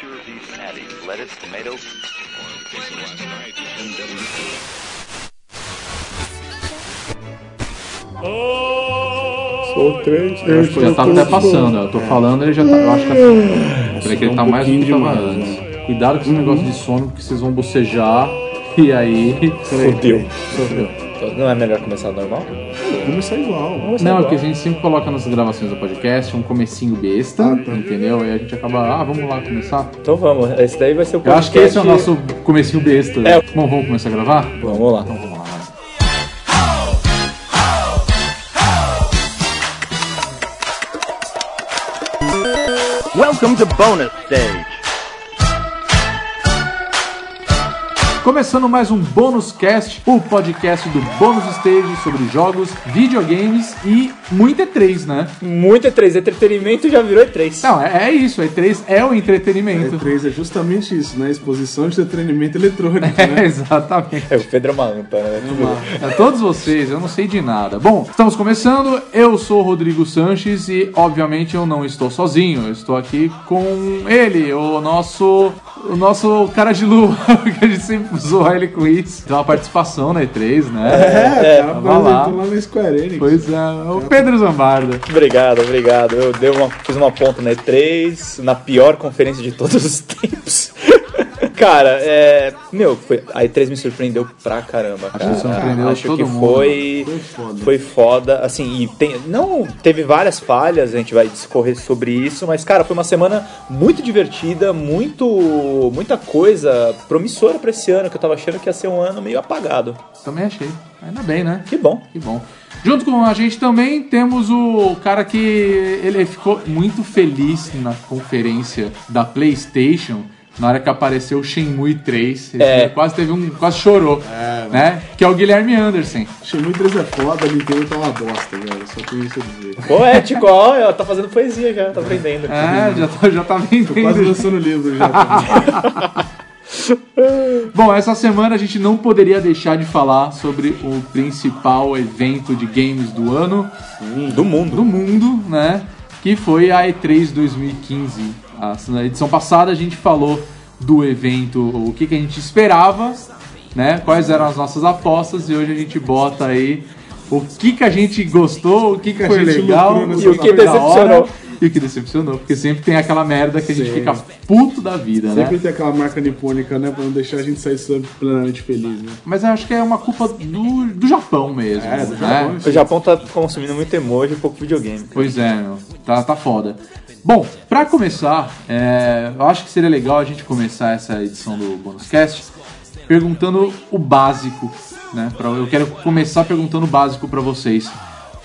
veggies, patties, lettuce, tomatoes. Sou três. né? Eu Acho que já estou tá até com passando, ó. Eu tô falando, ele já tá. Eu acho que. Peraí, que ele um tá mais do que pouquinho tava demais, né? antes. Cuidado com esse negócio de sono, porque vocês vão bocejar. E aí. Fodeu. Sofreu. Não é melhor começar normal? Começar igual. Não, é que a gente sempre coloca nas gravações do podcast um comecinho besta, Ah, tá. entendeu? E a gente acaba, ah, vamos lá começar. Então vamos, esse daí vai ser o Eu podcast. acho que esse é o nosso comecinho besta. É. Bom, vamos começar a gravar? Vamos lá. Então vamos lá. Welcome to bonus stage. Começando mais um Bônus Cast, o podcast do Bônus Stage sobre jogos, videogames e muita E3, né? Muito E3, entretenimento já virou E3. Não, é, é isso, E3 é o entretenimento. E3 é justamente isso, né? Exposição de entretenimento eletrônico, né? exatamente. É, o Pedro é uma lâmpada, né? A É todos vocês, eu não sei de nada. Bom, estamos começando. Eu sou o Rodrigo Sanches e, obviamente, eu não estou sozinho. Eu estou aqui com ele, o nosso. O nosso cara de lua, que a gente sempre zoa ele com isso. Deu uma participação na E3, né? É, cara, vai lá. apresentou lá na Square Enix. Pois é, o Pedro Zambarda. Obrigado, obrigado. Eu dei uma, fiz uma ponta na E3, na pior conferência de todos os tempos. Cara, é. Meu, foi- a E3 me surpreendeu pra caramba, cara. surpreendeu Acho todo que mundo. foi. Foi foda. Foi foda. Assim, e tem. Não, teve várias falhas, a gente vai discorrer sobre isso, mas, cara, foi uma semana muito divertida, muito. muita coisa promissora pra esse ano, que eu tava achando que ia ser um ano meio apagado. Também achei. Ainda bem, né? Que bom. Que bom. Junto com a gente também temos o cara que ele ficou muito feliz na conferência da PlayStation. Na hora que apareceu o Shenmue 3, ele É. quase teve um, quase chorou, né? Que é o Guilherme Anderson. Shenmue 3 é foda, a Nintendo tá uma bosta, velho. Só tenho isso a dizer. Poético, ó, ela tá fazendo poesia já, tá aprendendo. É, já tá, já tá Tô quase vendendo. lançando o livro já. tá? cara. Bom, essa semana a gente não poderia deixar de falar sobre o principal evento de games do ano, Do mundo. do mundo, né? Que foi a E3 2015. A- Na edição passada a gente falou do evento, o que, que a gente esperava, né? Quais eram as nossas apostas e hoje a gente bota aí o que, que a gente gostou, o que, que a foi gente legal lucrou nessa e o que coisa. decepcionou. E o que decepcionou, porque sempre tem aquela merda que a gente Sim. fica puto da vida, né? Sempre tem aquela marca nipônica, né? Pra não deixar a gente sair sempre plenamente feliz, né? Mas eu acho que é uma culpa do, do Japão mesmo, É, do né? Japão, O Japão tá consumindo muito emoji e pouco videogame. Pois é, meu. Tá, tá foda. Bom, pra começar, é, eu acho que seria legal a gente começar essa edição do Bonus Cast perguntando o básico, né? Pra, eu quero começar perguntando o básico pra vocês.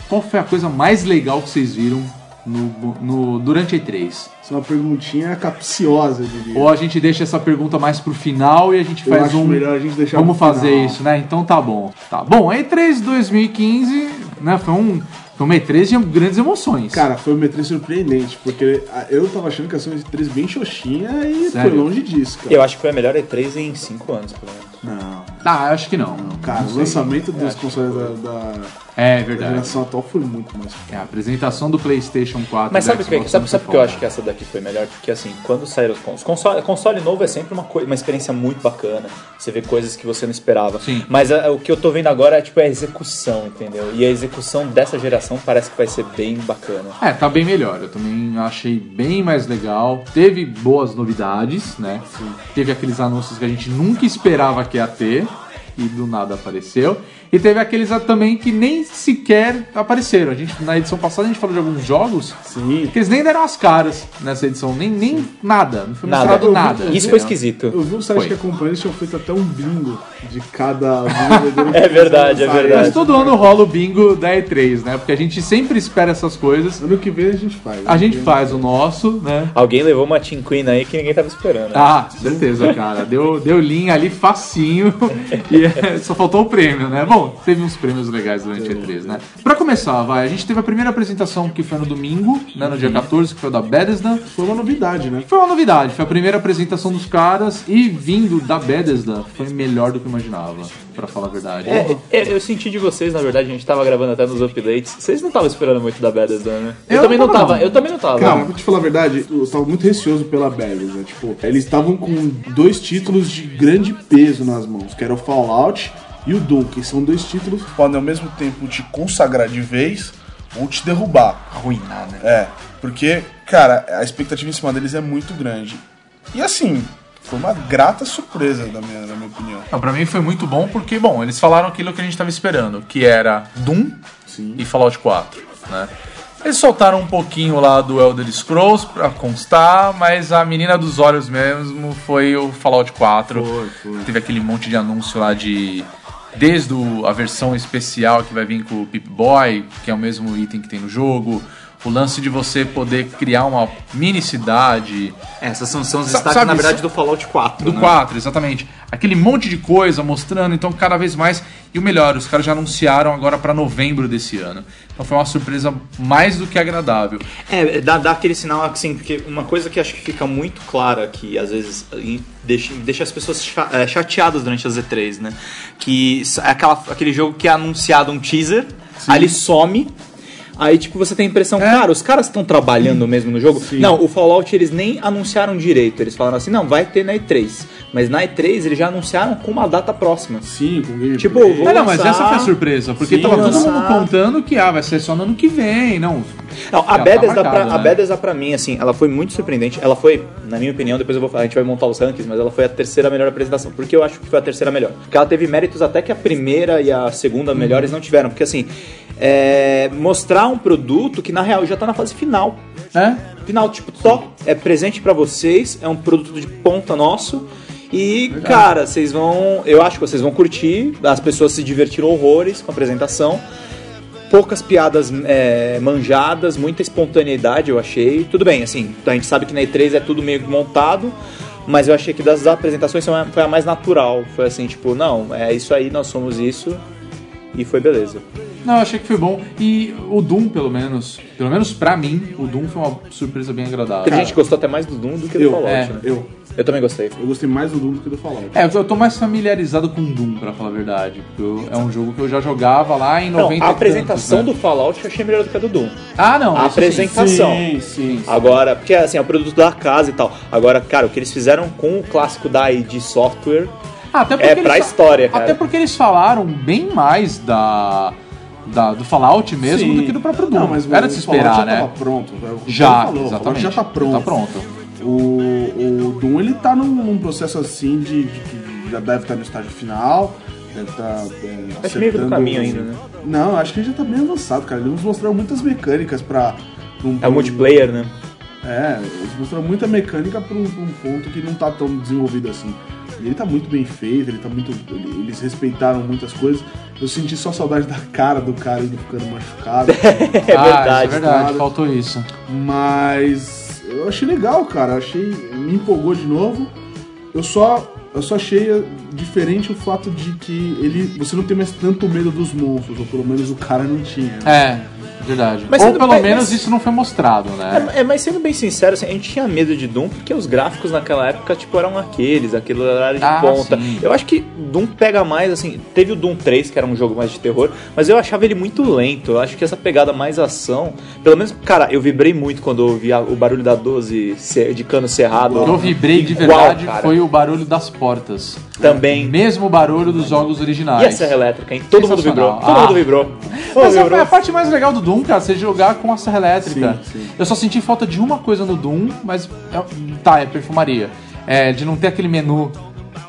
Qual foi a coisa mais legal que vocês viram no, bo- no, durante a E3? Isso é uma perguntinha capciosa, eu diria. Ou a gente deixa essa pergunta mais pro final e a gente Eu faz acho um. melhor a gente deixar Vamos pro final. fazer isso, né? Então tá bom. Tá bom, a E3 2015, né? Foi, um, foi uma E3 de grandes emoções. Cara, foi uma E3 surpreendente, porque ah, eu tava achando que ia ser uma E3 bem xoxinha e Sério? foi longe disso, cara. Eu acho que foi a melhor E3 em 5 anos, pelo menos. Não, Ah, eu acho que não. cara, o lançamento dos consoles da, da- É da verdade. geração atual foi muito mais foda. É, a apresentação do PlayStation 4. Mas do sabe o que, Xbox é sabe, não sabe foi por que eu foda. acho que essa daqui foi melhor? Porque assim, quando saíram os consoles. Console, console novo é sempre uma, coi- uma experiência muito bacana. Você vê coisas que você não esperava. Sim. Mas ah, o que eu tô vendo agora é tipo a execução, entendeu? E a execução dessa geração parece que vai ser bem bacana. É, tá bem melhor. Eu também achei bem mais legal. Teve boas novidades, né? Teve aqueles anúncios que a gente nunca esperava que ia ter e do nada apareceu. E teve aqueles ah, também que nem sequer apareceram. A gente, na edição passada a gente falou de alguns jogos Sim. que eles nem deram as caras nessa edição. Nem, nem nada. Não foi Nada. mostrado nada. Isso entendeu? foi esquisito. Eu vi um site Foi. que acompanha, eles tinham feito até um bingo de cada desenvolvedor. um É verdade, é Sabe? verdade. Mas todo ano rola o bingo da E3, né? Porque a gente sempre espera essas coisas. Ano que vem a gente faz. A gente faz o nosso, né? Alguém levou uma tinquina aí que ninguém tava esperando. Ah, certeza, cara. Deu, deu linha ali facinho. E Só faltou o prêmio, né? Bom, teve uns prêmios legais durante a E3, né? Pra começar, vai, a gente teve a primeira apresentação que foi no domingo, né? No dia 14, que foi da Bethesda. Foi uma novidade, né? Foi uma novidade, foi a primeira apresentação dos caras e vindo da Bethesda foi melhor do que eu imaginava, pra falar a verdade. É, é, eu senti de vocês, na verdade, a gente tava gravando até nos updates. Vocês não estavam esperando muito da Bethesda, né? Eu, Eu também não não tava, tava, não. eu também não tava. Cara, vou te falar a verdade, eu tava muito receoso pela Bethesda, né? Tipo, eles estavam com dois títulos de grande peso nas mãos, que era o Fallout e o Doom, que são dois títulos podem ao mesmo tempo te consagrar de vez ou te derrubar. Arruinar, né? É, porque, cara, a expectativa em cima deles é muito grande. E assim, foi uma grata surpresa, na minha, na minha opinião. Não, pra mim foi muito bom porque, bom, eles falaram aquilo que a gente tava esperando, que era Doom e Fallout 4, né? Eles soltaram um pouquinho lá do Elder Scrolls pra constar, mas a menina dos olhos mesmo foi o Fallout 4. Teve aquele monte de anúncio lá de. Desde o- a versão especial que vai vir com o Pip-Boy, que é o mesmo item que tem no jogo, o lance de você poder criar uma mini cidade, É, Essas são, são os Sa- destaques, sabe, na verdade, sa- do Fallout 4. do né? 4, exatamente. Aquele monte de coisa mostrando, então cada vez mais. E o melhor, os caras já anunciaram agora pra novembro desse ano. Então foi uma surpresa mais do que agradável. É, dá, dá aquele sinal assim, porque uma coisa que acho que fica muito clara, que às vezes em- deixa, deixa as pessoas cha- eh, chateadas durante as E3, né? Que s- é aquela, aquele jogo que é anunciado um teaser, aí ele some. Aí, tipo, você tem a impressão, cara, os caras estão trabalhando mesmo no jogo. Não, o Fallout eles nem anunciaram direito. Eles falaram assim, não, vai ter na E3. Mas na E3 eles já anunciaram com uma data próxima. assim, com gameplay. Tipo, vou Ah, não, mas lançar- essa foi a surpresa, porque Sim, tava todo lançar. mundo contando que ah, vai ser só no ano que vem, não. Não, Já a tá Bethesda, marcado, pra, a né? Bethesda pra mim, assim, ela foi muito surpreendente. Ela foi, na minha opinião, depois eu vou falar, a gente vai montar os rankings, mas ela foi a terceira melhor apresentação. Por que eu acho que foi a terceira melhor? Porque ela teve méritos até que a primeira e a segunda melhores não tiveram. Porque, assim, é, mostrar um produto que, na real, já tá na fase final. É? Final, tipo, top, é presente pra vocês, é um produto de ponta nosso. E, cara, vocês vão. Eu acho que vocês vão curtir. As pessoas se divertiram horrores com a apresentação. Poucas piadas é, manjadas, muita espontaneidade, eu achei. Tudo bem, assim, a gente sabe que na E3 é tudo meio que montado, mas eu achei que das apresentações foi a- foi a mais natural. Foi assim, tipo, não, é isso aí, nós somos isso. E foi beleza. Não, eu achei que foi bom. E o Doom, pelo menos, pelo menos pra mim, o Doom foi uma surpresa bem agradável. Tem gente que gostou até mais do Doom do que do Eu, Fallout, é. né? eu, Eu também gostei. eu gostei mais do Doom do que do Fallout. É, eu tô mais familiarizado com Doom, pra falar a verdade. Porque eu- é um jogo que eu já jogava lá em Não, 90 a e apresentação tantos, né? do Fallout eu achei melhor do que a do Doom. Ah, não. a isso sim. apresentação. Sim, sim. Agora, porque assim, é o produto da casa e tal. Agora, cara, o que eles fizeram com o clássico da ID Software Ah, até é eles pra fa- história, cara. Até porque eles falaram bem mais da, da- do Fallout mesmo Sim. do que do próprio Doom. Não, mas o Era de se Fallout esperar, já né? Tava pronto. né? O que Já, ele falou, o Fallout exatamente. Já tá pronto. Tá pronto. O, o Doom ele tá num, num processo assim de, de que já deve estar no estágio final. Deve estar. É, Acho meio que do acertando- caminho ainda, né? Não, acho que ele já tá bem avançado, cara. Eles nos mostraram muitas mecânicas pra. pra um- É o multiplayer, né? É, eles mostraram muita mecânica pra um, pra um ponto que não tá tão desenvolvido assim. E ele tá muito bem feito, ele tá muito. ele- eles respeitaram muitas coisas. Eu senti só saudade da cara do cara indo ficando machucado. É Ah, verdade. isso é verdade, cara. faltou isso. Mas eu achei legal, cara. Eu achei. Me empolgou de novo. Eu só. Eu só achei eh, diferente o fato de que ele. Você não tem mais tanto medo dos monstros, ou pelo menos o cara não tinha. É, verdade. Mas Ou sendo pelo bem- menos mas- isso não foi mostrado, né? É, é, mas sendo bem sincero, assim, a gente tinha medo de Doom porque os gráficos naquela época tipo eram aqueles, aquele horário de Ah, ponta. sim. Eu acho que Doom pega mais assim, teve o Doom 3 que era um jogo mais de terror, mas eu achava ele muito lento. Eu acho que essa pegada mais ação, pelo menos, cara, eu vibrei muito quando eu ouvi a- o barulho da 12 se- de cano cerrado. O que eu vibrei de Igual, verdade cara. foi o barulho das portas. também. Mesmo barulho dos jogos originais. E a Serra Elétrica, hein? Todo mundo vibrou. Sensacional. Todo mundo Ah. vibrou. Todo mundo Mas é vibrou. a parte mais legal do Doom, cara, você jogar com a serra elétrica. Eu só senti falta de uma coisa no Doom, mas é- tá, é perfumaria. É, de não ter aquele menu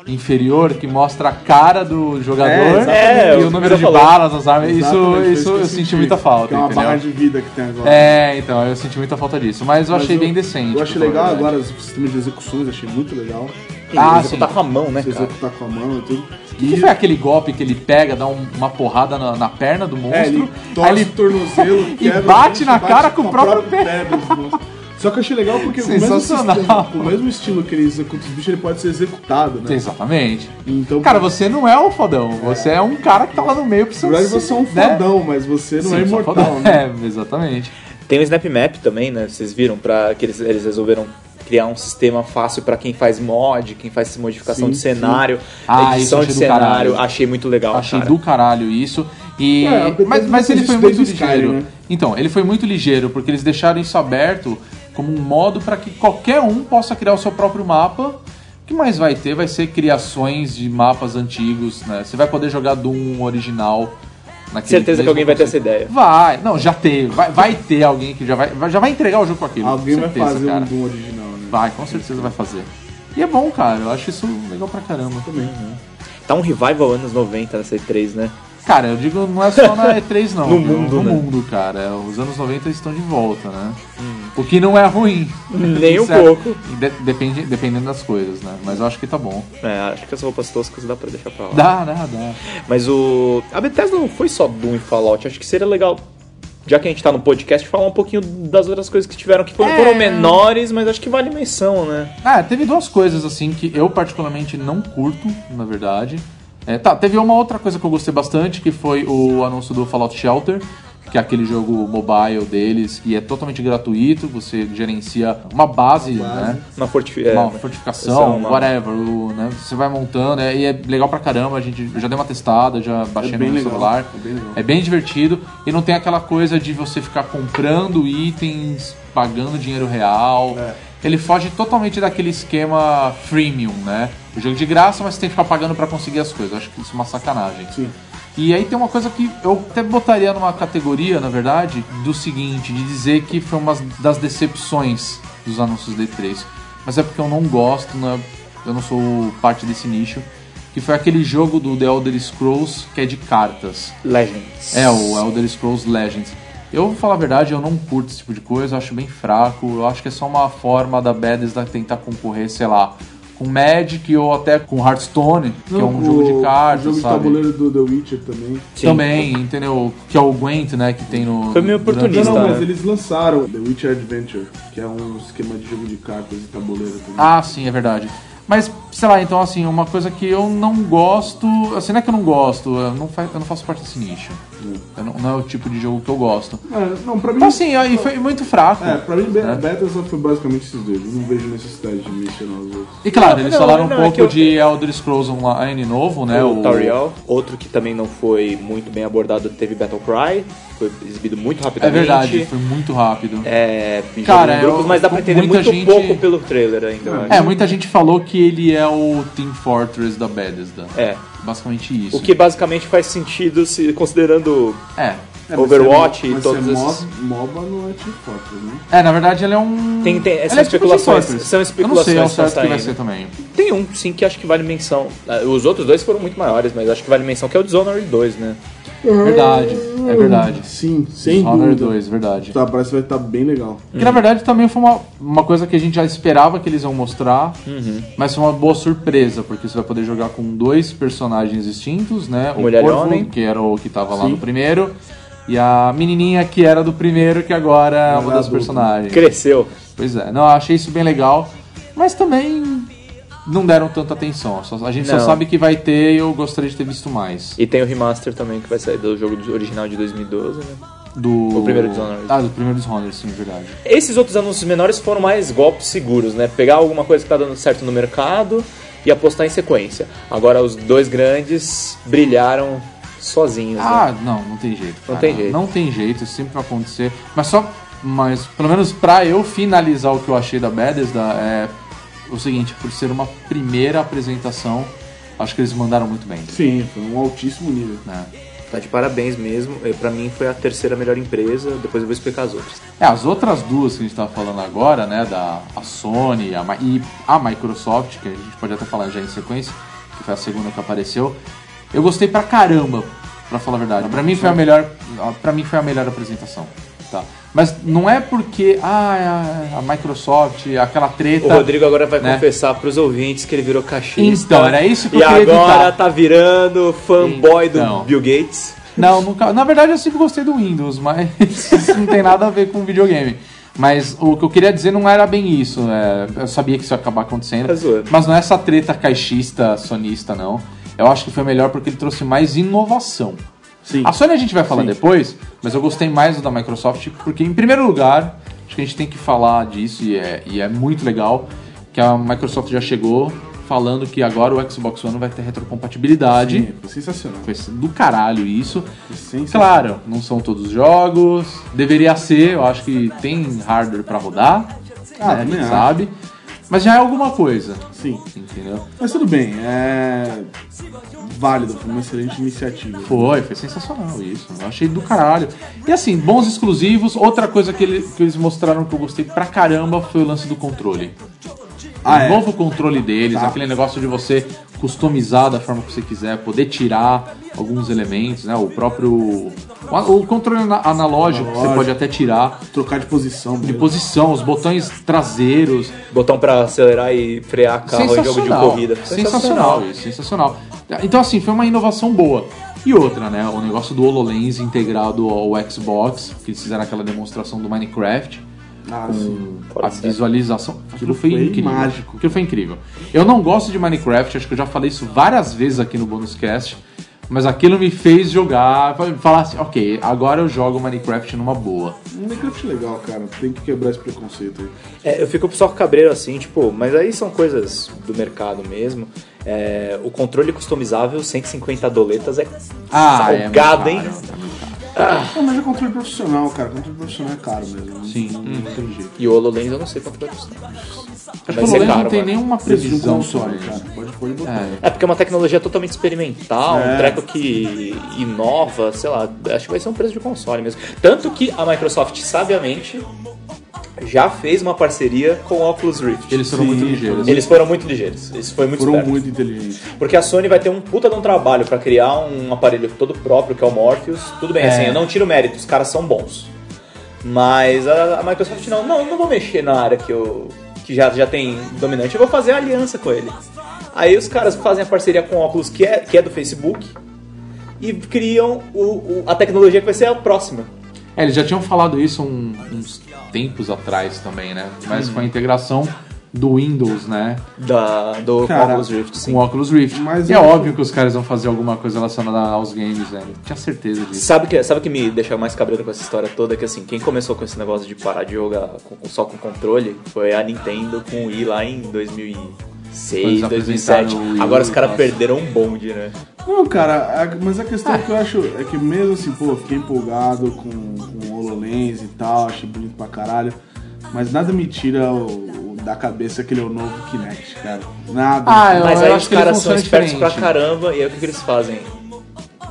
inferior que mostra a cara do jogador É, e o o número de Pedro falou. balas, as armas. É, Isso, Exatamente, foi isso que eu senti muita falta, Que é uma entendeu? barra de vida que tem agora. É, então, eu senti muita falta disso, mas eu Mas achei eu- bem decente. Eu achei pra falar legal a verdade. agora o sistema de execuções, achei muito legal. Ah, Ele tá sim. com a mão, né, Você cara? executar com a mão e tudo. Que E- foi aquele golpe que ele pega, dá um- uma porrada na, na perna do monstro, É, ele torce aí ele o tornozelo, e quebra o bate dente, na cara com o próprio pé. dos monstros. Só que eu achei legal porque o mesmo, Sensacional. sistema, o mesmo estilo que ele executa os bichos, ele pode ser executado, né? Exatamente. Então, Cara, você não é um fodão, você é um cara que tá lá no meio na precisando. verdade você é um né? fodão, mas você não Sim, é você um imortal, fodão. né? É, exatamente. Tem o Snap Map também, né? Vocês viram para que eles, eles resolveram criar um sistema fácil para quem faz mod, quem faz modificação Sim, de sim. cenário, Ah, edição isso eu achei de do cenário. caralho. Achei muito legal, Achei cara. do caralho isso. E, É, a Bethesda mas mas fez ele foi isso muito desde o Skyrim, ligeiro. né? Então, ele foi muito ligeiro, porque eles deixaram isso aberto como um modo para que qualquer um possa criar o seu próprio mapa. O que mais vai ter vai ser criações de mapas antigos, né? Você vai poder jogar Doom original. naquele Certeza que mesmo alguém vai ter essa conceito. ideia. Vai, não, já teve. Vai, vai ter alguém que já vai, vai- já vai entregar o jogo com aquilo. Alguém com vai certeza, fazer cara. um Doom original, né? Vai, com certeza vai fazer. E é bom, cara. Eu acho isso legal pra caramba. Tá um revival anos 90 nessa E3, né? Cara, eu digo, não é só na E3, não. No viu? mundo, No né? mundo, cara. Os anos 90 estão de volta, né? O que não é ruim. Hum. Nem um Isso é- pouco. e de- depende, dependendo das coisas, né? Mas eu acho que tá bom. É, acho que as roupas toscas dá pra deixar pra lá. Dá, dá, dá. Mas o. A Bethesda não foi só Doom e Fallout. Acho que seria legal, já que a gente tá no podcast, falar um pouquinho das outras coisas que tiveram, que É. foram, foram menores, mas acho que vale menção, né? Ah, teve duas coisas, assim, que eu particularmente não curto, na verdade. É, tá, teve uma outra coisa que eu gostei bastante, que foi o anúncio do Fallout Shelter, que é aquele jogo mobile deles, que é totalmente gratuito, você gerencia uma base, né? Na fortifi... é, uma né? fortificação, Uma- whatever, o- né? Você vai montando, é, e é legal pra caramba, a gente eu já deu uma testada, já baixei É no bem meu legal, celular. é bem legal. divertido e não tem aquela coisa de você ficar comprando itens, pagando dinheiro real. Ele foge totalmente daquele esquema freemium, né? O jogo de graça, mas você tem que ficar pagando pra conseguir as coisas. Eu acho que isso é uma sacanagem. Sim. E aí tem uma coisa que eu até botaria numa categoria, na verdade, do seguinte, de dizer que foi uma das decepções dos anúncios da E3. Mas é porque eu não gosto, né? eu não sou parte desse nicho. Que foi aquele jogo do The Elder Scrolls que é de cartas. Legends. É, o Elder Scrolls Legends. Eu vou falar a verdade, eu não curto esse tipo de coisa, eu acho bem fraco. Eu acho que é só uma forma da Bethesda tentar concorrer, sei lá, com Magic ou até com Hearthstone, que é um jogo de cartas, O jogo de sabe? tabuleiro do The Witcher também. Sim. Também, entendeu? Que é o Gwent, né? Que tem no. Foi meio Não, oportunista, durante- não, né? mas eles lançaram The Witcher Adventure, que é um esquema de jogo de cartas e tabuleiro também. Ah, sim, é verdade. Mas, sei lá, então, assim, uma coisa que eu não gosto. Assim, não é que eu não gosto, eu não, fa- eu não faço parte desse nicho. Hum. Eu não, não é o tipo de jogo que eu gosto. É, não, pra mim. Então, assim, aí foi muito fraco. É, pra mim, Be- né? Bethesda foi basicamente esses dois. Eu não vejo necessidade de mexer nos outros. E claro, eles Não, falaram não, um é pouco que eu- de Elder Scrolls Online novo, né? o Tariel. Outro que também não foi muito bem abordado teve Battle Cry. Foi exibido muito É rapidamente. verdade, foi muito rápido. É, em Cara, jogos em grupos, eu- mas dá pra entender muita muito gente- pouco pelo trailer ainda. né? eu acho. É, muita gente falou que ele é o Team Fortress da Bethesda. É. Basicamente isso. O que basicamente faz sentido se considerando É. É, mas Overwatch se é, e mas todos se é esses. mo- MOBA não é Team Fortress, né? É, na verdade ele é um. Tem- tem- Ele são é tipo especulações, Team Fortress. são especulações Eu não que tá sei ao certo estão que vai saindo. ser também. Tem um, sim, que acho que vale menção. Ah, Os outros dois foram muito maiores, mas acho que vale menção, que é o Dishonored 2, né? Verdade, é verdade. Sim, sem Honor dúvida. 2, verdade. Tá, parece que vai estar bem legal. Que Uhum. na verdade também foi uma, uma coisa que a gente já esperava que eles iam mostrar, Uhum. mas foi uma boa surpresa, porque você vai poder jogar com dois personagens distintos, né? O Mulher e Corvo, homem. que era o que tava lá no primeiro, e a menininha que era do primeiro, que agora é uma é das adulta. personagens. Cresceu. Pois é, não, eu achei isso bem legal, mas também não deram tanta atenção. só- a gente Não. só sabe que vai ter e eu gostaria de ter visto mais. E tem o remaster também, que vai sair do jogo do- original de 2012, né? Do... O primeiro Dishonored. Ah, do primeiro Dishonored, sim, verdade. Esses outros anúncios menores foram mais golpes seguros, né? Pegar alguma coisa que tá dando certo no mercado e apostar em sequência. Agora os dois grandes brilharam sozinhos, né? Ah, não, não tem jeito. Não cara. tem jeito. Não tem jeito, isso sempre vai acontecer. Mas só. Mas, pelo menos pra eu finalizar o que eu achei da Bethesda, é o seguinte: por ser uma primeira apresentação, acho que eles mandaram muito bem. Sim, foi um altíssimo nível. né? Tá de parabéns mesmo. É, Pra mim foi a terceira melhor empresa, depois eu vou explicar as outras. É, as outras duas que a gente tava falando agora, né, da a Sony a, Mi- e a Microsoft, que a gente pode até falar já em sequência, que foi a segunda que apareceu, eu gostei pra caramba, pra falar a verdade. Pra mim foi a melhor, para mim foi a melhor apresentação, tá? Mas não é porque ah, a- a Microsoft, aquela treta. O Rodrigo agora vai né? confessar pros ouvintes que ele virou cachista. Então, era isso que eu E queria agora evitar. tá virando fanboy Então. do Bill Gates. Não, nunca. Na verdade, eu sempre gostei do Windows, mas isso não tem nada a ver com videogame. Mas o que eu queria dizer não era bem isso. né? eu sabia que isso ia acabar acontecendo. Tá zoando. Mas não é essa treta caixista, sonista, não. Eu acho que foi melhor porque ele trouxe mais inovação. Sim. A Sony a gente vai falar depois, mas eu gostei mais do da Microsoft porque, em primeiro lugar, acho que a gente tem que falar disso e é, e é muito legal que a Microsoft já chegou falando que agora o Xbox One vai ter retrocompatibilidade. Sensacional. Foi do caralho isso. Sim, sim. Claro, não são todos os jogos. Deveria ser, eu acho que tem hardware pra rodar. Ah, né, a também gente acho. sabe. Mas já é alguma coisa, Sim. entendeu? Mas tudo bem, é. Válido, foi uma excelente iniciativa. Foi, foi sensacional isso. Eu achei do caralho. E assim, bons exclusivos. Outra coisa que, ele- que eles mostraram que eu gostei pra caramba foi o lance do controle. Ah, o é. novo controle deles, Tá. aquele negócio de você customizar da forma que você quiser, poder tirar alguns elementos, né? O próprio. O o controle ana- analógico, que você Analógico. pode até tirar. Trocar de posição. de mesmo. posição, os botões traseiros. Botão pra acelerar e frear carro em jogo de sensacional. corrida. Sensacional isso, sensacional. Então, assim, foi uma inovação boa. E outra, né? O negócio do HoloLens integrado ao Xbox, que eles fizeram aquela demonstração do Minecraft. Ah, sim. Fora a de série. visualização. Aquilo foi foi incrível. mágico. Aquilo foi incrível. Eu não gosto de Minecraft, acho que eu já falei isso várias vezes aqui no Bonus Cast. Mas aquilo me fez jogar, falar assim, ok, agora eu jogo Minecraft numa boa. Minecraft é legal, cara. Tem que quebrar esse preconceito aí. É, eu fico só com o cabreiro assim, tipo, mas aí são coisas do mercado mesmo. É, o controle customizável, 150 doletas, é Ah, é muito salgado, hein? caro. Não, mas é controle profissional, cara. Controle profissional é caro mesmo. Sim. Não, não tem jeito. E o HoloLens eu não sei quanto vai custar. Acho que Vai o ser Lens caro, não tem mano. nenhuma Preço de um previsão console, sobre cara. isso. Pode, pode botar. É. É porque é uma tecnologia totalmente experimental, um É. treco que inova, sei lá, acho que vai ser um preço de console mesmo. Tanto que a Microsoft, sabiamente, já fez uma parceria com o Oculus Rift. Eles foram Sim, muito ligeiros. Eles foram muito ligeiros, isso foi muito Foram esperto. muito inteligentes. Porque a Sony vai ter um puta de um trabalho pra criar um aparelho todo próprio, que é o Morpheus. Tudo bem, É. assim, eu não tiro mérito, os caras são bons. Mas a, a Microsoft não, não, não vou mexer na área que eu que já, já tem dominante, eu vou fazer a aliança com ele. Aí os caras fazem a parceria com o Oculus, que é, que é do Facebook, e criam o, o- a tecnologia que vai ser a próxima. É, eles já tinham falado isso um- uns tempos atrás também, né? Mas Hum. com a integração do Windows, né? Da, do Cara, Oculus Rift, sim. Com o Oculus Rift. Mas e é eu- óbvio que os caras vão fazer alguma coisa relacionada aos games, velho. Tinha certeza disso. Sabe o que, sabe o que me deixa mais cabreiro com essa história toda? Que assim, quem começou com esse negócio de parar de jogar com- só com controle foi a Nintendo com o Wii lá em 2006, Quando eles 2007. apresentaram o Wii, Agora os caras nossa. perderam um bonde, né? Não, cara, a- mas a questão que eu acho é que mesmo assim, pô, eu fiquei empolgado com, com o HoloLens e tal, achei bonito pra caralho. Mas nada me tira o- o da cabeça que ele é o novo Kinect, cara. Nada. assim, Ah, eu- Mas aí os acho que ele caras são funciona espertos pra diferente. caramba, e aí o que, que eles fazem?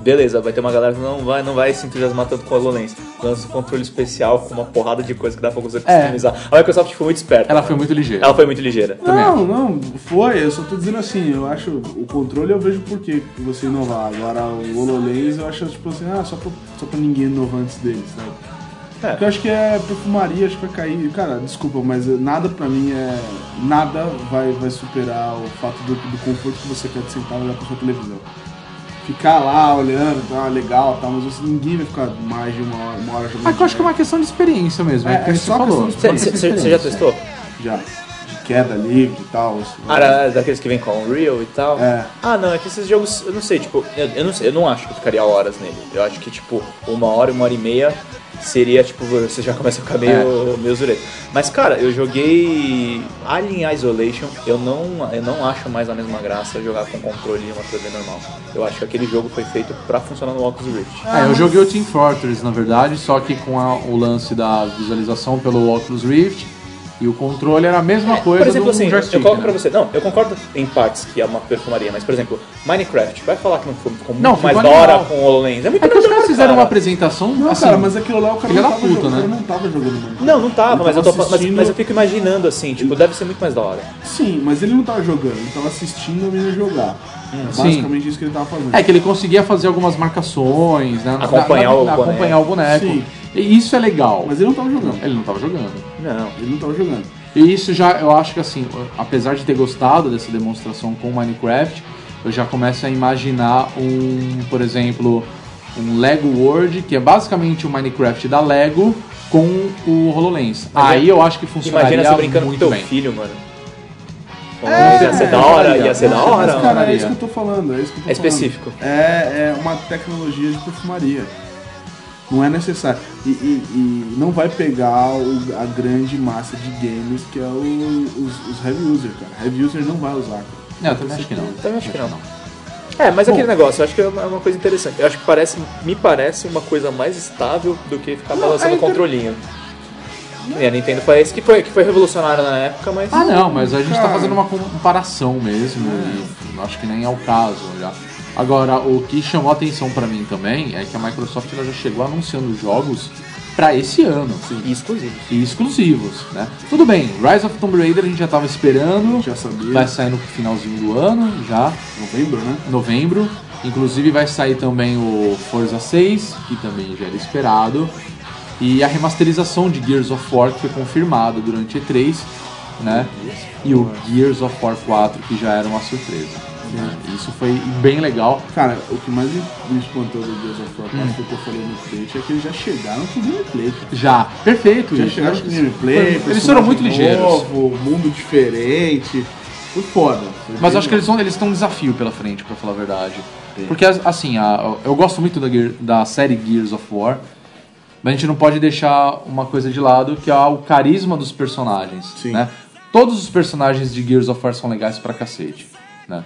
Beleza, vai ter uma galera que não vai, não vai se entusiasmar tanto com o HoloLens. Lança um controle especial com uma porrada de coisa que dá pra você customizar. A Microsoft foi muito É. esperta. Ela foi muito ligeira. Ela foi muito ligeira. Também Não, não, foi, eu só tô dizendo assim, eu acho, o controle eu vejo por que você inovar. Agora o HoloLens eu acho tipo assim, ah, só pra, só pra ninguém inovar antes dele, sabe? Porque eu acho que é perfumaria, acho que vai cair. Cara, desculpa, mas nada pra mim é. Nada vai, vai superar o fato do, do conforto que você quer de sentar e olhar pra sua televisão. Ficar lá olhando, tá legal tal, mas você, ninguém vai ficar mais de uma hora, uma hora jogando. Mas eu acho direto. que é uma questão de experiência mesmo. É, É, o que é você só falou. questão de Uma questão de Você já experiência. testou? Já. De queda livre e tal. isso. Ara, daqueles que vem com a Unreal e tal. Ah, É. Ah, não, é que esses jogos, eu não sei, tipo, eu, eu não sei, eu não acho que eu ficaria horas nele. Eu acho que, tipo, uma hora, uma hora e meia seria, tipo, você já começa a ficar meio, meio zureta. Mas, cara, eu joguei Alien Isolation, eu não, eu não acho mais a mesma graça jogar com controle e uma TV normal. Eu acho que aquele jogo foi feito pra funcionar no Oculus Rift. É, eu joguei o Team Fortress, na verdade, só que com a- o lance da visualização pelo Oculus Rift e o controle era a mesma coisa Por exemplo, do assim, joystick, eu coloco né? pra você. Não, eu concordo em partes que é uma perfumaria, mas, por exemplo, Minecraft, vai falar que não ficou, ficou muito Não, mais ficou da hora animal. com o HoloLens. É muito É que os melhor, caras fizeram uma cara. apresentação, Não, assim, cara, mas aquilo lá o cara, filha não da tava, puta, jogando, o né? cara não tava jogando Minecraft. Não, não tava, Ele mas, eu tô, mas, assistindo- mas eu fico imaginando assim, tipo, deve ser muito mais da hora. Sim, mas ele não tava jogando, ele tava assistindo a menina jogar. É basicamente isso que ele tava fazendo. É que ele conseguia fazer algumas marcações, né? Acompanhar o boneco. acompanhar o boneco. Sim. E isso é legal. Mas ele não tava jogando. Ele não tava jogando. Não. Ele não tava jogando. E isso já, eu acho que assim, apesar de ter gostado dessa demonstração com o Minecraft, eu já começo a imaginar um, por exemplo, um Lego World, que é basicamente o Minecraft da Lego com o HoloLens. Mas é Aí eu acho que funcionaria Imagina você brincando com muito teu bem. filho, mano. É. Nossa, ia ser da hora, ia ser da hora. Mas, mano. cara, é Maria. isso que eu tô falando. É, isso que eu tô É falando. específico. É, é uma tecnologia de perfumaria. Não é necessário. E, e- e não vai pegar o- a grande massa de games que é o- os, os heavy user, cara. Heavy user não vai usar. cara. Não, eu também acho que não. Também acho que não. É, mas aquele negócio, eu acho que é uma é uma coisa interessante. Eu acho que parece, me parece uma coisa mais estável do que ficar balançando o controlinho. E a Nintendo parece que foi, que foi revolucionária na época, mas. Ah, não, mas a gente tá fazendo uma comparação mesmo. e acho que nem é o caso já. Agora, o que chamou a atenção pra mim também é que a Microsoft ela já chegou anunciando jogos pra esse ano. E exclusivo. E exclusivos, né? Tudo bem, Rise of Tomb Raider a gente já tava esperando. Já sabia. Vai sair no finalzinho do ano, já, Novembro, né? novembro. Inclusive vai sair também o Forza 6, que também já era esperado. E a remasterização de Gears of War que foi confirmada durante E3, né? E o Gears of War 4, que já era uma surpresa. né? Isso foi bem legal. Cara, o que mais me me espantou do Gears of War Hum. 4 que eu falei no Twitch é que eles já chegaram com gameplay, cara. Já, perfeito Já isso, chegaram né? com gameplay, Eles foram muito personagem ligeiros. Novo, mundo diferente. Foi foda. Foi Mas bem eu acho que eles vão- eles estão um desafio pela frente, pra falar a verdade. Porque, as- assim, a- eu gosto muito da, Gear- da série Gears of War, mas a gente não pode deixar uma coisa de lado, que é o carisma dos personagens. Sim. né? Todos os personagens de Gears of War são legais pra cacete. né?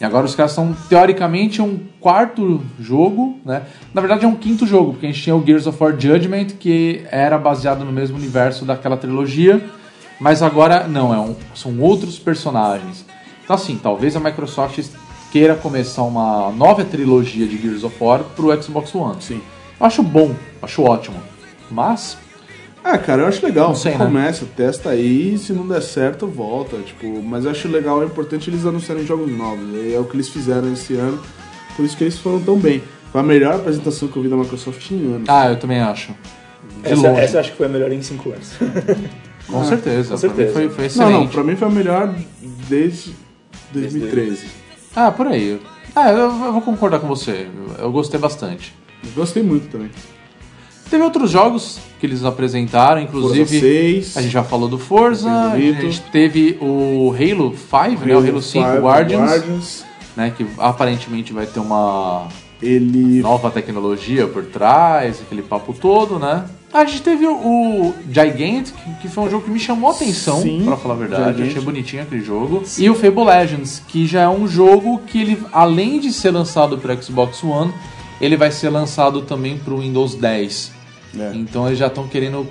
E agora os caras são, teoricamente, um quarto jogo, né? Na verdade é um quinto jogo, porque a gente tinha o Gears of War Judgment, que era baseado no mesmo universo daquela trilogia, mas agora não, é um- são outros personagens. Então assim, talvez a Microsoft queira começar uma nova trilogia de Gears of War pro Xbox One. Sim. Eu acho bom, acho ótimo. Mas Ah, cara, eu acho legal. Não sei, né? Começa, testa aí, se não der certo, volta. Tipo, mas eu acho legal, é importante eles anunciarem jogos novos. E é o que eles fizeram esse ano, por isso que eles foram tão bem. Foi a melhor apresentação que eu vi da Microsoft em anos. Ah, eu também acho. De Essa, É longe. essa eu acho que foi a melhor em 5 anos. Com certeza. com certeza. Pra mim foi, foi não, excelente. não, pra mim foi a melhor desde 2013. Ah, por aí. Ah, eu, eu vou concordar com você. Eu- Eu gostei bastante. Gostei muito também. Teve outros jogos que eles apresentaram, Forza inclusive. 6, A gente já falou do Forza, a Bonito. gente teve o Halo 5, né? O Halo 5 5, Guardians, Guardians. né? Que aparentemente vai ter uma Ele nova tecnologia por trás, aquele papo todo, né? A gente teve o Gigantic, que foi um jogo que me chamou a atenção, Sim, pra falar a verdade. Gigantic. Achei bonitinho aquele jogo. E o Fable Legends, que já é um jogo que ele, além de ser lançado para Xbox One, ele vai ser lançado também pro Windows 10. É. Então eles já estão querendo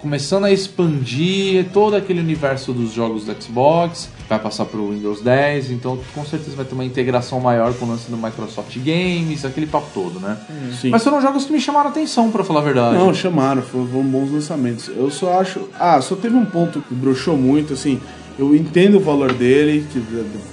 começando a expandir todo aquele universo dos jogos do Xbox, vai passar para o Windows 10, então com certeza vai ter uma integração maior com o lance do Microsoft Games, aquele papo todo, né? Hum. Sim. Mas foram jogos que me chamaram a atenção, para falar a verdade. Não, chamaram, foram foram bons lançamentos. Eu só acho. Ah, só teve um ponto que broxou muito, assim. Eu entendo o valor dele, que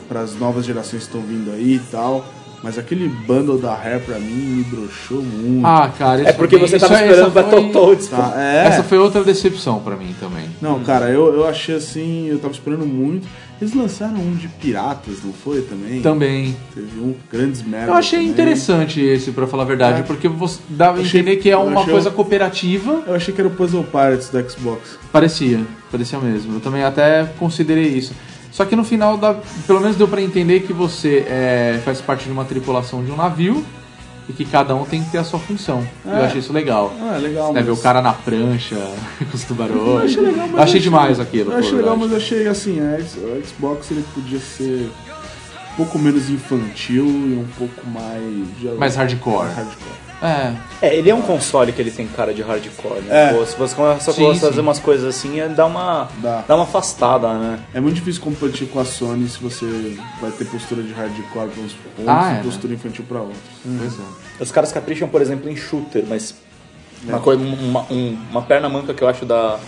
para as novas gerações que estão vindo aí e tal. Mas aquele bundle da Rare pra mim me broxou muito. Ah, cara, isso É porque foi- você isso tava é- esperando essa foi- Ah. Battletoads. Tá, é. Essa foi outra decepção para mim também. Não, cara, eu, eu achei assim, eu tava esperando muito. Eles lançaram um de piratas, não foi também? Também. Teve um grandes merda. Eu achei também. interessante esse, para falar a verdade, É. porque você dava a Achei- entender que é eu uma achei- um- coisa cooperativa. Eu achei que era o Puzzle Pirates do Xbox. Parecia, parecia mesmo. Eu também até considerei isso. Só que no final, da, pelo menos deu pra entender que você é, faz parte de uma tripulação de um navio e que cada um tem que ter a sua função. Eu achei isso legal. Ah, é legal, Né, ver o mas- cara na prancha, com os tubarões. Eu achei legal, mas Eu achei eu demais aquilo. Eu achei pô, legal, verdade. mas eu achei assim, a X- o Xbox ele podia ser um pouco menos infantil e um pouco mais. já- Mais hardcore. hardcore. É, É, ele é um console que ele tem cara de hardcore, É. né? Pô, se você começa Sim, a fazer sim. umas coisas assim, é, dá uma, Dá. dá. uma afastada, né? É muito difícil competir com a Sony se você vai ter postura de hardcore para uns pontos Ah, e é, postura infantil para outros. pois é. Os caras capricham, por exemplo, em shooter, mas uma, coisa, uma, um- uma perna manca que eu acho da,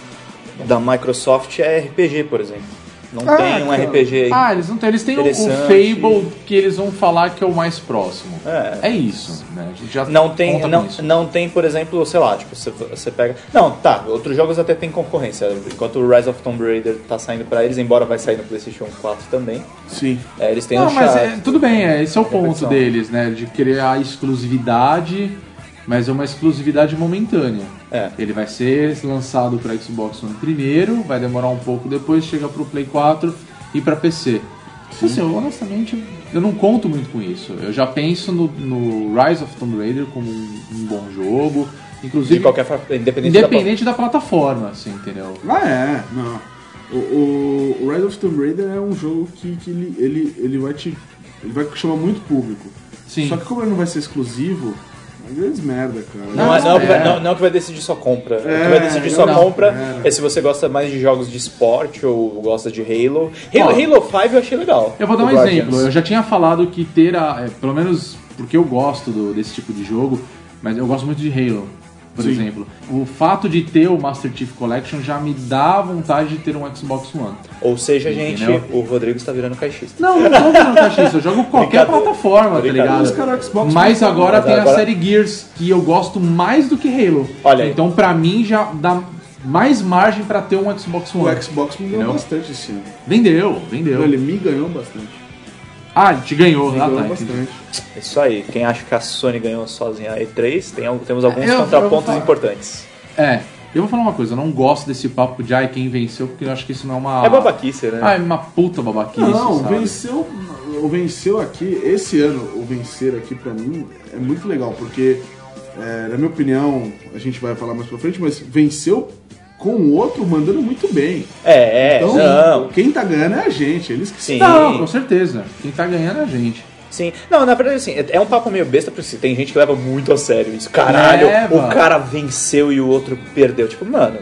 da Microsoft é RPG, por exemplo. Não Ah, tem um cara. RPG. Ah, eles não têm. Eles têm o, o Interessante. Fable que eles vão falar que é o mais próximo. É. isso, né? A gente já Não tem, conta com não, isso. não tem, por exemplo, sei lá, tipo, você, você pega. Não, tá, outros jogos até tem concorrência. Enquanto o Rise of Tomb Raider tá saindo pra eles, embora vai sair no PlayStation 4 também, Sim. é, eles têm Não, o É mas Uncharted. é, tudo bem, é, esse é o ponto Reflexão. deles, né? De criar exclusividade mas é uma exclusividade momentânea. É. Ele vai ser lançado para Xbox One primeiro, vai demorar um pouco depois, chega para o Play 4 e para PC. Assim, eu, honestamente, eu não conto muito com isso. Eu já penso no, no Rise of Tomb Raider como um, um bom jogo, inclusive De qualquer forma, independente, independente da plataforma, assim, entendeu? Ah, é, não. O, o, o Rise of Tomb Raider é um jogo que, que ele, ele, ele vai te. Ele vai chamar muito público. Sim. Só que como ele não vai ser exclusivo, é grande merda, cara. da... Não, é, Não, não, é o que vai- é. não- não é o que vai decidir sua compra. o que É, vai decidir sua não, compra é. se você gosta mais de jogos de esporte ou gosta de Halo. Ó. Halo, Halo 5 eu achei legal. Eu vou dar O um Guardians. exemplo. Eu já tinha falado que ter a. é, pelo menos porque eu gosto do- desse tipo de jogo, mas eu gosto muito de Halo, por exemplo. O fato de ter o Master Chief Collection já me dá vontade de ter um Xbox One. Ou seja, gente, Entendeu? o Rodrigo está virando caixista. Não, eu não tô falando caixa isso, eu jogo qualquer Brincadeira. plataforma, tá Brincadeira. Os ligado? caras Xbox Mas não- agora Mas tem a agora- série Gears, que eu gosto mais do que Halo. Olha aí. Então pra mim já dá mais margem pra ter um Xbox One. O Xbox me ganhou Entendeu? bastante esse ano. Vendeu, vendeu. Não, Ele me ganhou bastante. Ah, te ganhou, Me ah, ganhou tá, entendi. bastante. É Isso aí. Quem acha que a Sony ganhou sozinha a E3, tem, al- temos alguns Eu- eu vou contrapontos falar. importantes. É, eu vou falar uma coisa, eu não gosto desse papo de ai, quem venceu, porque eu acho que isso não é uma. É babaquice, né? Ah, é uma puta babaquice. Não, sabe? venceu, o venceu aqui, esse ano, o vencer aqui pra mim é muito legal, porque, é, na minha opinião, a gente vai falar mais pra frente, mas venceu com o outro mandando muito bem. É, é, Então, não. quem tá ganhando é a gente, eles que Sim. Não, com certeza. Quem tá ganhando é a gente. Sim. Não, na verdade, assim, é é um papo meio besta, porque assim, tem gente que leva muito a sério isso. Caralho, Leva. o cara venceu e o outro perdeu. Tipo, mano,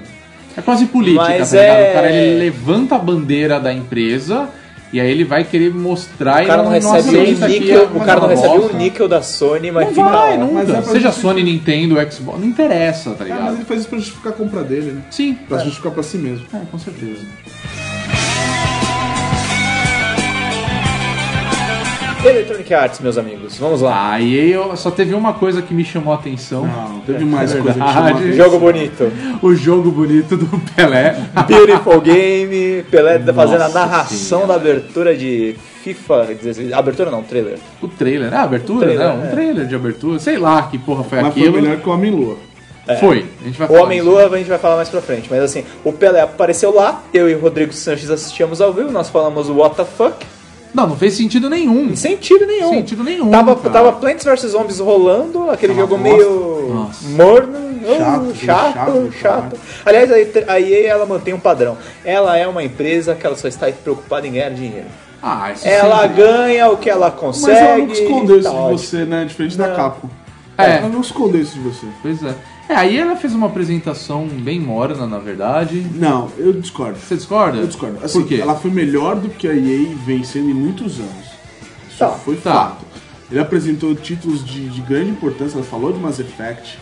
É quase política, Mas tá ligado? é- O cara ele levanta a bandeira da empresa e aí ele vai querer mostrar o cara e não, aceita recebe isso um aqui, níquel, é o uma cara não recebe um bosta. níquel da Sony, mas Não fica lá. mas é vai, nunca. pra Seja justificar. Sony, Nintendo, Xbox, não interessa, tá Ah, mas ligado? ele faz isso pra justificar a compra dele, né? Sim, Pra justificar pra si mesmo. é, com certeza. Electronic Arts, meus amigos, vamos lá. Aí eu só teve uma coisa que me chamou a atenção. Não, teve mais coisa que verdade. chamou a atenção. Jogo bonito. O jogo bonito do Pelé. Beautiful Game, Pelé tá fazendo a Nossa narração senhora. da abertura de FIFA 16. Abertura não, trailer. O trailer, né? A abertura, O trailer, né? Um é. trailer de abertura, sei lá que porra foi Mas foi aquilo. melhor que É. o Homem-Lua. Foi. A gente vai falar O disso. Homem-Lua a gente vai falar mais pra frente, mas assim, o Pelé apareceu lá, eu e o Rodrigo Sanches assistíamos ao vivo, nós falamos what the fuck, Não, não fez sentido nenhum. é sem sentido nenhum. Sentido nenhum, Tava, cara. tava Plants vs Zombies rolando, aquele Uma jogo bosta. meio Nossa. morno, oh, Chato, chato, chato, chato. Aliás, a- a EA ela mantém um padrão. Ela é uma empresa que ela só está preocupada em ganhar dinheiro. Ah, isso Ela sempre- ganha o que ela Mas consegue. ela nunca escondeu e isso tá de ótimo. você, né? Diferente da Capcom. É. Ela não escondeu isso de você. Pois é. É, aí ela fez uma apresentação bem morna, na verdade. Não, eu discordo. Você discorda? Eu discordo. Assim, Por quê? Ela foi melhor do que a EA vem sendo em muitos anos. Isso Tá, foi tá. fato. Ele apresentou títulos de, de grande importância, ela falou de Mass Effect.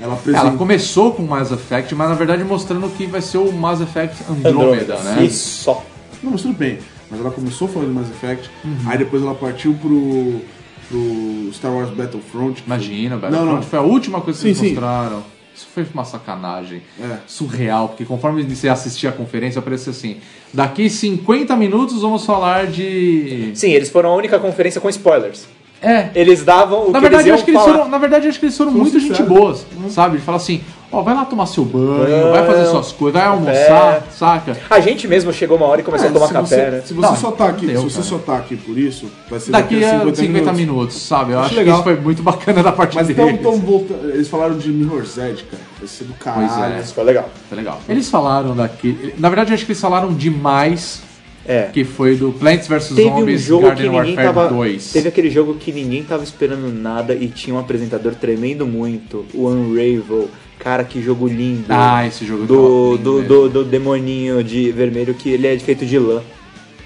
Ela apresentou. Ela começou com Mass Effect, mas na verdade mostrando que vai ser o Mass Effect Andrômeda, Andrômeda, né? E só. Não, mas tudo bem. Mas ela começou falando de Mass Effect, Uhum. aí depois ela partiu pro, pro Star Wars Battlefront. que foi- Imagina, velho. Não, não. Foi a última coisa que Sim, eles sim. mostraram. Isso foi uma sacanagem. É. Surreal, porque conforme você assistia a conferência, aparecia assim: daqui 50 minutos vamos falar de. Sim, eles foram a única conferência com spoilers. É, Eles davam o Na que verdade, eu acho eles iam que eles falar. foram, na verdade, eu acho que eles foram Foram muito sinceros. gente boas, Uhum. sabe? De falar assim, ó, vai lá tomar seu banho, é, vai fazer suas coisas, vai almoçar, saca? A gente mesmo chegou uma hora e começou É, a tomar se café, você, né? se você Não, só tá aqui, deu, se você cara. só tá aqui por isso, vai ser Daqui a 50, minutos. minutos. sabe? Eu Acho acho, legal. que isso foi muito bacana da parte Mas deles. então, tão voltando. Eles falaram de Mirror's Edge, cara. Vai ser do caralho. Pois é. Isso foi legal. Tá legal. Eles falaram daqui. Na verdade, eu acho que eles falaram demais, É. que foi do Plants vs Teve um Zombies jogo Garden que ninguém Warfare tava. 2. Teve aquele jogo que ninguém tava esperando nada e tinha um apresentador tremendo muito, o Unravel. Cara, que jogo lindo. Ah, esse jogo do, tava do, lindo do, do demoninho de vermelho que ele é feito de lã.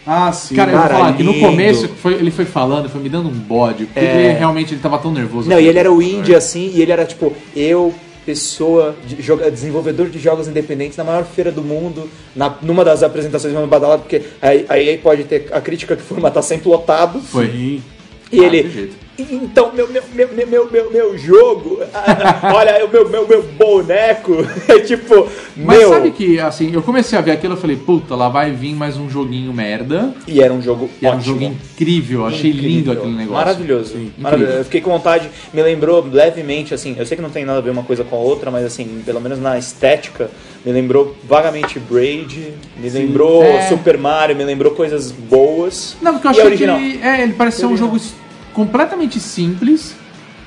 Ah, sim. Cara, eu vou assim, Cara, falar que no lindo. começo foi- ele foi falando, foi me dando um bode, porque É. ele realmente ele tava tão nervoso. Ah, Não, e ele era o indie assim, e ele era tipo, eu, pessoa, de- joga- desenvolvedor de jogos independentes na maior feira do mundo, na- numa das apresentações mais badaladas, porque aí, aí pode ter a crítica que foi matar tá sempre lotado. Foi. E Ah, assim, ele, de jeito. Então, meu, meu, meu, meu, meu, meu, meu jogo, ah, olha, o meu, meu, meu boneco, é tipo, Mas meu. sabe que, assim, eu comecei a ver aquilo, eu falei, puta, lá vai vir mais um joguinho merda. E era um jogo E era um ótimo. jogo incrível, eu achei Incrível. lindo aquele negócio. Maravilhoso. Maravilhoso. Eu fiquei com vontade, me lembrou levemente, assim, eu sei que não tem nada a ver uma coisa com a outra, mas assim, pelo menos na estética, me lembrou vagamente Braid, me lembrou É. Super Mario, me lembrou coisas boas. Não, porque eu E é achei original. que ele, é, ele parece ser um jogo s- completamente simples,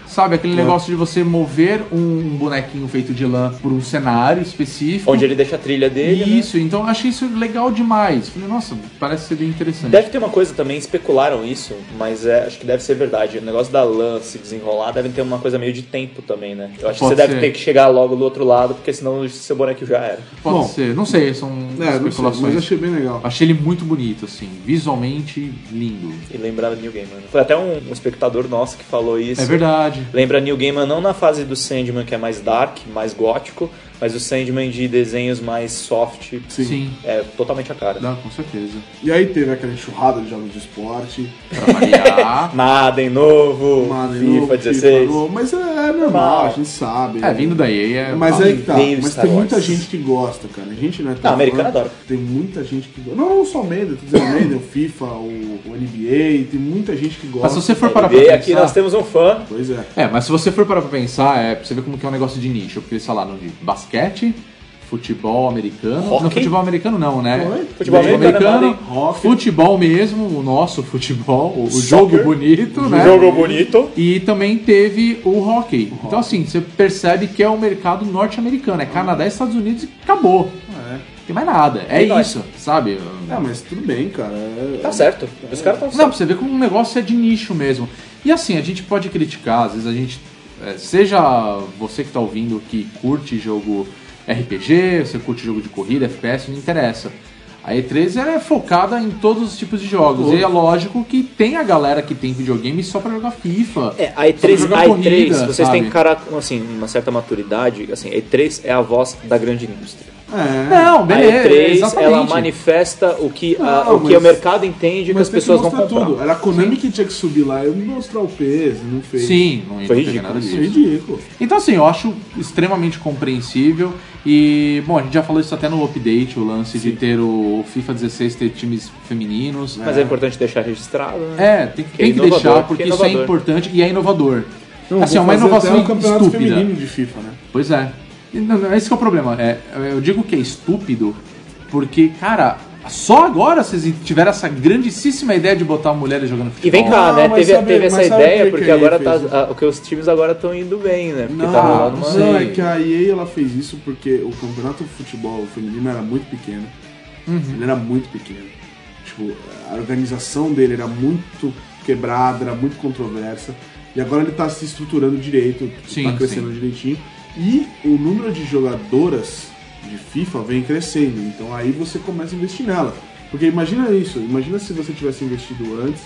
sabe? Aquele Uhum. negócio de você mover um bonequinho feito de lã por um cenário específico. Onde ele deixa a trilha dele. né? Isso, então eu achei isso legal demais. Falei, nossa, parece ser bem interessante. Deve ter uma coisa também, especularam isso, mas é, acho que deve ser verdade. O negócio da lã se desenrolar deve ter uma coisa meio de tempo também, né? Eu Pode acho que você ser. deve ter que chegar logo do outro lado, porque senão o seu boneco já era. Pode Bom. ser, não sei, são É, não sei, especulações. mas achei achei... bem legal. ele muito bonito, assim, visualmente lindo. E lembrar New Gaiman. Foi até um, um espectador nosso que falou isso. É verdade. Lembra Neil Gaiman não na fase do Sandman, que é mais dark, mais gótico, mas o Sandman de desenhos mais soft. Sim. É totalmente a cara. Dá, com certeza. E aí teve aquela enxurrada de jogos de esporte, Pra variar. Madden novo, Madden FIFA novo, 16. novo, mas é, é normal, a gente sabe. né? é, vindo da EA é. Mas fala- aí que tá, Veio mas Star tem muita Wars. gente que gosta, cara. A gente não é Não, americano fã. adora. Tem muita gente que gosta. Não, não só o Madden, tô dizendo o Madden, o FIFA, o, o NBA, tem muita gente que Mas se gosta. você for parar pra E pensar. aqui nós temos um fã. Pois é. É, mas se você for parar pra pensar, é pra você ver como que é um negócio de nicho. Porque eles falaram de basquete, futebol americano. Hockey? Não, futebol americano não, né? Oi? Futebol americano, é Hockey. futebol mesmo, o nosso futebol, o, o jogo bonito, né? Jogo bonito. E também teve o hockey. Então, assim, você percebe que é o mercado norte-americano. É Canadá, Estados Unidos e acabou. Ah, Não tem mais nada. É E nós? isso, sabe? é. Ah, mas tudo bem, cara. É- Tá certo. Os caras estão Não, certos. pra você ver como um negócio é de nicho mesmo. E assim, a gente pode criticar, às vezes a gente. é, seja você que tá ouvindo que curte jogo RPG, você curte jogo de corrida, FPS, não interessa. A E3 é focada em todos os tipos de jogos. Uhum. E é lógico que tem a galera que tem videogame só pra jogar FIFA. É, a só pra E3, jogar a E3 corrida, vocês sabe? têm que cara, assim, uma certa maturidade. Assim, a E3 é a voz da grande indústria. É. Não, beleza. a E3, exatamente. ela manifesta o que, a- Não, o, que o mas- mercado entende que Mas as tem que pessoas vão mostrar comprar. tudo. Era a Konami que tinha que subir lá e mostrar o peso, não fez. Sim, não Foi entendi ridículo, nada Isso disso. é ridículo. Então, assim, eu acho extremamente compreensível. E, bom, a gente já falou isso até no update, o lance de ter o FIFA 16 ter times femininos. Mas é importante deixar registrado, né? É, tem, que- Que é tem que inovador, deixar, que porque é isso é inovador. importante e é inovador. Então, Não, assim, é vou uma fazer inovação até o campeonato estúpida. feminino de FIFA, né? Pois é. E Não, não, esse que é o problema. É, eu digo que é estúpido, porque, cara, só agora vocês tiveram essa grandíssima ideia de botar mulheres jogando futebol. E vem cá, Ah, né? mas Teve, sabe- teve mas essa sabe ideia, por que porque que ele agora tá, fez a, que os times agora estão indo bem, né? Porque Não, tá rolando uma. sei. não, é que a EA ela fez isso porque o campeonato de futebol feminino era muito pequeno. Uhum. Ele era muito pequeno. Tipo, a organização dele era muito quebrada, era muito controversa. E agora ele tá se estruturando direito, Sim, tá crescendo direitinho. E o número de jogadoras de FIFA vem crescendo. Então aí você começa a investir nela. Porque imagina isso, imagina se você tivesse investido antes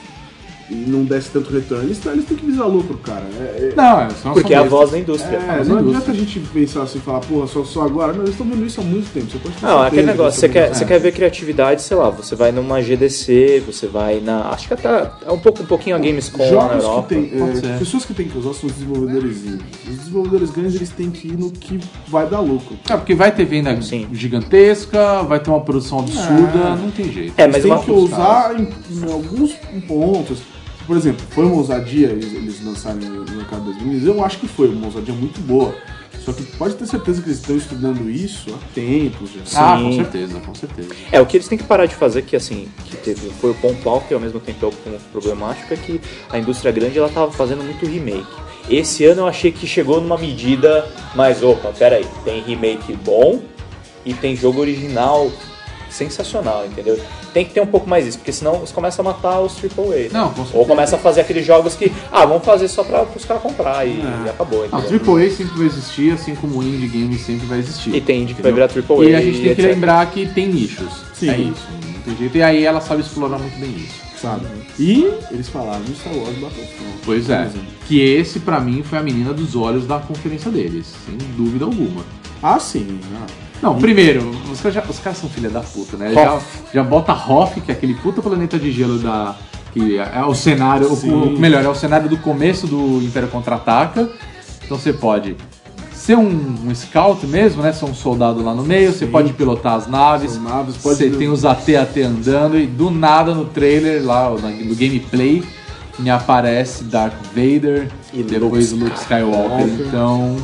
e não desse tanto retorno. Eles, eles têm que visar lucro, cara. É- é- Não, são Porque é a mesmo. voz da indústria. é, não adianta a gente pensar assim, falar, porra, só, só agora. Não, eles estão vendo isso há muito tempo. Você pode ter Não, é aquele certeza tá negócio, que você eles tão quer, vendo você quer ver criatividade, sei lá, você vai numa GDC, você vai na. Acho que até é um, pouco, um pouquinho a Gamescom isso. na Jogos Europa. que tem, é, pode ser. pessoas que têm que usar são os desenvolvedores grandes. Os desenvolvedores grandes, eles têm que ir no que vai dar lucro. É, porque vai ter venda Sim. gigantesca, vai ter uma produção absurda, não tem jeito. É, Eles mas têm uma que usar em, em alguns pontos. Por exemplo, foi uma ousadia eles, eles lançarem no mercado 2000, eu acho que foi uma ousadia muito boa. Só que pode ter certeza que eles estão estudando isso há tempos já. Ah, Sim. com certeza, com certeza. É, o que eles têm que parar de fazer, que assim, que teve, foi o ponto alto e ao mesmo tempo é o ponto problemático, é que a indústria grande ela tava fazendo muito remake. Esse ano eu achei que chegou numa medida, mas opa, peraí, tem remake bom e tem jogo original sensacional, entendeu? Tem que ter um pouco mais isso, porque senão eles começam a matar os AAA. né? Não, com certeza. Ou começa a fazer aqueles jogos que, ah, vamos fazer só pra os caras comprar e, e acabou, Ah, o entendeu? AAA sempre vai existir, assim como o indie game sempre vai existir. E tem indie que vai entendeu? virar AAA. E a gente tem que etc. lembrar que tem nichos. Sim. É isso, não tem jeito. E aí ela sabe explorar muito bem Ah. isso. sabe? E eles falaram de Star Wars Battlefront. Pois é. Por exemplo. Que esse, pra mim, foi a menina dos olhos da conferência deles, sem dúvida alguma. Ah, sim. né? Não, primeiro, os caras, já- os caras são filha da puta, né? Já, Hoth. já bota Hoff, que é aquele puta planeta de gelo da, Que é é o cenário, o, o- melhor, é o cenário do começo do Império Contra-Ataca. Então você pode ser um, um scout mesmo, né? Ser um soldado lá no meio, você pode pilotar as naves, São naves, pode- você tem os AT-AT andando e do nada no trailer, lá no, no gameplay, me aparece Darth Vader e depois o Luke Skywalker. Então,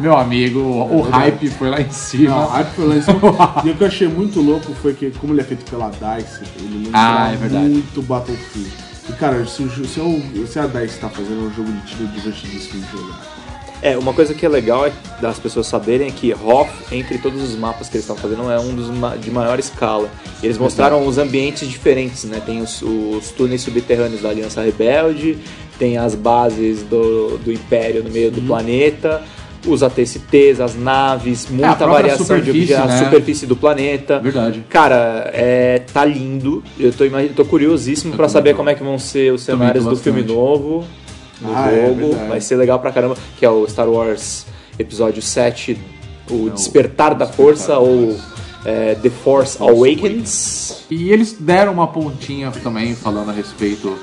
meu amigo, o, o hype foi lá em cima. É Não, a arte foi lá em cima. e o que eu achei muito louco foi que, como ele é feito pela DICE, ele lembra Ah, é verdade. muito Battlefield. E, cara, se, o jo- se, o- se a DICE tá fazendo um jogo de tiro divertidíssimo de jogar. É, uma coisa que é legal é das pessoas saberem é que Hoth, entre todos os mapas que eles estão fazendo, é um dos ma- de maior escala. E Eles mostraram os ambientes diferentes, né? Tem os, os túneis subterrâneos da Aliança Rebelde, tem as bases do, do Império no meio do Uhum. planeta, os ATCTs, as naves, muita É, própria variação de superfície, objetos, a né? superfície do planeta. Verdade. Cara, é, tá lindo. Eu tô, imagi- tô curiosíssimo pra também saber tô. como é que vão ser os Também cenários tô do filme bastante. novo, do Ah, é jogo. verdade. Vai ser legal pra caramba, que é o Star Wars Episódio 7, É o Despertar da Força, ou é, The Force Awakens. E eles deram uma pontinha também falando a respeito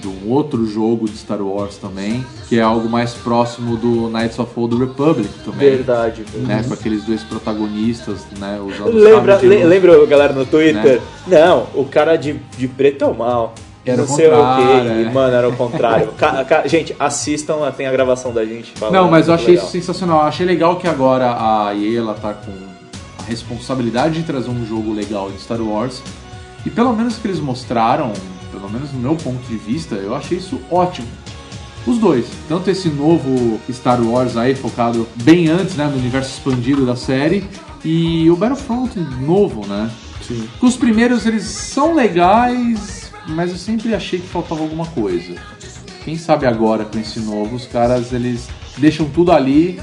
de um outro jogo de Star Wars também, que é algo mais próximo do Knights of Old Republic também. Verdade. Né, com aqueles dois protagonistas, né? Usando os Lembra, sabres de le- luz. lembra a galera no Twitter? Não, o cara de, de preto é o mal. Era não o sei o contrário, que, é. mano, era o contrário. Ca- ca- gente, assistam, tem a gravação da gente. falando, Não, mas eu muito achei legal. isso sensacional. Eu achei legal que agora a EA ela tá com a responsabilidade de trazer um jogo legal de Star Wars. E pelo menos que eles mostraram, pelo menos no meu ponto de vista, eu achei isso ótimo. Os dois, tanto esse novo Star Wars aí focado bem antes, né, no universo expandido da série, e o Battlefront novo, né? Sim. Os primeiros eles são legais, mas eu sempre achei que faltava alguma coisa. Quem sabe agora com esse novo, os caras eles deixam tudo ali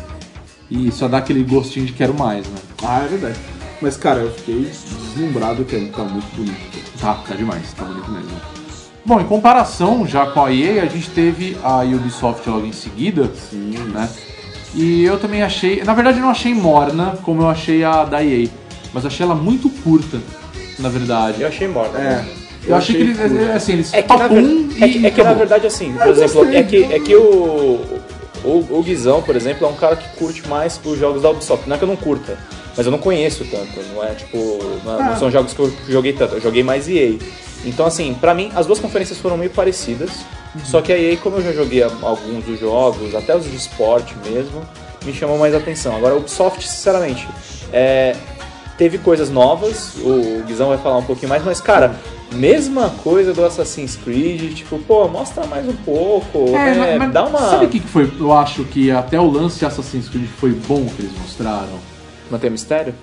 e só dá aquele gostinho de quero mais, né? Ah, é verdade. Mas, cara, eu fiquei deslumbrado que é- tá muito bonito. Tá, tá demais, tá bonito mesmo. Bom, em comparação já com a EA, a gente teve a Ubisoft logo em seguida, né? E eu também achei, na verdade eu não achei morna como eu achei a da EA, mas achei ela muito curta, na verdade. Eu achei morta. É. É. Eu achei, que curto. eles, assim, eles É que, na, papum ver- é que- e é que, na acabou. verdade, assim, por exemplo, é que, é que o, o, o Guizão, por exemplo, é um cara que curte mais os jogos da Ubisoft. Não é que eu não curta, mas eu não conheço tanto. Não é tipo. Não, não são jogos que eu joguei tanto, eu joguei mais EA. Então, assim, pra mim, as duas conferências foram meio parecidas. Só que a EA, como eu já joguei a- alguns dos jogos, até os de esporte mesmo, me chamou mais atenção. Agora, a Ubisoft, sinceramente, é, teve coisas novas, o Guizão vai falar um pouquinho mais, mas cara, mesma coisa do Assassin's Creed, tipo, pô, mostra mais um pouco, É, né? mas- mas dá uma. Sabe o que que foi? Eu acho que até o lance de Assassin's Creed foi bom que eles mostraram. Manter mistério?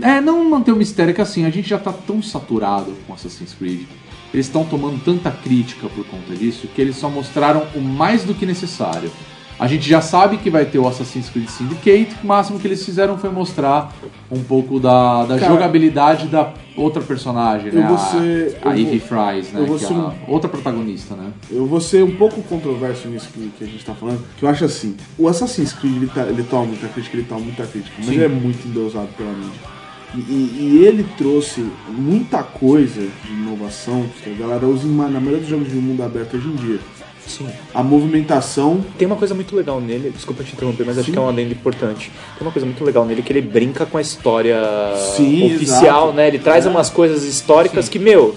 É, não manter o mistério é que assim, a gente já tá tão saturado com Assassin's Creed. Eles estão tomando tanta crítica por conta disso que eles só mostraram o mais do que necessário. A gente já sabe que vai ter o Assassin's Creed Syndicate, o máximo que eles fizeram foi mostrar um pouco da, da Cara, jogabilidade da outra personagem, eu né? vou ser- a a eu Ivy vou- Fries, né? eu vou que é ser um- a outra protagonista, né? Eu vou ser um pouco controverso nisso que, que a gente tá falando, que eu acho assim, o Assassin's Creed, ele, tá, ele toma muita crítica, ele toma muita crítica, mas Sim. ele é muito endeusado pela mídia. E, e- e ele trouxe muita coisa de inovação que a galera usa em ma- na maioria dos jogos de mundo aberto hoje em dia. Sim. A movimentação Tem uma coisa muito legal nele, desculpa te interromper, mas acho que é um adendo importante. Tem uma coisa muito legal nele que ele brinca com a história Sim, oficial, exato. É. né? Ele traz umas coisas históricas que, meu,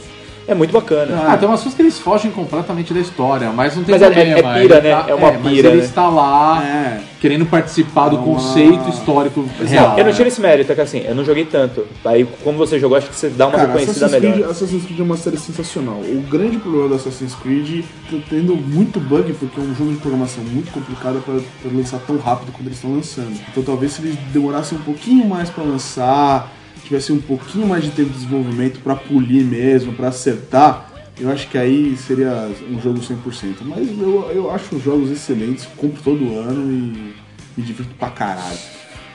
é muito bacana. Ah, tem umas coisas que eles fogem completamente da história, mas não tem Mas é- problema. é- é pira, ele tá- né? É uma mas pira, ele né? está lá é, querendo participar do É uma- conceito histórico real. Não, Assim, eu né? não tiro esse mérito, é que assim, eu não joguei tanto. Aí, como você jogou, acho que você dá uma Cara, reconhecida Assassin's melhor. Creed, Assassin's Creed é uma série sensacional. O grande problema do Assassin's Creed tá tendo muito bug, porque é um jogo de programação muito complicado pra pra lançar tão rápido quando eles estão lançando. Então talvez se eles demorassem um pouquinho mais pra lançar, tivessem um pouquinho mais de tempo de desenvolvimento pra polir mesmo, pra acertar, eu acho que aí seria um jogo 100%. Mas eu, eu acho os jogos excelentes, compro todo ano e me divirto pra caralho.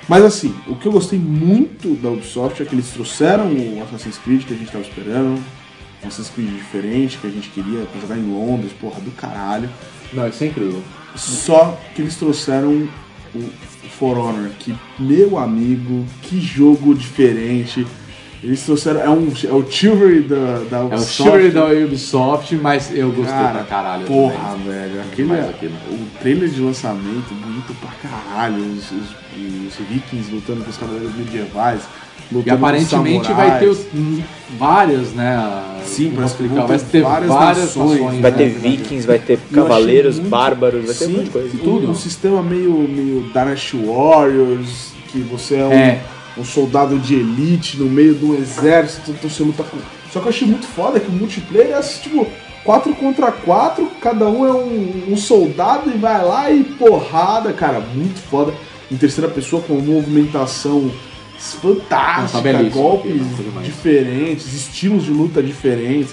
Mas assim, o que eu gostei muito da Ubisoft é que eles trouxeram o Assassin's Creed que a gente tava esperando, um Assassin's Creed diferente que a gente queria pra jogar em Londres, porra do caralho. Não, isso é incrível. Só que eles trouxeram o For Honor, que, meu amigo, que jogo diferente. Eles trouxeram. É, um, é o Chivalry da, da É o Ubisoft. Shuri da Ubisoft, mas eu gostei pra caralho. Porra, também. velho. Aquele, é Demais aquilo. O trailer de lançamento, bonito pra caralho. Os, os- os vikings lutando com os cavaleiros medievais. Lutando E com os aparentemente samurais. vai ter os- hum, várias, né? a- Sim, vão parece que explicar, vão vai ter ter várias várias, nações, nações. né? Vai ter verdade. vikings, vai ter Eu achei cavaleiros, muito- bárbaros, vai ter Sim, um monte de coisa. Tudo. Um sistema meio, meio Dynasty Warriors, que você é um, É. um soldado de elite no meio de um exército, então você luta com. Só que eu achei muito foda que o multiplayer é assim, tipo 4 contra 4, cada um é um, um soldado e vai lá e porrada, cara, muito foda. Em terceira pessoa com uma movimentação fantástica, Não, tá belíssimo golpes aquilo, tá demais. diferentes, estilos de luta diferentes.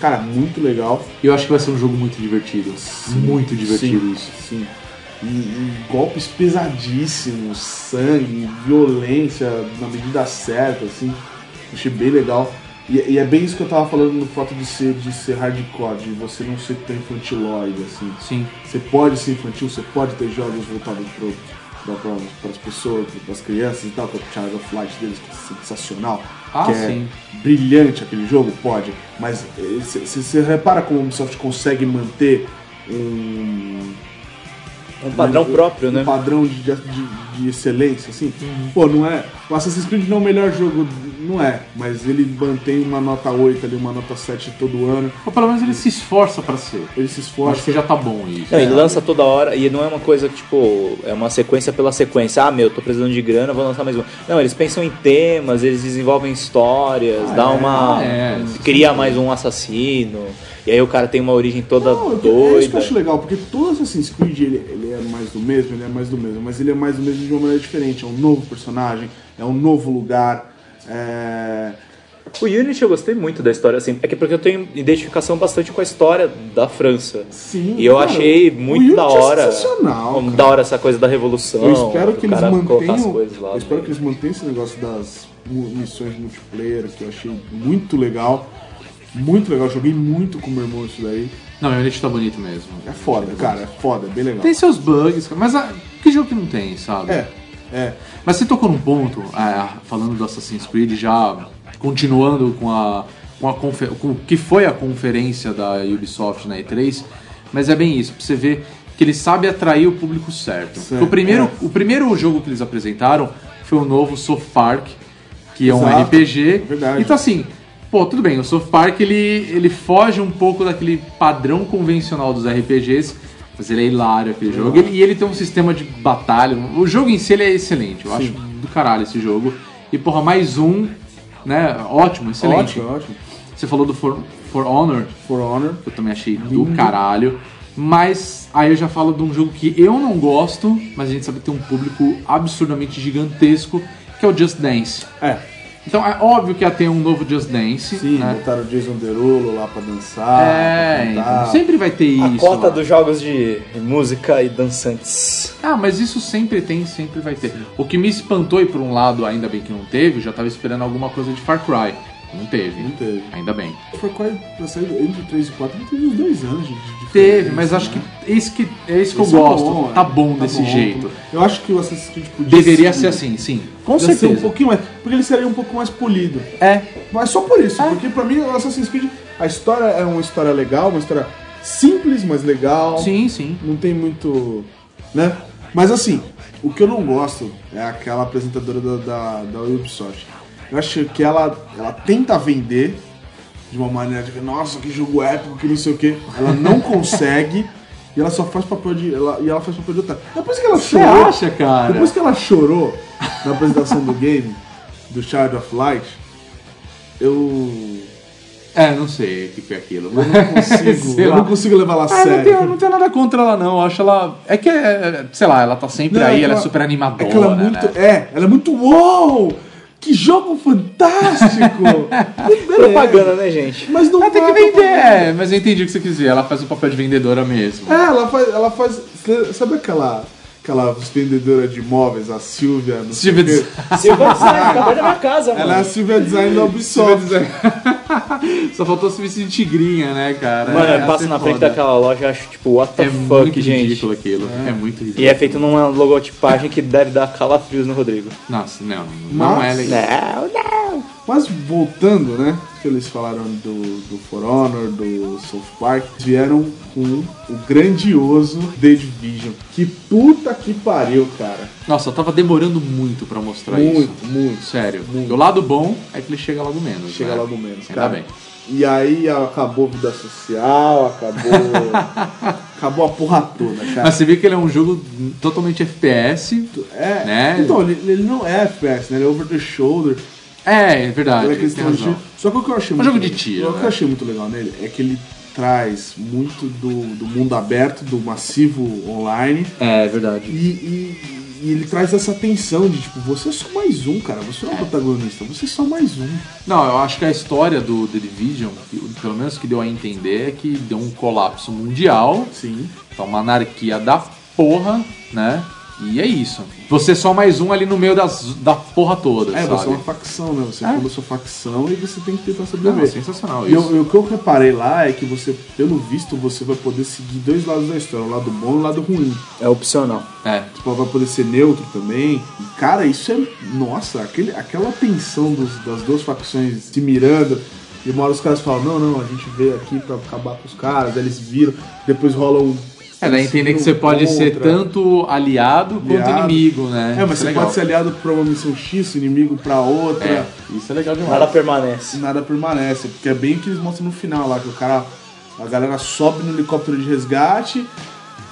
Cara, muito legal. E eu acho que vai ser um jogo muito divertido. muito divertido Sim, isso. Sim. E, e golpes pesadíssimos, sangue, violência na medida certa, assim. Achei bem legal. E, e é bem isso que eu tava falando no fato de ser, de ser hardcore, de você não ser tão infantiloide, assim. Sim. Você pode ser infantil, você pode ter jogos voltados para as pessoas, para as crianças e tal, que é o Child of Light deles, que é sensacional. Ah, que sim. É brilhante aquele jogo, pode. Mas eh, você repara como a Ubisoft consegue manter um Um padrão próprio, né? um padrão de, de- de- de excelência, assim. Uhum. Pô, não é. O Assassin's Creed não é o melhor jogo, não é. Mas ele mantém uma nota 8 ali, uma nota 7 todo ano. Ou pelo menos ele se esforça pra ser. Ele se Eu acho esforça. que já tá bom isso. É. Não, e lança toda hora, e não é uma coisa que, tipo, é uma sequência pela sequência. Ah, meu, tô precisando de grana, vou lançar mais um. Não, eles pensam em temas, eles desenvolvem histórias, dá uma. ah, é, cria mais um assassino, e aí o cara tem uma origem toda Não, eu- É isso que eu doida. acho legal, porque todo Assassin's Creed ele, ele é mais do mesmo, ele é mais do mesmo, mas ele é mais do mesmo de uma maneira diferente. É um novo personagem, é um novo lugar. É... O Unity eu gostei muito da história, assim. É que porque eu tenho identificação bastante com a história da França. Sim, E eu cara, achei o Unity muito da é hora. sensacional, como cara. da hora essa coisa da revolução. Eu espero que Então, o eles cara colocar as mantenham. coisas lá. eu espero né? que eles mantenham esse negócio das mu- missões multiplayer, que eu achei muito legal. Muito legal, joguei muito com o meu irmão isso daí. Não, o Unity tá bonito mesmo. É foda, cara, é foda, é bem legal. Tem seus bugs, mas ah, que jogo que não tem, sabe? É, é. Mas você tocou num ponto, ah, falando do Assassin's Creed, já continuando com a. Com, a confe- com o que foi a conferência da Ubisoft na E3, mas é bem isso, pra você ver que ele sabe atrair o público certo. Certo, Porque O, primeiro, é. o primeiro jogo que eles apresentaram foi o novo South Park, que é um Exato, RPG. verdade. Então, assim, pô, tudo bem, o South Park ele, ele foge um pouco daquele padrão convencional dos RPGs, mas ele é hilário aquele jogo. Ele- e ele tem um sistema de batalha. O jogo em si ele é excelente, eu acho do caralho esse jogo. E porra, mais um, né? Ótimo, excelente. Ótimo, ótimo. Você falou do For, For Honor, For Honor. que eu também achei do caralho. Mas aí eu já falo de um jogo que eu não gosto, mas a gente sabe que tem um público absurdamente gigantesco, que é o Just Dance. É, Então é óbvio que ia ter um novo Just Dance. sim, né? botaram o Jason Derulo lá pra dançar. É, pra então, cantar. sempre vai ter A isso. né? cota lá. dos jogos de música e dançantes. Ah, mas isso sempre tem, sempre vai ter. O que me espantou, e por um lado, ainda bem que não teve, eu já tava esperando alguma coisa de Far Cry. Não teve. Não teve. Ainda bem. Foi quase pra sair entre 3 e 4, teve uns dois anos de diferença, Teve, mas acho que né? é isso que, é isso que Isso eu é gosto. é. tá bom desse jeito. Eu acho que o Assassin's Creed podia Deveria ser assim, sim. Com Podia ser um certeza. pouquinho mais, porque ele seria um pouco mais polido. É. Mas só por isso, porque pra mim o Assassin's Creed, a história é uma história legal, uma história simples, mas legal. Sim, sim. Não tem muito. né? Mas assim, o que eu não gosto é aquela apresentadora da, da, da Ubisoft. Eu acho que ela, ela tenta vender de uma maneira de nossa, que jogo épico, que não sei o quê. Ela não consegue. E ela só faz papel de. Ela, e ela faz papel de otário. Depois que ela Você chorou. acha, cara? Depois que ela chorou na apresentação do game, do Child of Light, eu É, não sei o que foi aquilo. Mas é não consigo. Sei eu lá. não consigo levar ela a Ah, não sério. tenho, não tenho nada contra ela, não. Eu acho ela. É que, é, sei lá, ela tá sempre Não, aí, que ela é super animadora. É, que ela é né? muito. É, ela é muito. Uou! Que jogo fantástico! Beleza. É. Propaganda, né, gente? Mas não Ela tem que mata vender, propaganda. é, mas eu entendi o que você quis dizer. Ela faz o papel de vendedora mesmo. É, ela faz. Ela faz. Sabe aquela. Aquela vendedora de imóveis, a Silvia. Não sei Silvia o quê? Se eu vou assim, dizer, é acabou da minha casa, mano. Ela é a Silvia Design da Ubisoft. Só faltou se vestir de tigrinha, né, cara? Mano, Ia eu passo ser na frente foda. daquela loja e acho, tipo, what the É fuck, muito gente. ridículo aquilo. É, muito ridículo. E é feito numa logotipagem que deve dar calafrios no Rodrigo. Nossa, não. Não é legal. Não, não. Mas voltando, né? Que eles falaram do, do For Honor, do South Park, eles vieram com o grandioso The Division. Que puta que pariu, cara. Nossa, eu tava demorando muito pra mostrar isso. Muito, muito. Sério. Muito. O lado bom é que ele chega logo menos. Chega né? logo menos, Ainda cara. bem. E aí acabou a vida social, acabou. acabou a porra toda, cara. Mas você vê que ele é um jogo totalmente FPS. É, Né? Então, ele, ele não é FPS, né? Ele é over the shoulder. É, é verdade. Ele é tem questão de... razão. Só que o que eu achei um muito jogo de tiro, O que né? eu achei muito legal nele é que ele traz muito do, do mundo aberto, do massivo online. É, é verdade. E, e- e ele traz essa tensão de tipo, você é só mais um, cara. Você não é o protagonista, você é só mais um. Não, eu acho que a história do The Division, que- pelo menos que deu a entender, é que deu um colapso mundial, Sim. tá uma anarquia da porra, né? E é isso. Você é só mais um ali no meio das, da porra toda, É, sabe? você é uma facção, né? Você É. forma sua facção e você tem que tentar Não, sobreviver. é sensacional E isso. eu- eu- o que eu reparei lá é que você, pelo visto, você vai poder seguir dois lados da história, o lado bom e o lado ruim. É opcional. É. Tipo, ela vai poder ser neutro também. E, cara, isso é. Nossa, aquele, aquela tensão dos- das duas facções se mirando. E uma hora os caras falam: não, não, a gente veio aqui pra acabar com os caras. Aí eles viram, depois rola um. É, dá a entender que você pode ser tanto aliado quanto Aliado. inimigo, né? É, mas Isso você legal. pode ser aliado pra uma missão X, inimigo pra outra. É, isso é legal demais. Nada permanece. nada permanece. Porque é bem o que eles mostram no final lá, que o cara. A galera sobe no helicóptero de resgate.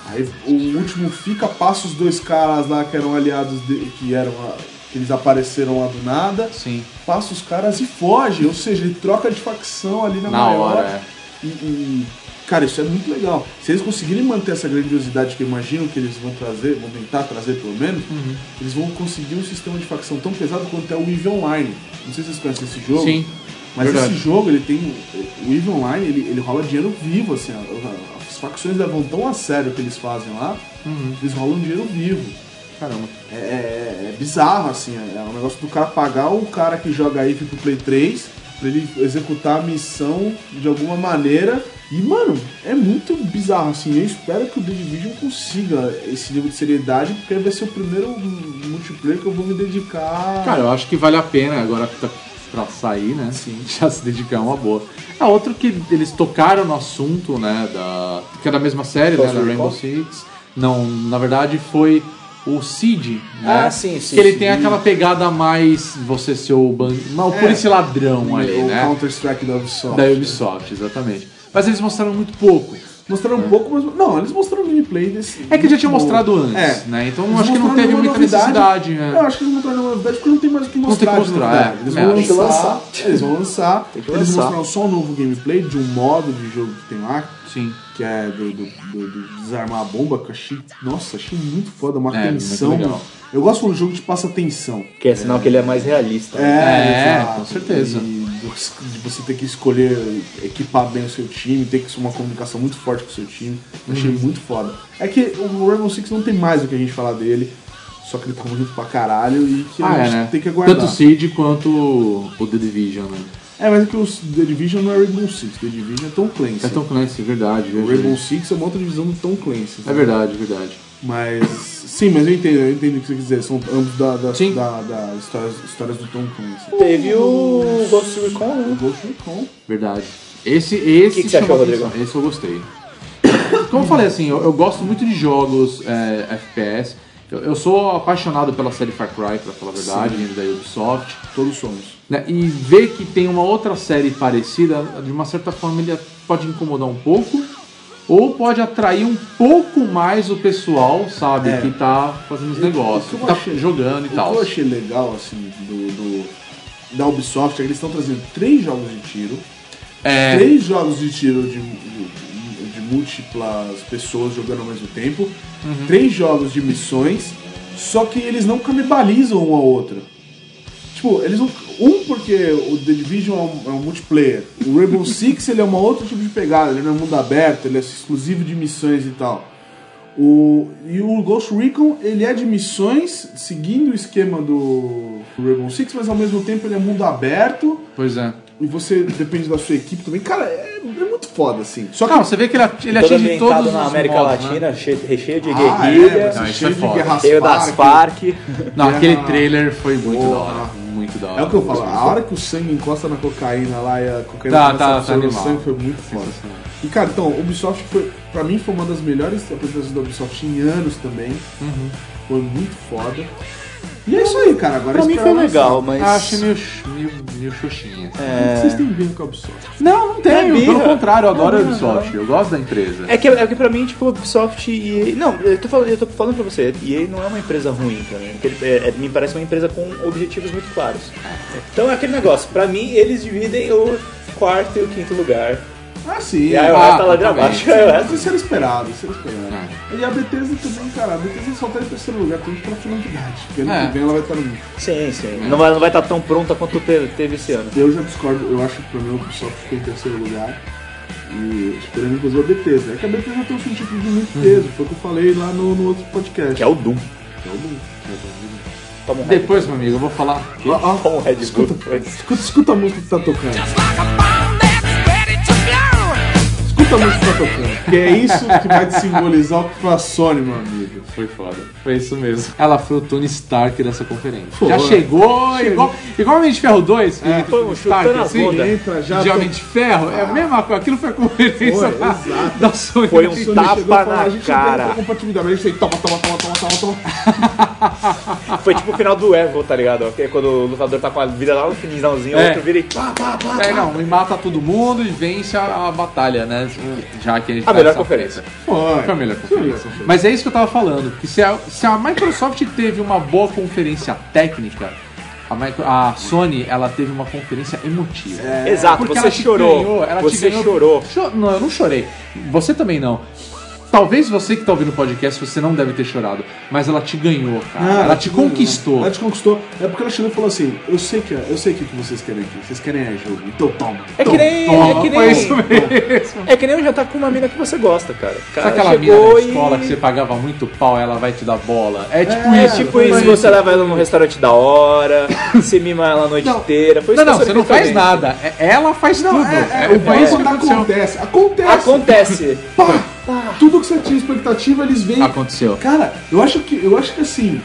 Aí o último fica, passa os dois caras lá que eram aliados de- que eram. a- que eles apareceram lá do nada. Sim. Passa os caras e foge. Ou seja, ele troca de facção ali na, Na maior. hora, é. E, e, Cara, isso é muito legal. Se eles conseguirem manter essa grandiosidade que eu imagino que eles vão trazer, vão tentar trazer pelo menos, Uhum. eles vão conseguir um sistema de facção tão pesado quanto é o Eve Online. Não sei se vocês conhecem esse jogo. Sim. Mas Verdade. esse jogo, ele tem. O EVE Online, ele, ele rola dinheiro vivo, assim. a- a- As facções levam tão a sério o que eles fazem lá, Uhum. eles rolam dinheiro vivo. Caramba. É, é- é bizarro, assim. É um negócio do cara pagar o cara que joga EVE pro Play 3 pra ele executar a missão de alguma maneira. E, mano, é muito bizarro, assim. Eu espero que o The Division consiga esse nível de seriedade, porque vai ser o primeiro multiplayer que eu vou me dedicar. Cara, eu acho que vale a pena agora pra, pra sair, né? Sim. Já se dedicar a uma boa. Ah, outro que eles tocaram no assunto, né? Da, que é da mesma série, né? Da Rainbow Six. Não, na verdade foi o Cid, né? Ah, sim, sim, Que ele sim. tem aquela pegada mais você ser o bandido. O polícia ladrão ali, É. o né? Counter-Strike da Ubisoft. Da Ubisoft, exatamente. Mas eles mostraram muito pouco. Mostraram um pouco, mas. Não, eles mostraram o gameplay desse. É que já tinha Bom, mostrado antes, é. né? Então Eles acho que não mostraram Ah, teve uma muita necessidade. né? Eu acho que eles mostraram uma novidade porque não tem mais o que tem mostrar. que de mostrar, novidade. é. Eles É, vão tem que lançar, lançar. Eles vão lançar. Tem que eles lançar. mostraram só um novo gameplay de um modo de jogo que tem lá, Sim. que é do, do- do- do desarmar a bomba, que eu achei. Nossa, achei muito foda, uma É, tensão. muito legal. Eu gosto quando o jogo te passa tensão. Que é sinal que ele é mais realista. É, exato. com certeza. E você- de você ter que escolher equipar bem o seu time, ter que ser uma comunicação muito forte com o seu time. Eu Achei Uhum. muito foda. É que o Rainbow Six não tem mais o que a gente falar dele, só que ele tá bonito pra caralho e que a Ah, é, gente né? tem que aguardar. Tanto o Cid quanto o The Division, né? É, mas é que o The Division não é Rainbow Six, The Division é Tom Clancy. É Tom Clancy, verdade. O verdade. Rainbow Six é uma outra divisão do Tom Clancy. É sabe? verdade, verdade. Mas. Sim, mas eu entendo, eu entendo o que você quer dizer. São ambos da, da, Sim. da- da histórias, histórias do Tom Clancy. Teve o Ghost é Recon, O né? Ghost Recon Verdade. Esse, esse Que que você chama achou, atenção. Esse eu gostei. Como eu falei, assim, eu, eu gosto muito de jogos é, FPS. Eu, eu sou apaixonado pela série Far Cry, pra falar a verdade, da Ubisoft. Todos somos. né? E ver que tem uma outra série parecida, de uma certa forma, ele pode incomodar um pouco, ou pode atrair um pouco mais o pessoal, sabe, É. que tá fazendo os negócios, eu que tá achei- jogando e O tal. que eu achei legal, assim, do, do- da Ubisoft é que eles estão trazendo três jogos de tiro, É. três jogos de tiro de, de- de múltiplas pessoas jogando ao mesmo tempo, três jogos de missões, só que eles não canibalizam um ao outro. Tipo, eles não. Um porque o The Division é um, é um multiplayer. O Rainbow Six ele é um outro tipo de pegada, ele não é mundo aberto, ele é exclusivo de missões e tal. O, e o Ghost Recon, ele é de missões, seguindo o esquema do Rainbow Six, mas ao mesmo tempo ele é mundo aberto Pois é. e você depende da sua equipe também. Cara, é, é muito foda, assim. Só que Não, você vê que ele, at- ele Todo atinge ambientado todos na os América modos, né? Latina, cheio, recheio de Ah, guerrilha, é, mas Não, é isso cheio é de foda. guerras cheio das Farc. Farc. Não, aquele Guerra- trailer foi muito da hora. Muito muito da hora. É o que eu falo, a hora que o sangue encosta na cocaína lá e a cocaína Tá, começa tá, a absorver tá o animal. sangue foi muito foda. E cara, então, Ubisoft foi, pra mim, foi uma das melhores apresentações da Ubisoft em anos também. Foi muito foda. E é isso aí, cara. Agora Pra mim foi esperar lançar. legal, mas. Ah, achei meio, ch- meio, meio xoxinha. O que vocês têm vindo com a Ubisoft? Não, não É tenho. é birra. pelo contrário, eu adoro a Ubisoft. Eu gosto da empresa. É que, é que pra mim, tipo, Ubisoft e EA... Não, eu tô falando, eu tô falando pra você, EA não é uma empresa ruim também. porque ele- é- é- me parece uma empresa com objetivos muito claros. Então é aquele negócio, pra mim, eles dividem o quarto e o quinto lugar. Ah, sim. E aí o Ah, resto tá lá pra também. baixo. aí o resto- Isso É, era esperado, isso era esperado. E a Bethesda também, cara. A Bethesda só tá em terceiro lugar, tem pela finalidade. Porque ano É. que vem ela vai estar no Sim, sim. Não vai, não vai estar tão pronta quanto te- teve esse ano. Eu já discordo, eu acho que pra mim o Ubisoft ficou em terceiro lugar. E esperando inclusive a Bethesda. É que a Bethesda tem um sentido de muito peso, foi o que eu falei lá no, no outro podcast. Que é o Doom. Toma um Red Depois, meu amigo, eu vou falar. Ó, ó, Toma um Red Bull. Ah, escuta, escuta a música que tá tocando. Escuta a música que tá tocando. Que é isso que vai te simbolizar o que foi a Sony, meu amigo. Foi foda. Foi isso mesmo. Ela foi o Tony Stark dessa conferência. Foi. É, Já chegou, igual, igual a Mente Ferro 2. que assim, Foi um chutando as ondas. Entra já. de tô- Homem de Ferro, é a mesma coisa. Aquilo foi a conferência Foi, da, exato. da Sony. Foi um Sony tapa chegou e falou, na a gente cara. não tem compatibilidade, mas a gente tem toma, toma, toma, toma, toma, toma. Foi tipo o final do Evo, tá ligado? Que é Quando o lutador tá com a vida lá no finalzinho, o É. outro vira e pá, pá, pá. É, não, e mata todo mundo e vence a, a batalha, né? Já que a, gente A tá melhor nessa conferência. festa. Foi. Foi a melhor conferência. Foi. Mas é isso que eu tava falando, que se a, se a Microsoft teve uma boa conferência técnica, a, micro- a Sony, ela teve uma conferência emotiva. É, Exato, Porque você ela te chorou. ganhou, ela te você ganhou- chorou. Cho- Não, eu não chorei. Você também não. Talvez você que tá ouvindo o podcast, você não deve ter chorado. Mas ela te ganhou, cara. Ah, ela te ganhou. conquistou. Ela te conquistou. É porque ela chegou e falou assim: Eu sei que eu sei o que que vocês querem aqui. Vocês querem é jogo. Então toma. É que nem. Toma, é que nem foi isso mesmo. É que nem eu já tá com uma mina que você gosta, cara. cara Sabe aquela mina chegou da e- escola que você pagava muito pau, ela vai te dar bola? É tipo É isso. tipo isso, você leva ela num restaurante da hora, você mima ela a noite Não. inteira. Foi isso Não, não, que eu você não sofri faz também. nada. É- Ela faz tudo. É, É, é, foi é, isso que quando aconteceu. acontece. Acontece. Acontece. Pá, Tudo que você tinha expectativa, eles vêm. Aconteceu. Cara, eu acho que eu acho que assim,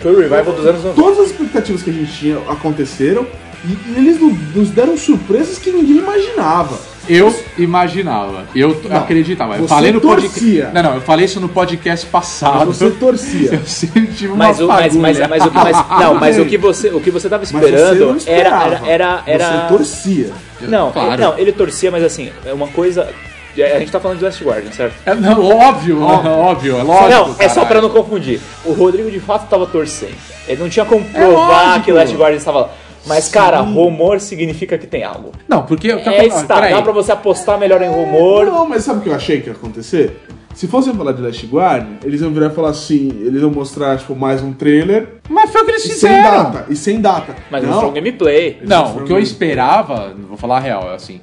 Foi o revival dos anos 90. todas as expectativas que a gente tinha aconteceram e, e eles no- nos deram surpresas que ninguém imaginava. Eu imaginava, eu t- Não, acreditava. Eu você falei no torcia. podcast. Não, não, eu falei isso no podcast Ah, passado. Mas você torcia. Eu sempre tive uma Mas o, mas, mas, fagulha. mas, o que- mas- não, mas o que você, o que você tava Mas você esperando não era, esperava. era, era, era- Você torcia. não, Claro. ele- não, ele torcia, mas assim, é uma coisa. A gente tá falando de Last Guardian, certo? É, não, óbvio, óbvio, é lógico. não, é só caralho. pra não confundir. O Rodrigo de fato tava torcendo. Ele não tinha como provar É lógico. que o Last Guardian estava lá. Mas, cara, rumor significa que tem algo. Não, porque eu É está, dá pra você apostar melhor em rumor. Não, mas sabe o que eu achei que ia acontecer? Se fosse falar de Last Guardian, eles iam virar e falar assim, eles iam mostrar, tipo, mais um trailer Mas foi o que eles e sem fizeram. data, e sem data. Mas não, não foi um gameplay. Não, é o que eu esperava, vou falar a real, é assim.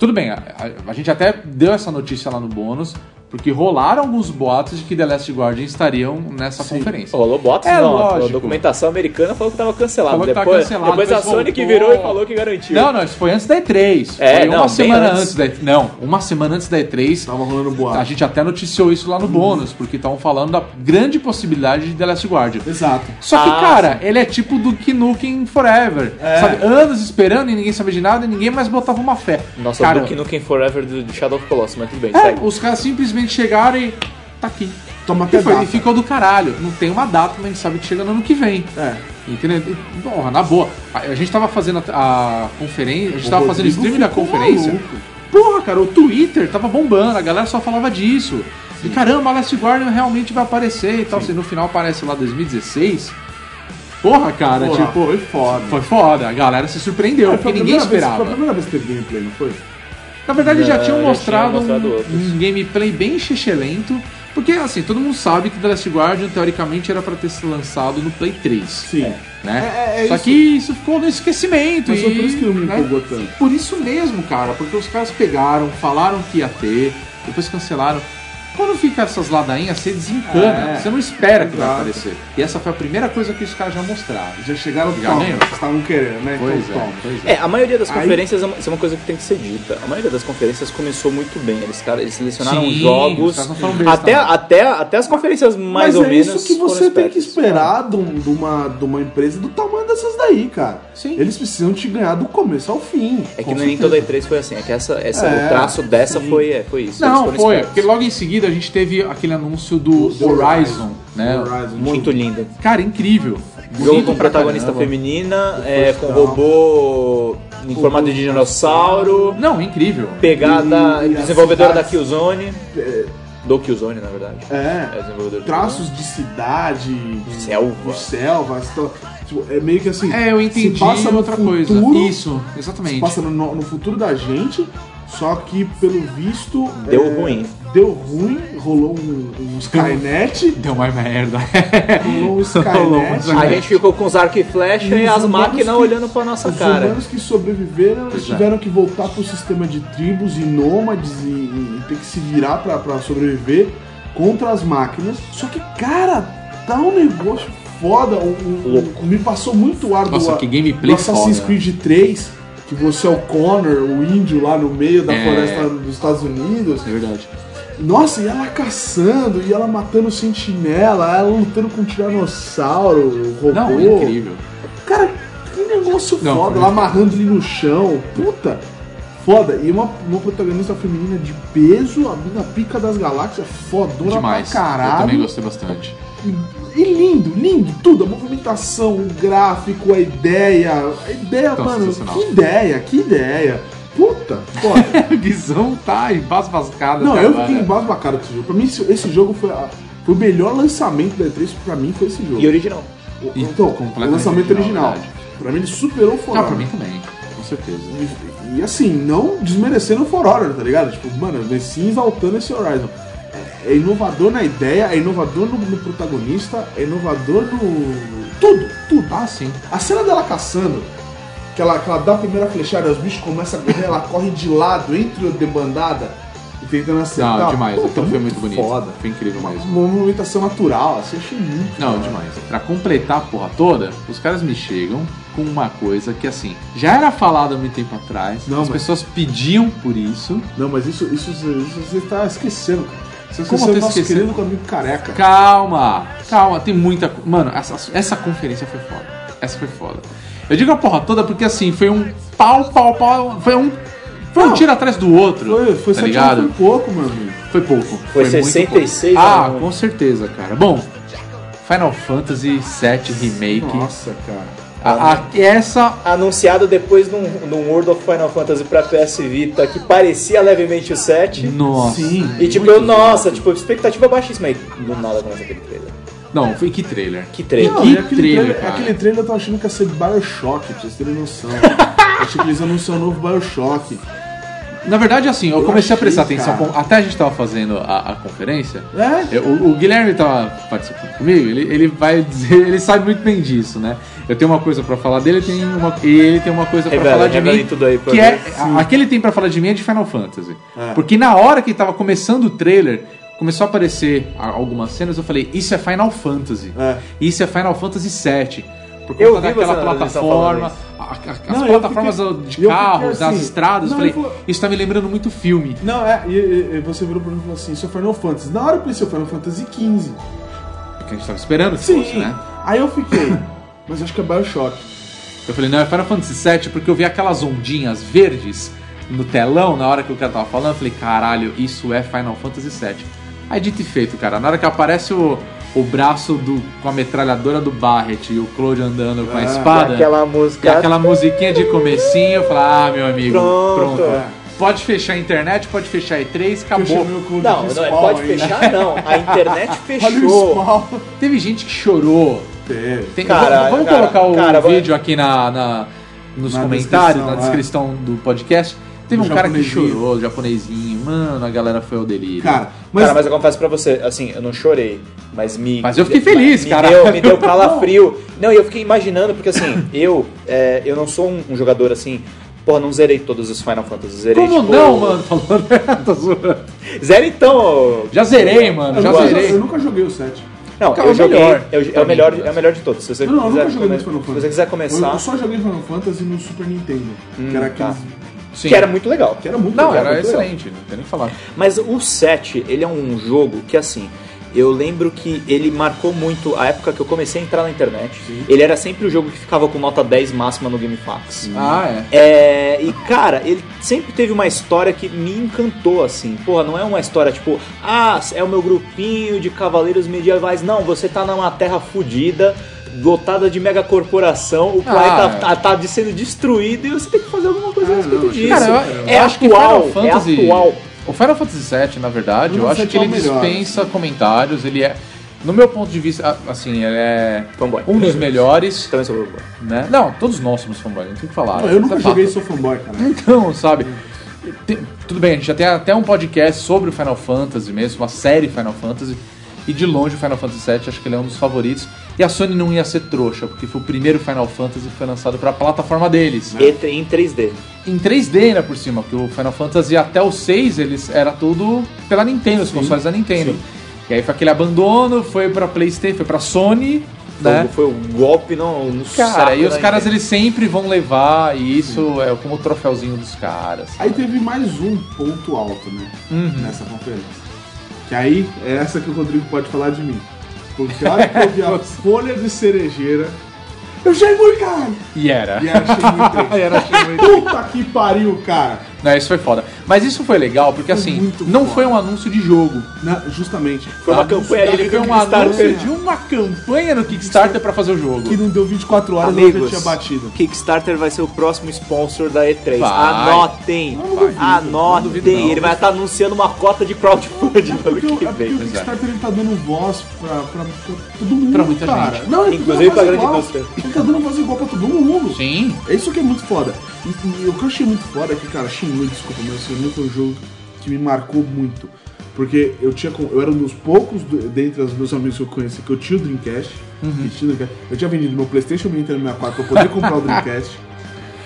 Tudo bem, a, a- a gente até deu essa notícia lá no bônus, porque rolaram alguns boatos de que The Last Guardian estariam nessa conferência. Rolou bots, É não. A lógico. documentação americana falou que tava cancelado. Falou que tava depois, cancelado, depois a depois Sony que voltou. virou e falou que garantiu. Não, não, isso foi antes da E3. É, foi não, uma bem semana antes. um antes. da E3. Não, uma semana antes da E3. Tava rolando boato. Tá, A gente até noticiou isso lá no bônus, porque estavam falando da grande possibilidade de The Last Guardian. Exato. Só que, Ah, É. cara, ele é tipo do Knuckles Forever. Sabe, anos esperando e ninguém sabia de nada e ninguém mais botava uma fé. Nossa, cara, o Duke Nukem Forever do, do Shadow of Colossus, mas tudo bem, É, segue. os caras simplesmente chegaram e. Tá aqui. Toma até E, foi, data. e ficou do caralho. Não tem uma data, mas a gente sabe que chega no ano que vem. É. Entendeu? E, Porra, na boa. A, a gente tava fazendo a, a conferência, a gente tava fazendo Rodrigo stream da ficou conferência. maluco. Porra, cara, o Twitter tava bombando, a galera só falava disso. E caramba, a Last Guardian realmente vai aparecer e tal. Se no final aparece lá 2016. Porra, cara, Porra, tipo. foi foda. Foi foda, a galera se surpreendeu, Foi a porque primeira ninguém vez- Foi a esperava. primeira vez que teve gameplay, não foi? Na verdade, já tinham já mostrado, tinham mostrado um- outros. um, gameplay bem excelente, porque assim, todo mundo sabe que The Last Guardian teoricamente era pra ter sido lançado no Play 3, Sim. né? É, é Só isso. que isso ficou no esquecimento Mas e foi por isso que não me né? empolgou tanto. Por isso mesmo, cara, porque os caras pegaram, falaram que ia ter, depois cancelaram. Quando fica essas ladainhas, você desencana, É. você não espera que vai Exato. aparecer. E essa foi a primeira coisa que os caras já mostraram. Já chegaram Já top, ganhou. vocês estavam querendo, né? Pois então, é, toma. pois é. É, a maioria das Aí- conferências, é uma- isso é uma coisa que tem que ser dita. A maioria das conferências começou muito bem. Eles, cara, eles selecionaram Sim, os jogos. caras não foram besta, Até, não. até, até as conferências Mas mais ou é menos. isso que foram você tem que espertas. esperar de, um- de uma, de uma empresa do tamanho dessas daí, cara. Sim. Eles precisam te ganhar do começo ao fim. É que Com nem certeza. toda E3 foi assim. É que essa, essa, É, o traço dessa foi, é, foi isso. Eles Não, foram foi, espertos. porque logo em seguida a gente teve aquele anúncio do Do Horizon, Horizon, né? Horizon, Muito lindo. Cara, incrível. Jogo Bonito com pra protagonista né? caramba. feminina, é, com robô em formato de dinossauro, Não, incrível. pegada E- e desenvolvedora as da Killzone. É. Do Killzone, na verdade. É É. desenvolvedor do Traços de cidade, Selva. de selva. esta- tipo, é meio que assim. É, eu entendi se passa no outra futuro, coisa. Isso, se exatamente. passa no, no futuro da gente, só que pelo visto. Deu ruim. Deu ruim, rolou um, um Skynet. Deu uma merda. Rolou um É, Rolou um Skynet. Skynet. A gente ficou com os arco e flecha e, os as humanos máquinas que- olhando pra nossa os cara. humanos que sobreviveram eles é. tiveram que voltar pro sistema de tribos e nômades e, e- e ter que se virar pra, pra sobreviver contra as máquinas. Só que, cara, tá um negócio foda. um- um- Louco. me passou muito ar Nossa, do, que gameplay do Assassin's foda. Creed 3, que você é o Connor, o índio lá no meio da É. floresta dos Estados Unidos. É verdade. Nossa, e ela caçando, e ela matando sentinela, ela lutando com um tiranossauro, robô. Não, é incrível. Cara, que negócio Não, foda, foi- ela amarrando ele no chão. Puta, foda. E uma, uma protagonista feminina de peso, a mina pica das galáxias, fodona Demais. pra Eu também caralho. gostei bastante. E, e lindo, lindo, tudo. A movimentação, o gráfico, a ideia. A ideia, Então, mano, sensacional. que ideia, que ideia. Puta, foda. Guizão tá embasbascado. Não, até eu agora. fiquei embasbacado com esse jogo. Pra mim, esse, esse jogo foi, a- foi o melhor lançamento da E3, pra mim foi esse jogo. E original. O- E então, o completamente lançamento original, original. Pra mim ele superou o For Não, Honor. pra mim também. Com certeza. E, e assim, não desmerecendo o For Honor, tá ligado? Tipo, mano, mas sim exaltando esse Horizon. É, é inovador na ideia, é inovador no, no protagonista, é inovador no. Tudo, tudo. Ah, sim. A cena dela caçando, que ela, que ela dá a primeira flechada, os bichos começam a correr, ela corre de lado entre a debandada e tentando Não, acertar. Ah, demais. Puta, Aquilo foi muito bonito. Foda. Foi incrível mesmo. Uma movimentação natural, assim, achei muito. Não, demais. Pra completar a porra toda, os caras me chegam com uma coisa que, assim, já era falada há muito tempo atrás, Não, as mas- pessoas pediam por isso. Não, mas isso, isso, isso você tá esquecendo. Você tá esqueceu Como eu tô o nosso esquecendo? querido amigo careca. Calma, calma, tem muita. co- Mano, essa, essa conferência foi foda. Essa foi foda. Eu digo a porra toda porque, assim, foi um pau, pau, pau. Foi um. Foi um Não. tiro atrás do outro. Foi, foi tá sete ligado? anos foi pouco, meu amigo. Foi pouco. Foi muito 66 pouco. a Ah, um. com certeza, cara. Bom, Final Fantasy VII Remake. Nossa, cara. A- a- essa Anunciado depois num, num World of Final Fantasy pra PS Vita que parecia levemente o 7. Nossa. Sim. E tipo, eu, nossa, tipo, expectativa baixíssima. Aí do nada começa aquele trailer. Não, foi que trailer. Que trailer. Não, Que e aquele trailer, trailer, cara. aquele trailer eu tava achando que ia ser Bioshock, pra vocês terem noção. Eu achei que eles anunciaram o novo Bioshock. Na verdade, assim, eu, Eu comecei a achei, prestar atenção. cara. com- até a gente tava fazendo a, a conferência. É? eu- o, o Guilherme tava participando comigo, ele, ele vai dizer, ele sabe muito bem disso, né? Eu tenho uma coisa pra falar dele, tem uma, e ele tem uma coisa pra Revela, falar de revela mim. aí tudo aí pra que ver. é, a- aquele tem pra falar de mim é de Final Fantasy. É. Porque na hora que tava começando o trailer, começou a aparecer a- algumas cenas, eu falei, isso é Final Fantasy. É. Isso é Final Fantasy VII. Por conta Eu vi daquela você na- eles tão plataforma, falando a- a- as Não, eu plataformas fiquei- de eu fiquei carros, das assim, estradas, não, eu eu falei, vou- isso tá me lembrando muito filme. Não, é, e, e- e você virou pra mim e falou assim, isso é Final Fantasy. Na hora eu pensei, Final Fantasy XV. Porque a gente tava esperando que Sim. fosse, né? Aí eu fiquei, mas acho que é Bioshock. Eu falei, não, é Final Fantasy VII, porque eu vi aquelas ondinhas verdes no telão na hora que o cara tava falando. Eu falei, caralho, isso é Final Fantasy VII. Aí dito e feito, cara, na hora que aparece o, o braço do, com a metralhadora do Barret e o Claude andando com a espada, Ah, Aquela e música. aquela musiquinha de comecinho, eu falei, ah, meu amigo, pronto. Pronto. é. Pode fechar a internet, pode fechar a E3, Então, é. Eu acabou. chamei o Claude Não, de não, é, Spawn pode aí. fechar não. A internet Olha fechou. o Spawn. É. Teve gente que chorou. Teve. Tem- vamos Cara, vamos cara, colocar o cara, vai- vídeo aqui na, na- nos Na comentários, descrição, na é. descrição do podcast. Teve Do um cara que japonesinho. chorou, japonesinho. Mano, a galera foi ao delírio. Cara, mas, Mas... Cara, mas eu confesso pra você, assim, eu não chorei, mas me. Mas eu fiquei feliz, me cara. Deu, me deu calafrio. Não, e eu fiquei imaginando, porque assim, eu, é, eu não sou um, um jogador assim Porra, não zerei todos os Final Fantasy, zerei Como tipo... não, mano? Falando, tô zoando. Zera então, ô- Já zerei, mano. Já eu, zerei. eu nunca joguei o 7. Não, Cara, eu o joguei. melhor. né? eu- é, o melhor é o melhor de todos. Se você, Não, não, eu quiser, nunca joguei come- muito Final se Fantasy. você quiser Eu, começar, eu só joguei Final Fantasy no Super Nintendo. que era aqueles. Sim. que era muito legal. Que era muito Não, legal, era muito legal. excelente, não tem nem o que falar. Mas o 7, ele é um jogo que assim. Eu lembro que ele marcou muito a época que eu comecei a entrar na internet. Ele era sempre o jogo que ficava com nota 10 máxima no GameFAQs. Ah, é. É, e cara, ele sempre teve uma história que me encantou, assim. Porra, não é uma história tipo, ah, é o meu grupinho de cavaleiros medievais. Não, você tá numa terra fodida, lotada de mega corporação, o planeta é. Ah, tá, tá de- sendo destruído e você tem que fazer alguma coisa a respeito disso. Cara, eu, é eu acho que atual, Final Fantasy. é atual. O Final Fantasy VII, na verdade, eu Final acho VII que é o ele melhor. dispensa comentários, ele é. No meu ponto de vista, a- assim, ele é Fanboy. um dos melhores, Também sou fanboy. né? Não, todos nós somos fanboys, não tem o que falar. Não, eu nunca Isso é joguei fato. Sou Fanboy, cara. Então, sabe? Tem- tudo bem, a gente já tem até um podcast sobre o Final Fantasy mesmo, uma série Final Fantasy. E de longe o Final Fantasy VII, acho que ele é um dos favoritos. E a Sony não ia ser trouxa, porque foi o primeiro Final Fantasy que foi lançado pra plataforma deles. Né? E tre- em 3D. Em 3D ainda por cima, porque o Final Fantasy até o 6 eles era tudo pela Nintendo, os consoles da Nintendo. E aí foi aquele abandono, foi pra PlayStation, foi pra Sony, né? Foi um golpe no, no saco Cara, e os da caras internet. eles sempre vão levar, e isso é como o troféuzinho dos caras. Aí teve mais um ponto alto, né? Nessa conferência. Que aí é essa que o Rodrigo pode falar de mim. Porque a hora que eu vi a folha de cerejeira, eu cheguei, cara! E era. E era Shenmue 3. Puta que pariu, cara! Não, isso foi foda. Mas isso foi legal, porque assim, muito não foda. foi um anúncio de jogo. Na- justamente. Foi uma Anúncio- campanha ali Foi no um Kickstarter. anúncio de uma campanha no Kickstarter pra fazer o Que jogo. não deu 24 horas e eu já Amigos, tinha batido. Kickstarter vai ser o próximo sponsor da E3. Vai. Anotem! duvido, não. Anotem! Ele vai estar anunciando uma cota de crowdfunding É porque, ano que o- é porque vem. o Kickstarter ele tá dando voz pra, pra- pra todo mundo, Pra muita cara. gente. Não, ele tá Inclusive dando pra voz grande igual. indústria. Ele tá dando voz igual pra todo mundo. Sim. É isso que é muito foda. E, e o que eu achei muito foda é que, cara, Shenmue, desculpa, mas Shenmue foi um jogo que me marcou muito. Porque eu tinha, com- eu era um dos poucos do- dentre os meus amigos que eu conheci que eu tinha o Dreamcast. Uhum. que tinha o Dreamcast. Eu tinha vendido meu Playstation e meu Nintendo 64 pra poder comprar o Dreamcast.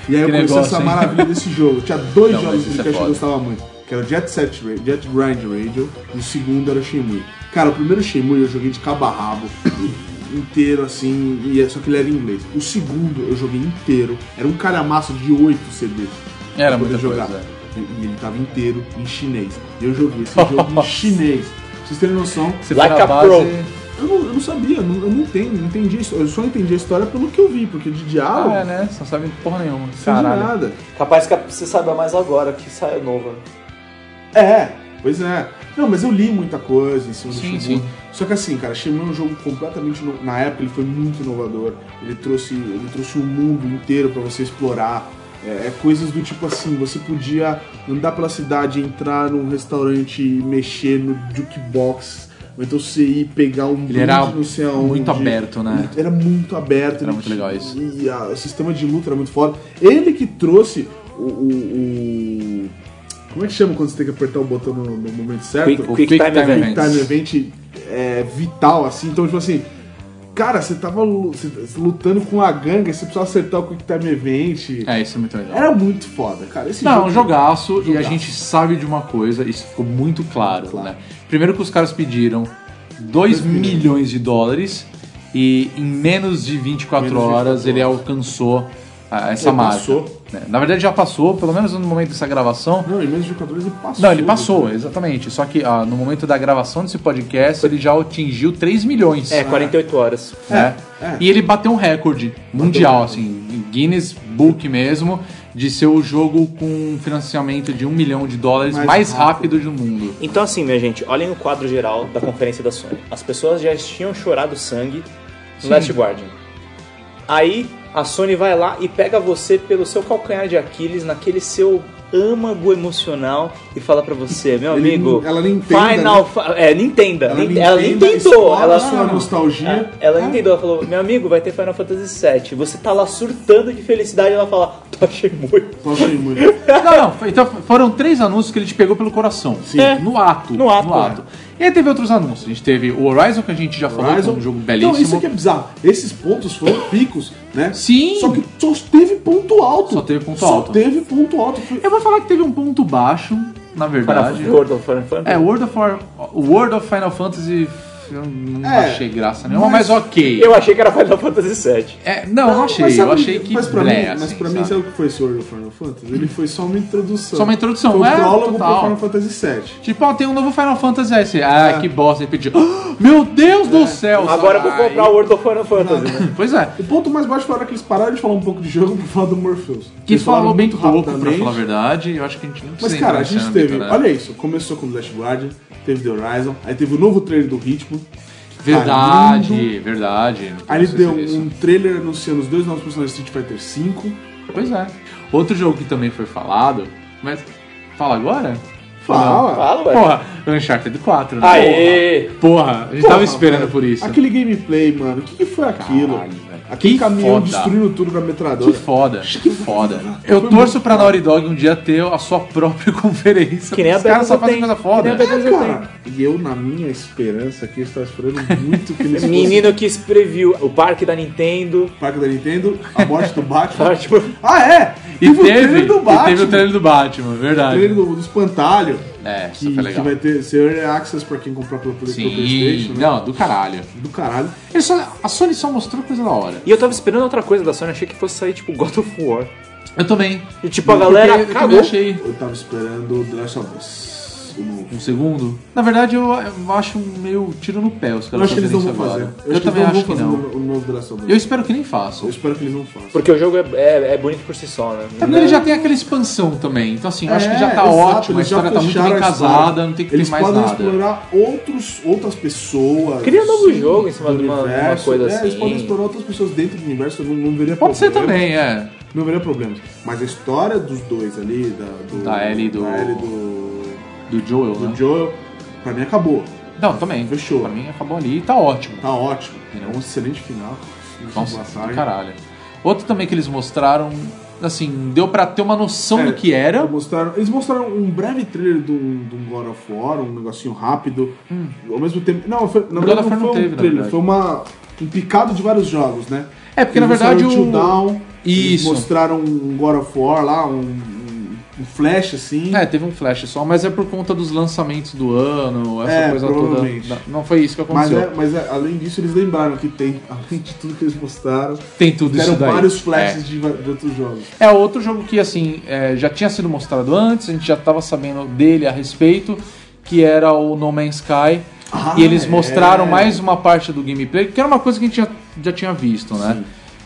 E aí eu Que conheci negócio, essa hein? maravilha desse jogo. Eu tinha dois Não, mas jogos do isso Dreamcast é que eu foda. gostava muito. Que era o Jet Set Radio, Jet Grind Radio e o segundo era o Shenmue. Cara, o primeiro Shenmue eu joguei de cabo a rabo inteiro assim, e é- só que ele era em inglês. O segundo eu joguei inteiro, era um calhamaço de 8 CDs. pra Era poder muita jogar. coisa. é. E e ele tava inteiro em chinês. E Eu joguei esse jogo em chinês. Pra vocês terem noção, Você Like foi na a base- pro. eu não, eu não sabia, eu não, eu não entendo, não entendi isso. Eu só entendi a história pelo que eu vi, porque de diálogo, Ah, é, né? Você não sabe porra nenhuma. não entendi né? Caralho. nada. Capaz que você saiba mais agora que saiu né? nova. É, pois é. Não, mas eu li muita coisa em cima do Sim, Shenmue. sim. Só que assim, cara, Shenmue é um jogo completamente no... na época ele foi muito inovador. Ele trouxe, ele trouxe um mundo inteiro pra você explorar. É, é coisas do tipo assim, você podia andar pela cidade, entrar num restaurante, e mexer no jukebox, ou então você ir pegar um Ele era brinde, não sei aonde. muito aberto, né? Ele era muito aberto. ele Era muito legal isso. E a- o sistema de luta era muito foda. Ele que trouxe o. o- o- como é que chama quando você tem que apertar o botão no, no momento certo? Quick, O quick, Time, Event. Quick Time Event é, vital, assim. Então, tipo assim, cara, você tava lu- você- você lutando com a ganga, você precisava acertar o Quick Time Event. É, isso é muito legal. Era muito foda, cara. Esse Não, é um jogo. jogaço, e a Jogaço. gente sabe de uma coisa, isso ficou muito claro, Claro. né? Primeiro que os caras pediram 2 milhões de dólares e em menos de 24 Menos de horas 24 ele alcançou ah, essa Ele marca. passou. né? Na verdade já passou, pelo menos no momento dessa gravação. Não, em menos de 14 ele passou. Não, ele passou, exatamente. Só que ah, no momento da gravação desse podcast ele já atingiu 3 milhões. É, 48 horas. né? é. um E ele bateu um recorde mundial, assim, Guinness Book mesmo, de ser o jogo com um financiamento de um milhão de dólares mais, Mais rápido. do mundo. Então assim, minha gente, olhem o quadro geral da conferência da Sony. As pessoas já tinham chorado sangue no Last Guardian. Aí a Sony vai lá e pega você pelo seu calcanhar de Aquiles, naquele seu âmago emocional e fala pra você, meu Ele amigo, nem- ela nem entenda, né? Final, Fa- é, Nintendo, Ela Nin- nem ela nem entenda, tentou, explora ela Ah, a sua nostalgia. Ah. ela entendeu, ela falou, meu amigo, vai ter Final Fantasy VII. Você tá lá surtando de felicidade, ela fala, Achei muito. Só achei muito. Não, não. foi- Então foram três anúncios que ele te pegou pelo coração. Sim. É. No ato. No ato, é. E aí teve outros anúncios. A gente teve o Horizon, que a gente já falou, que é Horizon. um jogo belíssimo. Então, isso aqui é bizarro. Esses pontos foram picos, né? Sim. Só que só teve ponto alto. Só teve ponto Só alto. teve ponto alto. Foi- Eu vou falar que teve um ponto baixo, na verdade. World of Warcraft. É, World of, War- World of Final Fantasy eu não É, achei graça nenhuma, mas, mas- ok. Eu achei que era Final Fantasy VII. É, não, não, achei. mas sabe- eu achei que. Mas pra blé, mim, mas assim, pra mim sabe? sabe o que foi esse World of Final Fantasy? Ele foi só uma introdução. Só uma introdução, Foi um é, prólogo total. pro Final Fantasy VII. Tipo, ó, tem um novo Final Fantasy aí. você, Ah, É. que bosta, ele pediu. "Ah, meu Deus do céu! Agora eu sabe? vou comprar o World of Final Fantasy. né? Aí- Pois é. O ponto mais baixo foi a hora que eles pararam de falar um pouco de jogo pra falar do Morpheus. Que Eles falaram falou bem muito pouco, pra rapidamente. falar a verdade. Eu acho que a gente não Mas, precisa. cara, entrar a nesse gente âmbito, teve. né? Olha isso, começou com The Last Guardian, teve The Horizon, aí teve o novo trailer do Ritmo. Verdade, tá lindo. verdade. não Aí ele precisa deu dizer isso. um trailer anunciando os dois novos personagens de Street Fighter V. Pois é. Outro jogo que também foi falado, mas. Fala agora? Fala! Fala, ué. Porra, é Uncharted 4, né? Aê! Porra, a gente tava esperando por isso. Aquele gameplay, mano, o que, que foi aquilo? Caralho, velho. Aquele Que caminhão foda. destruindo tudo com a metralhadora. Que foda, que foda. Eu torço pra Naughty Dog um dia ter a sua própria conferência. Que nem a Os caras só Bethesda fazem tem. coisa Que nem a foda. Bethesda tem. Cara, e eu, na minha esperança aqui, eu estava esperando muito que eles fossem Menino que se previu o parque da Nintendo. pro Parque da Nintendo, a morte do Batman. Parte- ah, é! E o teve, trailer do e Batman. teve o trailer do Batman, o verdade. trailer do, do Espantalho. É, isso Que, foi que legal. vai ter ser early access pra quem comprar pelo, pelo Sim, PlayStation. né? não, do caralho. Do caralho. Ele só- a Sony só mostrou coisa da hora. E eu tava esperando outra coisa da Sony, achei que fosse sair tipo God of War. Eu também. E tipo, a galera Porque eu também cagou. achei Eu tava esperando The Last of Us. o novo. um segundo. Na verdade, eu, eu acho um meio tiro no pé os caras Eu acho que eles não fazerem vão isso fazer. agora. Eu, acho que Eu, eles também não acho vão que fazer o não. novo- o novo The Last of Us. Eu espero que nem façam. Eu espero que eles não façam. Porque o jogo é, é- é bonito por si só, né? É porque ele já tem aquela expansão também. Então, assim, eu acho que já tá É, exato, ótimo. A eles já história tá muito fecharam bem a casada, história. não tem que Eles ter mais podem nada. explorar outros, outras pessoas. assim, Cria novo jogo em cima do de uma- de uma universo. coisa É, Eles assim. podem explorar outras pessoas dentro do universo, eu não, não veria Pode ser problema. também, é. Não veria problemas. Mas a história dos dois ali, da, do, Da Ellie e do- da Ellie e do, Do Joel, do né? Joel, pra mim acabou. Não, também. Fechou. Pra mim acabou ali e tá ótimo. Tá ótimo. Entendeu? É um excelente final. Uhum. Nossa, Boa do tarde. caralho. Outro também que eles mostraram, assim, deu pra ter uma noção É, do que era. Mostraram, eles mostraram um breve trailer de um, de um God of War, um negocinho rápido. Ao mesmo tempo. Não, foi, na Hum. God verdade of não foi War não um teve, na trailer, verdade. foi uma, um picado de vários jogos, né? É, porque, na Eles verdade, mostraram o- Down, eles Isso. mostraram um God of War lá, um, um- um flash assim. É, teve um flash só, mas é por conta dos lançamentos do ano, essa É, coisa toda. provavelmente. Da- Não foi isso que mas aconteceu. é- mas é- além disso, eles lembraram que tem, além de tudo que eles mostraram, Tem tudo isso tiveram daí. vários flashes de, va- de outros jogos. É outro jogo que, assim, é, já tinha sido mostrado antes, a gente já tava sabendo dele a respeito, que era o No Man's Sky. Ah, e eles é. mostraram mais uma parte do gameplay, que era uma coisa que a gente já, já tinha visto, né?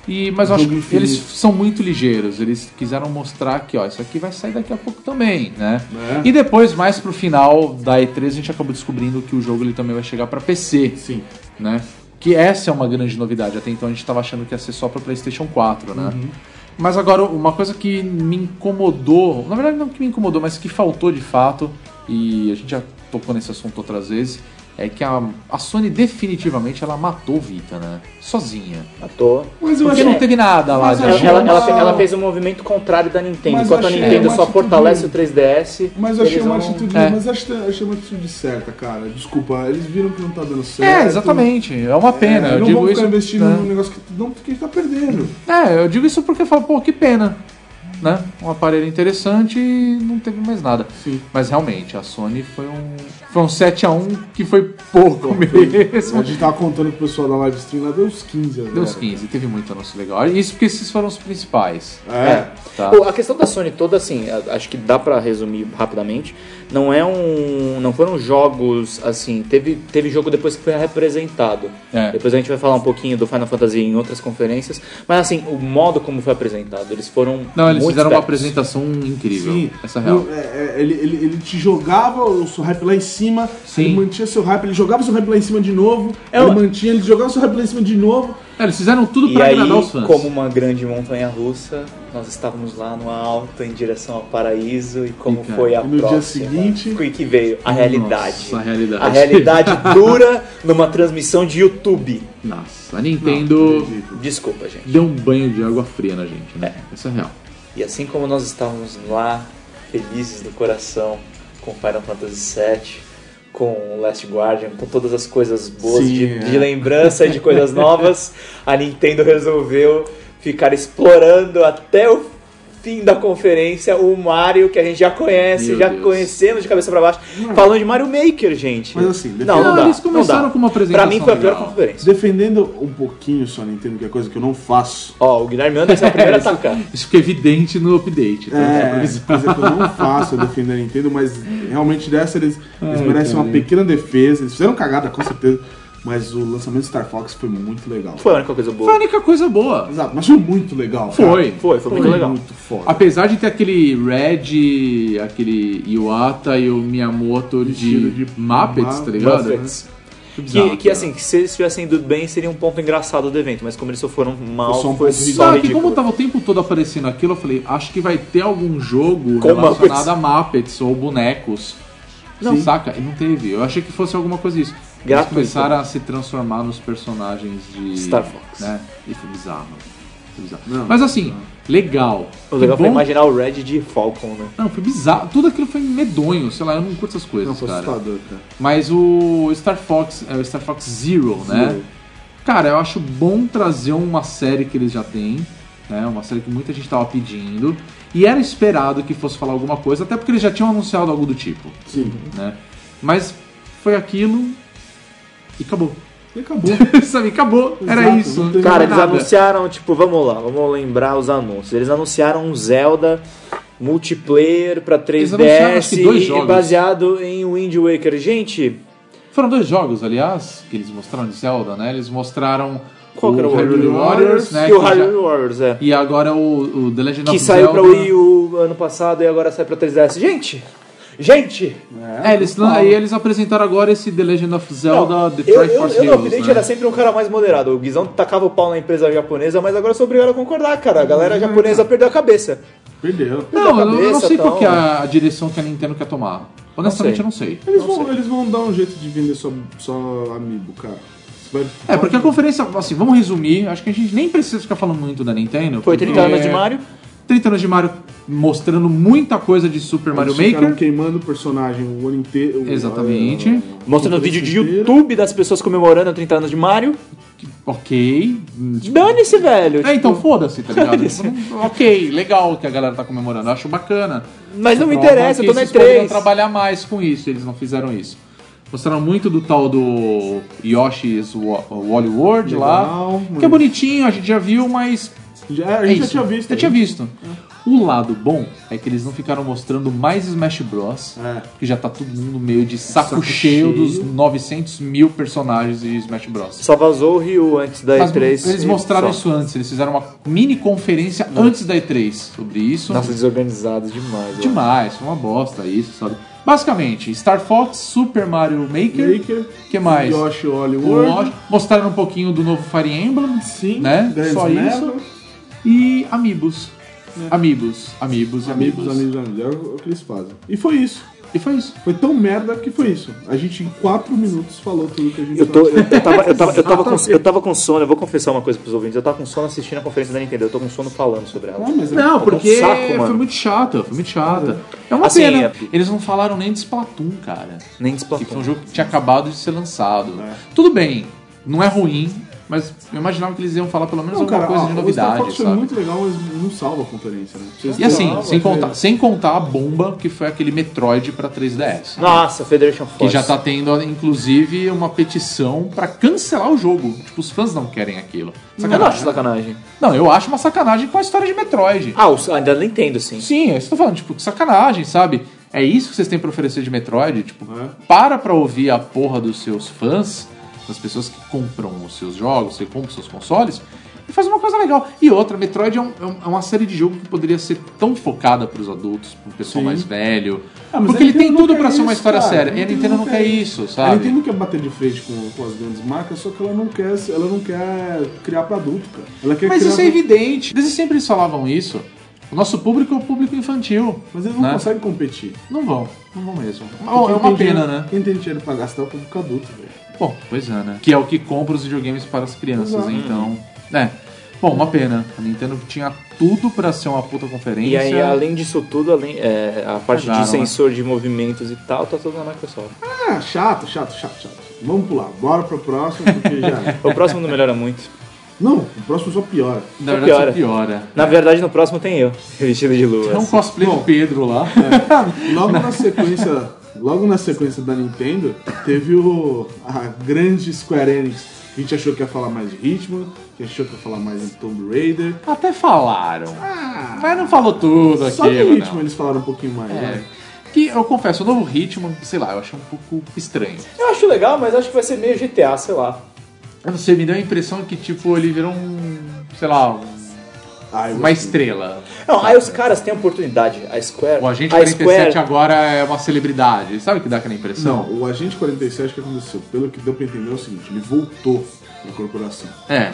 E, mas eu acho Jogo que infinito. eles são muito ligeiros, eles quiseram mostrar que, ó, isso aqui vai sair daqui a pouco também, né? Né? E depois, mais pro final da E3, a gente acabou descobrindo que o jogo ele também vai chegar pra PC, Sim. né? Que essa é uma grande novidade. Até então a gente tava achando que ia ser só pra PlayStation 4, né? Mas agora, uma coisa que me incomodou, na verdade não que me incomodou, mas que faltou de fato, e a gente já tocou nesse assunto outras vezes, é que a, a Sony definitivamente ela matou o Vita, né? Sozinha. À toa. Mas eu Porque achei. não teve nada lá Mas de eu Ela, achei ela- ela uma- fe- ela fez um movimento contrário da Nintendo. Mas Enquanto a achei Nintendo uma só atitude- fortalece o 3DS. Mas eu achei eles uma vão- atitude. É. Mas eu achei, achei uma atitude certa, cara. Desculpa, eles viram que não tá dando certo. É, exatamente. É uma pena. É, eu não digo vamos isso. ficar investindo né? num negócio que, não, que a gente tá perdendo. É, eu digo isso porque eu falo, pô, que pena. Né? Um aparelho interessante e não teve mais nada. Sim. Mas realmente, a Sony foi um. Foi um 7x1 que foi pouco É mesmo. A gente tava contando pro pessoal da live stream lá, deu uns 15 agora. Deu uns 15, teve muito anúncio legal. Isso porque esses foram os principais. É. Tá? Pô, a questão da Sony toda, assim, a- acho que dá pra resumir rapidamente. Não é um. Não foram jogos, assim. Teve, teve jogo depois que foi representado. É. Depois a gente vai falar um pouquinho do Final Fantasy em outras conferências. Mas, assim, o modo como foi apresentado, eles foram. Não, eles muito fizeram uma espertos. apresentação incrível. Sim. Essa é a real. Eu- é, é, ele, ele, ele te jogava o seu hype lá em cima, Sim. ele mantinha seu hype, ele jogava seu hype lá em cima de novo, É, ele ué. mantinha, ele jogava seu hype lá em cima de novo. É, eles fizeram tudo E pra aí, agradar os fãs. como uma grande montanha russa, nós estávamos lá numa alta em direção ao paraíso e como E, cara, foi a e no dia próxima. seguinte- Quick que veio a realidade. a realidade. A realidade dura numa transmissão de YouTube. Nossa, a Nintendo Desculpa, gente. deu um banho de água fria na gente, né? Essa é a real. E assim como nós estávamos lá, felizes do coração, com Final Fantasy VII, com Last Guardian, com todas as coisas boas Sim, de, é. de lembrança e de coisas novas, a Nintendo resolveu ficar explorando até o fim da conferência o Mario que a gente já conhece, Meu já Deus. conhecemos de cabeça pra baixo. Falando de Mario Maker, gente. Mas assim, não, não dá. eles começaram não dá. com uma apresentação Pra mim foi a pior legal. conferência. Defendendo um pouquinho só a Nintendo, que é coisa que eu não faço. Ó, o Guilherme Anderson é o primeiro a atacar. Isso ficou evidente no update. tá? É, Mas- coisa que eu não faço é defender a Nintendo, mas realmente dessa eles, eles Ai, merecem uma cara. pequena defesa. Eles fizeram cagada, com certeza, mas o lançamento de Star Fox foi muito legal. Foi a única coisa Foi a boa. única coisa boa. Exato, mas foi muito legal. cara. Foi. Foi, foi muito legal. muito foda. Apesar de ter aquele Red, aquele Iwata e o Miyamoto Vestido de, de Muppets, Ma- tá ligado? Muppets. Que, Que, que assim, que se eles tivessem ido bem, seria um ponto engraçado do evento, mas como eles só foram mal, Foi só um foi ponto só ridículo. Sabe, como ridículo. tava o tempo todo aparecendo aquilo, eu falei, acho que vai ter algum jogo Com relacionado a Muppets ou bonecos. Não, Sim. saca? E não teve. Eu achei que fosse alguma coisa isso. Eles Gratuito. começaram a se transformar nos personagens de. Star Fox. Né? E foi bizarro. Foi bizarro. Não, Mas assim, legal. O legal que foi bom... imaginar o Red de Falcon, né? Não, foi bizarro. Tudo aquilo foi medonho, sei lá, eu não curto essas coisas, Não, foi um cara. assustador, cara. Mas o Star Fox, é o Star Fox Zero, né? Cara, eu acho bom trazer uma série que eles já têm, né? Uma série que muita gente tava pedindo. E era esperado que fosse falar alguma coisa, até porque eles já tinham anunciado algo do tipo, Sim. né? Mas foi aquilo e acabou. E acabou. Sabe, acabou. Era Exato, isso. não teve Cara, Cara, eles anunciaram, tipo, vamos lá, vamos lembrar os anúncios. Eles anunciaram um Zelda multiplayer pra anunciaram, acho 3DS que, dois e- e jogos. baseado em Wind Waker. Gente, Foram dois jogos, aliás, que eles mostraram de Zelda, né? Eles mostraram Qual o que era o Hyrule outro? Warriors, né? e o que já- Hyrule Warriors, é. E agora o, o The Legend Que of saiu Zelda. pra Wii U ano passado e agora sai pra 3DS. Gente! Gente! É, eles, aí eles apresentaram agora esse The Legend of Zelda Não, The eu, eu, Triforce eu no Heroes, update né? era sempre um cara mais moderado. O Guizão tacava o pau na empresa japonesa, mas agora eu sou obrigado a concordar, cara. A galera japonesa perdeu a cabeça. Perdeu. Não, da eu- eu não cabeça, sei qual então. que é a direção que a Nintendo quer tomar. Honestamente, eu não sei. Eles vão, eles vão dar um jeito de vender só, só amiibo, cara. Você vai- É, porque a conferência, assim, vamos resumir, acho que a gente nem precisa ficar falando muito da Nintendo. Foi porque 30 anos de Mario. 30 anos de Mario mostrando muita coisa de Super Mario Eles ficaram Maker. um queimando o personagem o ano inteiro. o- Exatamente. a- a- Mostrando a- vídeo de inteira. YouTube das pessoas comemorando 30 anos de Mario. Ok. hum, tipo, Dane-se, velho. É, então Tipo, foda-se, tá ligado? Tipo, ok, legal que a galera tá comemorando, eu acho bacana. Mas não me Prova interessa, eu que tô na vocês poderiam E3. trabalhar mais com isso, eles não fizeram isso. Mostraram muito do tal do Yoshi's Wa- Wally World Legal, lá, que é mas- bonitinho, a gente já viu, mas Já, a é gente já isso. tinha visto. Eu tinha visto. O lado bom é que eles não ficaram mostrando mais Smash Bros, É. que já tá todo mundo meio de saco, Saco cheio. cheio, dos 900 mil personagens de Smash Bros. Só vazou o Ryu antes da Mas E3. eles e mostraram só. isso antes, eles fizeram uma mini conferência antes da E3 sobre isso. Nossa, desorganizados demais. eu Demais, foi uma bosta isso, sabe? Basicamente, Star Fox, Super Mario Maker, Maker, que mais? Yoshi Oli o World. Watch- mostraram um pouquinho do novo Fire Emblem Sim, Né? Dance Só Metal. e Amiibos. É. Amigos, Amigos, amigos, amigos. amigos, amigos. É o que eles fazem. E foi isso. E foi isso. Foi tão merda que foi isso. A gente em 4 minutos falou tudo que a gente Eu, tô, falou. eu, eu tava, eu, tava, eu, tava com, eu tava com sono, eu vou confessar uma coisa pros ouvintes. Eu tava com sono assistindo a conferência da Nintendo, eu tô com sono falando sobre ela. Ah, mas é- Não, porque um saco, mano. foi muito chata, foi muito chata. É uma Assim, pena. é- Eles não falaram nem de Splatoon, cara. Nem Que foi desplatou. um jogo que tinha acabado de ser lançado. Tudo bem, não é ruim, mas eu imaginava que eles iam falar pelo menos Não, alguma cara, coisa ó, de o Star Fox novidade, foi sabe? muito legal, mas não salva a conferência, né? Vocês E assim, não, sem mas contar, sem contar a bomba que foi aquele Metroid pra 3DS. Nossa, Federation Force. Que já tá tendo, inclusive, uma petição pra cancelar o jogo. Tipo, os fãs não querem aquilo. né? Eu não acho sacanagem. Não, eu acho uma sacanagem com a história de Metroid. Ah, os- ainda não entendo, assim. sim. Sim, é isso que eu tô falando, tipo, que sacanagem, sabe? É isso que vocês têm pra oferecer de Metroid? Tipo, É. para pra ouvir a porra dos seus fãs, das pessoas que compram os seus jogos, que compram os seus consoles, e faz uma coisa legal. E outra, Metroid é, um- é um- é uma série de jogo que poderia ser tão focada pros adultos, pro pessoal Sim. mais velho. Ah, mas porque a ele tem Nintendo tudo não pra quer ser uma isso, história cara. séria. A E a Nintendo Nintendo não não quer quer isso, A sabe? Nintendo quer bater de frente com, com as grandes marcas, só que ela não quer, ela não quer criar pra adulto, cara. Ela quer Mas criar um isso é evidente. Desde sempre eles falavam isso. O nosso público é o público infantil. Mas eles não né? conseguem competir. Não vão, não vão mesmo. Porque é quem tem uma pena, dinheiro- né? Quem tem dinheiro pra gastar é o público adulto, velho. Bom, pois é, né? Que é o que compra os videogames para as crianças, Exato. então. É. Bom, uma pena. A Nintendo tinha tudo pra ser uma puta conferência. E é- aí, além disso tudo, além, é, a parte Cagaram, de né? sensor de movimentos e tal, tá tudo na Microsoft. Ah, chato, chato, chato, chato. Vamos pular. Bora pro próximo, porque já é. O próximo não melhora muito. Não, o próximo só piora. Na verdade, piora. só piora. É. Na verdade, no próximo tem eu, vestido de lua. É Então- um cosplay do Pedro lá. Logo na sequência, logo na sequência da Nintendo, teve o a grande Square Enix. A gente achou que ia falar mais de ritmo, a gente achou que ia falar mais de Tomb Raider. Até falaram. Ah. mas não falou tudo aqui. Só de mano. ritmo eles falaram um pouquinho mais, É. né? Que eu confesso, o novo ritmo, sei lá, eu achei um pouco estranho. Eu acho legal, mas acho que vai ser meio GTA, sei lá. Eu não sei, me deu a impressão que, tipo, ele virou um. sei lá, um- Ah, eu uma gostei. estrela. Não, aí os caras têm oportunidade. A Square. O Agente a 47 Square, agora é uma celebridade. Sabe o que dá aquela impressão? Não, o Agente 47 que aconteceu, pelo que deu pra entender é o seguinte, ele voltou na corporação. É.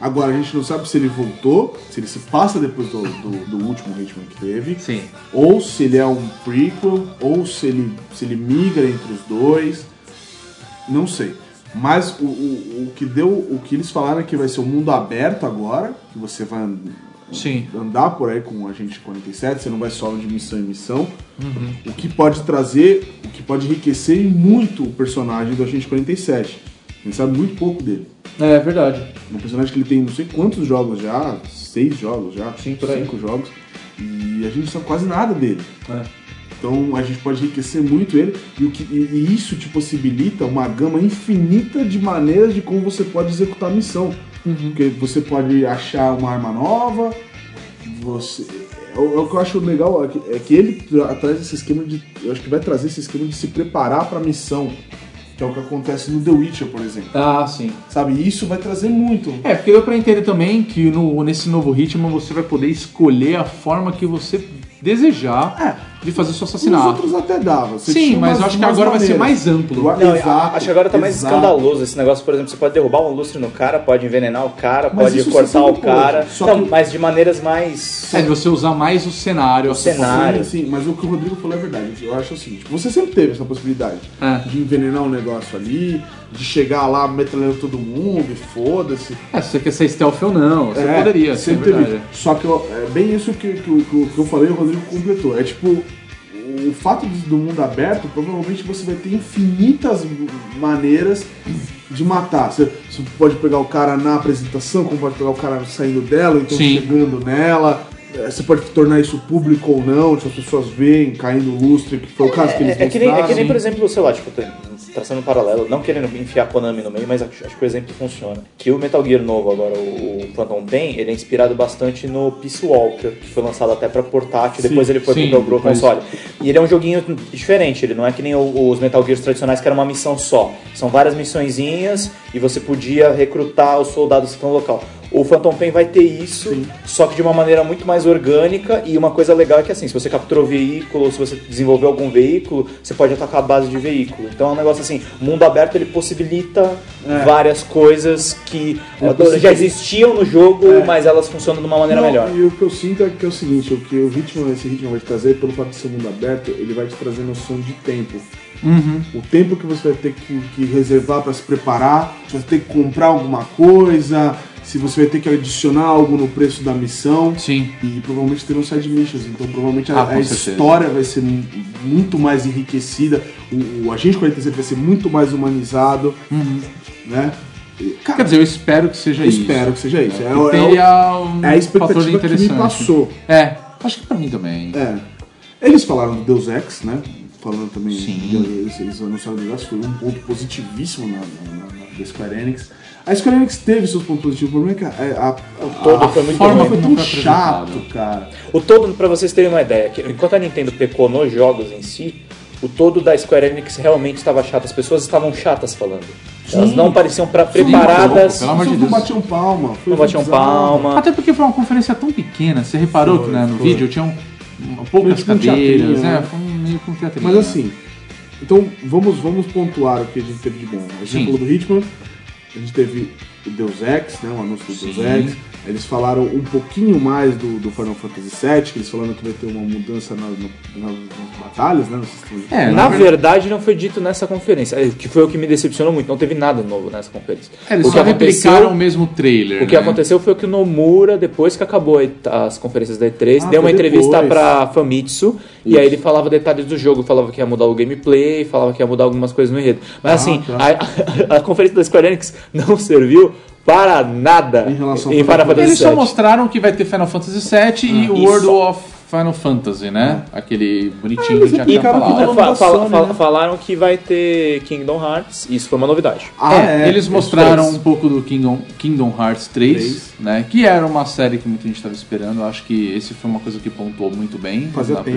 Agora a gente não sabe se ele voltou, se ele se passa depois do, do- do último ritmo que teve, Sim. ou se ele é um prequel, ou se ele, se ele migra entre os dois. Não sei. Mas o, o, o que deu. O que eles falaram é que vai ser um mundo aberto agora, que você vai and- Sim. andar por aí com o Agente 47, você não vai só de missão em missão. O que pode trazer, o que pode enriquecer muito o personagem do Agente 47. A gente sabe muito pouco dele. É verdade. Um personagem que ele tem não sei quantos jogos já, seis jogos já, cinco jogos, e a gente sabe quase nada dele. Então a gente pode enriquecer muito ele, e, o que, e- e isso te possibilita uma gama infinita de maneiras de como você pode executar a missão. Porque você pode achar uma arma nova, você. é O, é o que eu acho legal é que, é que ele tra- traz esse esquema de. Eu acho que vai trazer esse esquema de se preparar pra missão. Que é o que acontece no The Witcher, por exemplo. Ah, sim. Sabe? E isso vai trazer muito. É, porque deu pra entender também que no- nesse novo ritmo você vai poder escolher a forma que você desejar É. de fazer seu Os assassinato. outros até dava. Você Sim, tinha mas umas- eu acho que umas agora vai ser maneiras. mais amplo. Eu- Não, um exato, acho que agora tá mais exato. escandaloso esse negócio, por exemplo, você pode derrubar um lustre no cara, pode envenenar o cara, Mas pode isso cortar sempre o cara. pode, só não, que- mas de maneiras mais. É de você usar mais o cenário. O cenário. Sim, sim, mas o que o Rodrigo falou é verdade. Eu acho o seguinte: você sempre teve essa possibilidade É. de envenenar um negócio ali, de chegar lá metralhando todo mundo e foda-se. É, se você quer ser stealth ou não, você É, poderia, sim, é sempre teve. verdade. Só que eu- é bem isso que, que, que, eu- que eu falei e o Rodrigo completou. É tipo, o fato de- do mundo aberto, provavelmente você vai ter infinitas maneiras de matar. Você, você pode pegar o cara na apresentação, como pode pegar o cara saindo dela, então Sim. chegando nela. É, Você pode tornar isso público ou não, se as pessoas veem caindo lustre, que foi o caso que eles É, é que nem, é que nem, por mostraram. exemplo, sei lá, tipo, tra- traçando um paralelo, não querendo enfiar a Konami no meio, mas acho, acho que o exemplo funciona. Que o Metal Gear novo agora, o, o Phantom Pain, ele é inspirado bastante no Peace Walker, que foi lançado até pra portátil, depois ele foi sim, pro, pro depois- console. E ele é um joguinho diferente, ele não é que nem o- os Metal Gears tradicionais, que era uma missão só. São várias missõezinhas e você podia recrutar os soldados que estão no local. O Phantom Pain vai ter isso, só que de uma maneira muito mais orgânica. E uma coisa legal é que assim, se você capturou veículo, se você desenvolveu algum veículo, você pode atacar a base de veículo. Então é um negócio assim, o mundo aberto ele possibilita É. várias coisas que eh, já existiam no jogo, mas elas funcionam de uma maneira É. Não, melhor. E o que eu sinto é que é o seguinte, o que o ritmo, esse ritmo vai te trazer, pelo fato de ser um mundo aberto, ele vai te trazer noção de tempo. O tempo que você vai ter que, que reservar para se preparar, se você vai ter que comprar alguma coisa, se você vai ter que adicionar algo no preço da missão. Sim. E provavelmente terão side missions, então provavelmente a, Ah, com a certeza. história vai ser mu- muito mais enriquecida, o, o Agente 47 vai ser muito mais humanizado, né? E, cara, Uhum. Ah, Quer dizer, eu espero que seja eu isso. espero que seja isso. É, o- é o- Seria um é a fator expectativa que me interessante. passou. É, acho que pra mim também. É. Eles falaram do Deus Ex, né? Falando também. Sim. de- Eles, eles anunciaram o Deus Ex, foi um ponto positivíssimo na, na, na- na- da Square Enix. A Square Enix teve seus pontos positivos, o problema é que a, a, a- todo a foi muito forma ruim. foi Não tão foi chato, apresentado. cara. O todo, pra vocês terem uma ideia, que enquanto a Nintendo pecou nos jogos em si, o todo da Square Enix realmente estava chato. As pessoas estavam chatas falando. Elas não pareciam pra maluco, preparadas, pelo amor de Só Deus. não batiam palma. Foi não batiam bizarro. palma. Até porque foi uma conferência tão pequena, você reparou que né, no vídeo tinham um- poucas Meio que um cadeiras, teatrinho, né? né? Foi um- meio com teatrinho. Mas assim, então vamos, vamos pontuar o que a gente teve de bom. A gente Sim. falou do Hitman, a gente teve Deus Ex, né? O anúncio do Deus Ex. Eles falaram um pouquinho mais do, do Final Fantasy VII, que eles falaram que vai ter uma mudança na- na- nas batalhas, né? No sistema de É, Na verdade, não foi dito nessa conferência, eh, que foi o que me decepcionou muito. Não teve nada novo nessa conferência. É, Eles o que só replicaram o aconteceu, mesmo trailer. o que Uhum. né? aconteceu foi que o Nomura, depois que acabou a E- as conferências da E3, Ah, deu uma foi entrevista depois. pra Famitsu, e aí ele falava detalhes do jogo, falava que ia mudar o gameplay, falava que ia mudar algumas coisas no enredo. Ah, Mas assim, tá. a, a conferência da Square Enix não serviu para nada Em relação ao Final Final Fantasy Eles só VII. mostraram que vai ter Final Fantasy VII Ah, e e World só. of Final Fantasy, né? Aquele bonitinho eles que já E tinha explicaram que falado. fa- todo mundo fa- fa- Sony, fa- né? falaram que vai ter Kingdom Hearts, e isso foi uma novidade. Ah, É, eles mostraram fez. um pouco do Kingdom, Kingdom Hearts 3, né? Que era uma série que muita gente estava esperando. Eu acho que esse foi uma coisa que pontuou muito bem Fazia na tempo.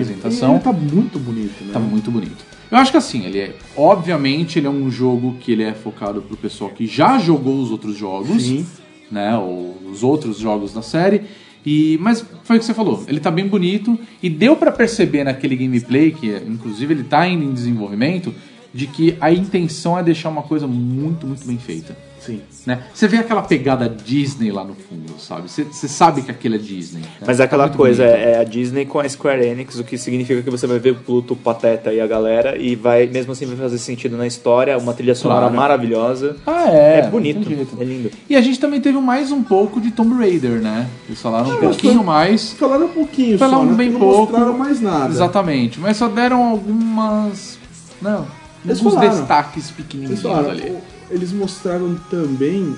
E apresentação. ele tá muito bonito, né? Tá muito bonito. Eu acho que assim, ele é. Obviamente, ele é um jogo que ele é focado pro pessoal que já jogou os outros jogos. Sim. Né? Ou os outros jogos da série. E, mas foi o que você falou, ele tá bem bonito e deu pra perceber naquele gameplay, que inclusive ele tá ainda em desenvolvimento, de que a intenção é deixar uma coisa muito, muito bem feita. Sim. Né? Você vê aquela pegada Disney lá no fundo, sabe? Você, você sabe que aquele é Disney. né? Mas é aquela Tá muito coisa, bonito. é a Disney com a Square Enix, o que significa que você vai ver o Pluto, o Pateta e a galera, e vai, mesmo assim, vai fazer sentido na história, uma trilha sonora Claro. maravilhosa. Ah, é. né? É, não bonito, tem jeito. é lindo. E a gente também teve mais um pouco de Tomb Raider, né? Eles falaram um pouquinho mais. Falaram um pouquinho Falaram só, né? bem não pouco. mostraram mais nada. Exatamente. Mas só deram algumas. Não. Eles alguns falaram. destaques Vocês pequenininhos falaram, ali. o- eles mostraram também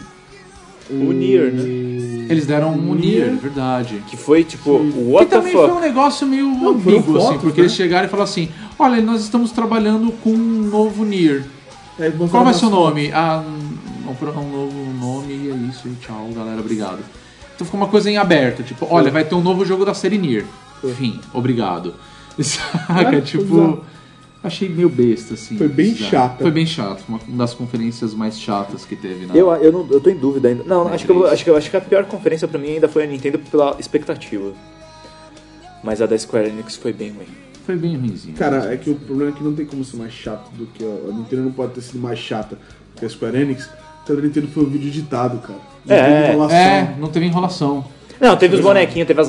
O Nier, né? Eles deram um Nier, Nier. verdade. Que foi tipo, what e the também foi um fuck? negócio meio Não, foram ambíguo, assim, fotos, porque né? eles chegaram e falaram assim: olha, nós estamos trabalhando com um novo Nier. É, eles Qual mostraram vai ser o umas- nome? Ah, um, um novo nome e é isso. E tchau, galera, obrigado. Então ficou uma coisa em aberto, tipo, olha, vai ter um novo jogo da série Nier. Enfim, obrigado. Saca? É, tipo, exato. achei meio besta, assim. Foi bem sabe? chata. Foi bem chato, uma das conferências mais chatas que teve né? na. Eu, eu, não, eu tô em dúvida ainda. Não, acho que, eu, três. acho, que, eu- acho que a pior conferência pra mim ainda foi a Nintendo pela expectativa. Mas a da Square Enix foi bem ruim. Foi bem ruimzinho. Cara, é que o problema é que não tem como ser mais chato do que a, a Nintendo não pode ter sido mais chata que a Square Enix. Então a Nintendo foi o vídeo editado, cara. Um Não É, teve enrolação. É, não teve enrolação. Não, teve os bonequinhos, teve as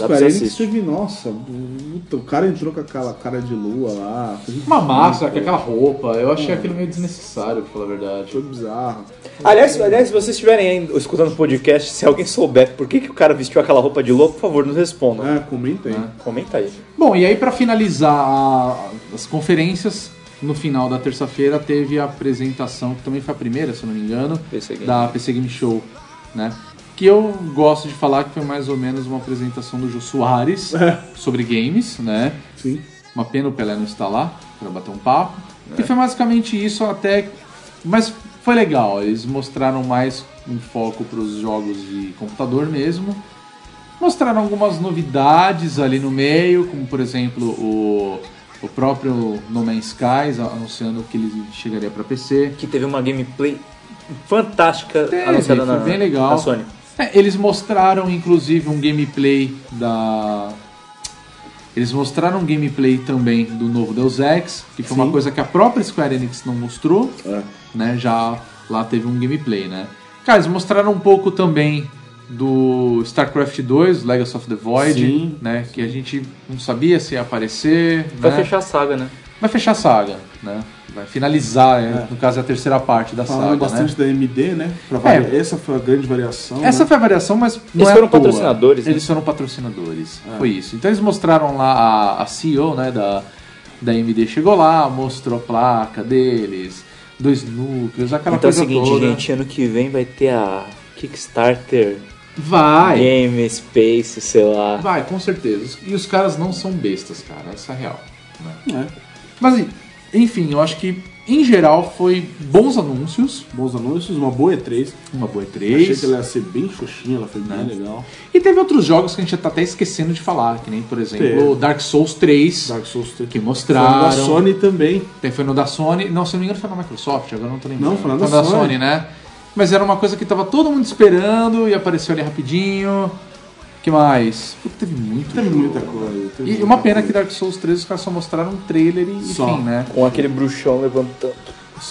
Da dá pra você Square Enix assistir. teve, nossa, puta, o cara entrou com aquela cara de lua lá. um Foi Uma massa, com aquela roupa, eu achei aquilo meio desnecessário, pra falar a verdade. Foi bizarro. Aliás, aliás, se vocês estiverem aí escutando o podcast, se alguém souber por que, que o cara vestiu aquela roupa de louco, por favor, nos respondam. É, comenta aí. Comenta aí. Bom, e aí pra finalizar a- as conferências, no final da terça-feira teve a apresentação, que também foi a primeira, se eu não me engano, PC é Game. da PC Game Show, né? Que eu gosto de falar que foi mais ou menos uma apresentação do Jô Soares sobre games, né? Sim. Uma pena o Pelé não estar lá para bater um papo. E foi basicamente isso até. Mas foi legal, eles mostraram mais um foco para os jogos de computador mesmo. Mostraram algumas novidades ali no meio, como por exemplo o, o próprio No Man's Skies anunciando que ele chegaria para PC. Que teve uma gameplay fantástica Teve, anunciada foi na, bem legal. na Sony. É, eles mostraram inclusive um gameplay da. Eles mostraram um gameplay também do novo Deus Ex, que foi uma coisa que a própria Square Enix não mostrou, É. né? Já lá teve um gameplay, né? Cara, eles mostraram um pouco também do StarCraft 2, Legacy of the Void, Sim. né? Que a gente não sabia se ia aparecer. Vai né? fechar a saga, né? Vai fechar a saga, né? Vai finalizar, né? no caso é a terceira parte da Falaram saga, né? bastante da MD, né? Pra É. vari- Essa foi a grande variação. Essa né? foi a variação, mas não Eles é à foram toa. patrocinadores, né? Eles foram patrocinadores. Ah. Foi isso. Então eles mostraram lá a, a CEO, né, da, da AMD chegou lá, mostrou a placa deles, dois núcleos, aquela então é o coisa seguinte, toda. gente, ano que vem vai ter a Kickstarter Vai. Game Space, sei lá. Vai, com certeza. E os caras não são bestas, cara. Essa é a real. né? É. Mas, enfim, eu acho que, em geral, foi bons anúncios. Bons anúncios, uma boa E3. Uma boa E3. Achei que ela ia ser bem xoxinha, ela foi bem Né? legal. E teve outros jogos que a gente já tá até esquecendo de falar, que nem, por exemplo, Teve. Dark Souls 3, Dark Souls 3. que Falando mostraram. da Sony também. Tem- Foi no da Sony. Não, se eu não me engano, foi na Microsoft, agora eu não tô lembrando. Não, foi na Foi da na Sony. né? Mas era uma coisa que tava todo mundo esperando e apareceu ali rapidinho. que mais? Puta, teve muito. Teve jogo. muita coisa. teve E muita uma pena coisa. que Dark Souls 3 os caras só mostraram um trailer e Só. enfim, né? Com aquele bruxão levantando.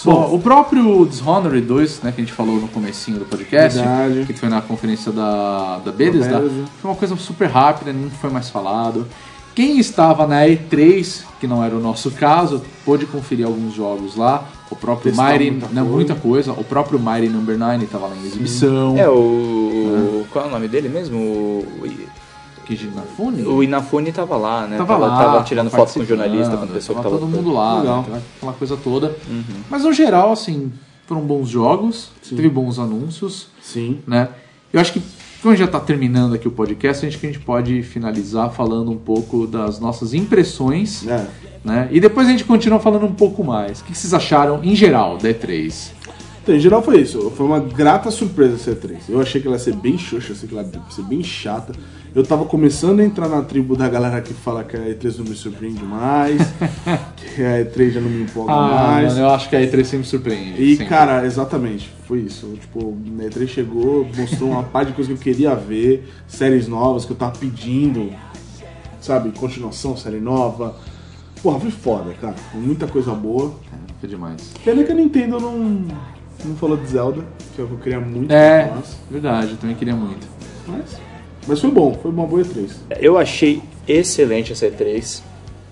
Bom, o próprio Dishonored 2, né, que a gente falou no comecinho do podcast, Verdade. que foi na conferência da, da Bethesda, Da Bethesda. foi uma coisa super rápida, nem foi mais falado. Quem estava na E3, que não era o nosso caso, pôde conferir alguns jogos lá. O próprio Testar Mighty, muita né, coisa. muita coisa. O próprio Mighty Number 9 estava lá em exibição. É, o. Qual é o nome dele mesmo? O, Kiji Nafune? o Inafune tava lá, né? Tava, lá, Tava tirando foto com o participando, jornalista, com a pessoa que tava tava. Uhum. todo mundo lá, Legal. né, aquela coisa toda. Mas no geral, assim, foram bons jogos, teve bons anúncios, Sim. né? Eu acho que como já está terminando aqui o podcast, a gente, que a gente pode finalizar falando um pouco das nossas impressões, É. né? E depois a gente continua falando um pouco mais. O que vocês acharam em geral da E3? Então, em geral foi isso. Foi uma grata surpresa essa E3. Eu achei que ela ia ser bem xoxa, achei que ela ia ser bem chata. Eu tava começando a entrar na tribo da galera que fala que a E3 não me surpreende mais, que a E3 já não me empolga mais. Ah, mano, eu acho que a E3 sempre surpreende. E, sempre. cara, exatamente, foi isso. Tipo, a E3 chegou, mostrou uma parte de coisa que eu queria ver, séries novas que eu tava pedindo, sabe? Continuação, série nova. Porra, foi foda, cara. Muita coisa boa. Foi demais. Pena que a Nintendo não, não falou de Zelda, que é o que eu queria muito. É, Mas, verdade, eu também queria muito. mas, mas foi bom, foi uma boa E3. Eu achei excelente essa E3.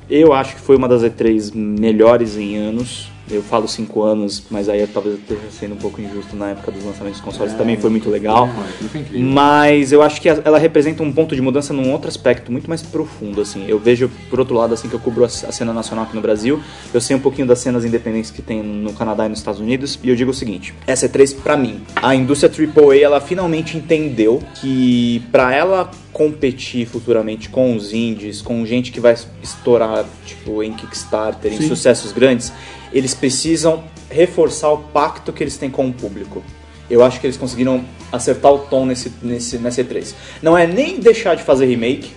Eu acho que foi uma das E3 melhores em anos. Eu falo 5 anos, mas aí eu talvez eu esteja sendo um pouco injusto na época dos lançamentos dos consoles, também foi muito legal. Mano, aquilo foi incrível. Mas eu acho que ela representa um ponto de mudança num outro aspecto muito mais profundo, assim. Eu vejo, por outro lado, assim, que eu cubro a c- a cena nacional aqui no Brasil, eu sei um pouquinho das cenas independentes que tem no Canadá e nos Estados Unidos, e eu digo o seguinte, essa E3, pra mim, a indústria AAA, ela finalmente entendeu que pra ela competir futuramente com os indies, com gente que vai estourar, tipo, em Kickstarter, em sucessos grandes, eles precisam reforçar o pacto que eles têm com o público. Eu acho que eles conseguiram acertar o tom nesse, nesse, nessa E3. Não é nem deixar de fazer remake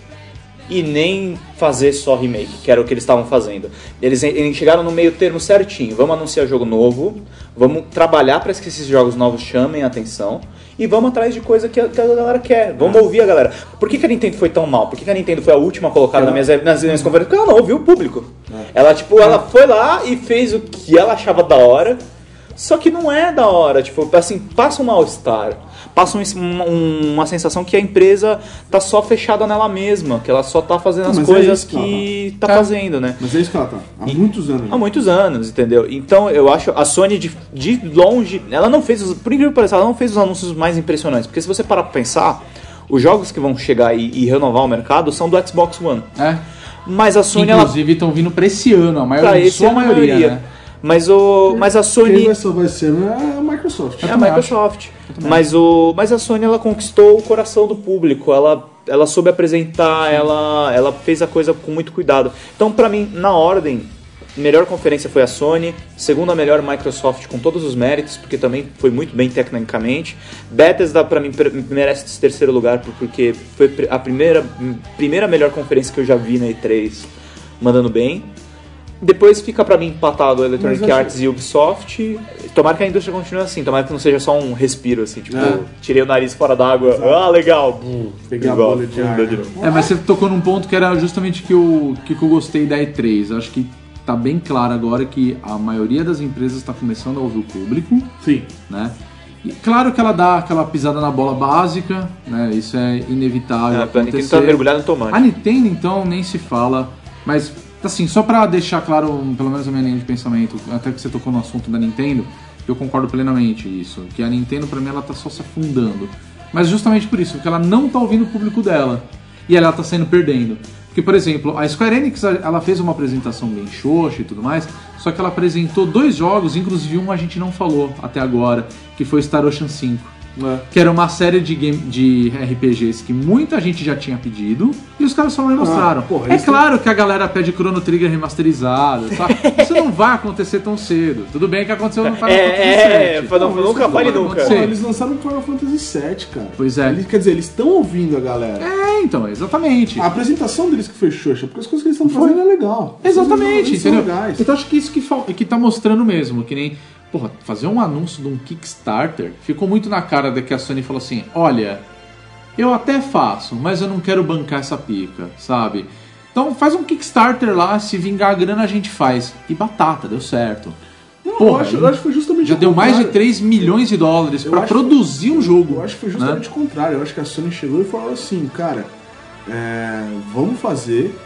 e nem fazer só remake, que era o que eles estavam fazendo. Eles, eles chegaram no meio termo certinho. Vamos anunciar jogo novo, vamos trabalhar para que esses jogos novos chamem a atenção e vamos atrás de coisa que a, que a galera quer. Vamos ouvir a galera. Por que, que a Nintendo foi tão mal? Por que, que a Nintendo foi a última colocada nas minhas, nas minhas conferências? Porque ela não ouviu o público. Ela, tipo, ela foi lá e fez o que ela achava da hora. Só que não é da hora, tipo, assim, passa um mal-estar. Passa um- um- uma sensação que a empresa tá só fechada nela mesma, que ela só tá fazendo as mas é coisas isso, que tá fazendo, né? Mas é isso que ela tá, há muitos anos. Ah, Há muitos anos, entendeu? Então eu acho a Sony de, de longe, ela não fez, os, por incrível que pareça, ela não fez os anúncios mais impressionantes. Porque se você parar pra pensar, os jogos que vão chegar e, e renovar o mercado são do Xbox One. É. Mas a Sony, ela. Inclusive estão vindo pra esse ano, a maioria, Pra esse sua é a maioria, maioria. né? Mas, o, mas a Quem Sony. vai salvar esse ano é a Microsoft. É a também Microsoft. Mas, o, mas a Sony ela conquistou o coração do público. Ela, ela soube apresentar, ela, ela fez a coisa com muito cuidado. Então, pra mim, na ordem, melhor conferência foi a Sony, segunda melhor Microsoft com todos os méritos, porque também foi muito bem tecnicamente. Bethesda pra mim pre- merece esse terceiro lugar por- porque foi pr- a primeira primeira melhor conferência que eu já vi na E3, mandando bem. Depois fica pra mim empatado Electronic Mas eu Arts e Ubisoft. Tomara que a indústria continue assim, tomara que não seja só um respiro, assim, tipo, É. tirei o nariz fora d'água, ah, legal. Peguei a Igual, bola de ar. anda de novo. É, mas você tocou num ponto que era justamente que eu, que eu gostei da E3. Acho que tá bem claro agora que a maioria das empresas está começando a ouvir o público, Sim. né? E claro que ela dá aquela pisada na bola básica, né? Isso é inevitável É, pra Nintendo acontecer. tá mergulhado no tomate. A Nintendo, então, nem se fala. Mas, assim, só pra deixar claro, um- pelo menos a minha linha de pensamento, até que você tocou no assunto da Nintendo, eu concordo plenamente isso. Que a Nintendo, pra mim, ela tá só se afundando. Mas justamente por isso, porque ela não tá ouvindo o público dela. E ela tá saindo perdendo. Porque, por exemplo, a Square Enix, a- ela fez uma apresentação bem xoxa e tudo mais, só que ela apresentou dois jogos, inclusive um a gente não falou até agora, que foi Star Ocean 5 que era uma série de, game, de RPGs que muita gente já tinha pedido e os caras só não mostraram. porra, é isso- claro que a galera pede Chrono Trigger remasterizado, tá? Isso não vai acontecer tão cedo. Tudo bem que aconteceu no Final É, é, Fantasy VII. não, nunca fale pode nunca. Pô, acontecer. eles lançaram o Final Fantasy VII, cara. Pois é. Eles- quer dizer, eles estão ouvindo a galera. É, então, exatamente. A apresentação deles que foi xoxa, porque as coisas que eles estão fazendo é legal. Exatamente, Eles são entendeu? legais. Então acho que isso que, fal- que tá mostrando mesmo, que nem. Porra, fazer um anúncio de um Kickstarter ficou muito na cara da que a Sony falou assim: olha, eu até faço, mas eu não quero bancar essa pica, sabe? Então faz um Kickstarter lá, se vingar a grana a gente faz. E batata, deu certo. Não, eu, Porra, acho, eu acho que foi justamente já o deu mais de contrário. 3 milhões de dólares Eu pra acho- produzir um jogo. Eu acho que foi justamente né? o contrário. Eu acho que a Sony chegou e falou assim, cara, é, vamos fazer,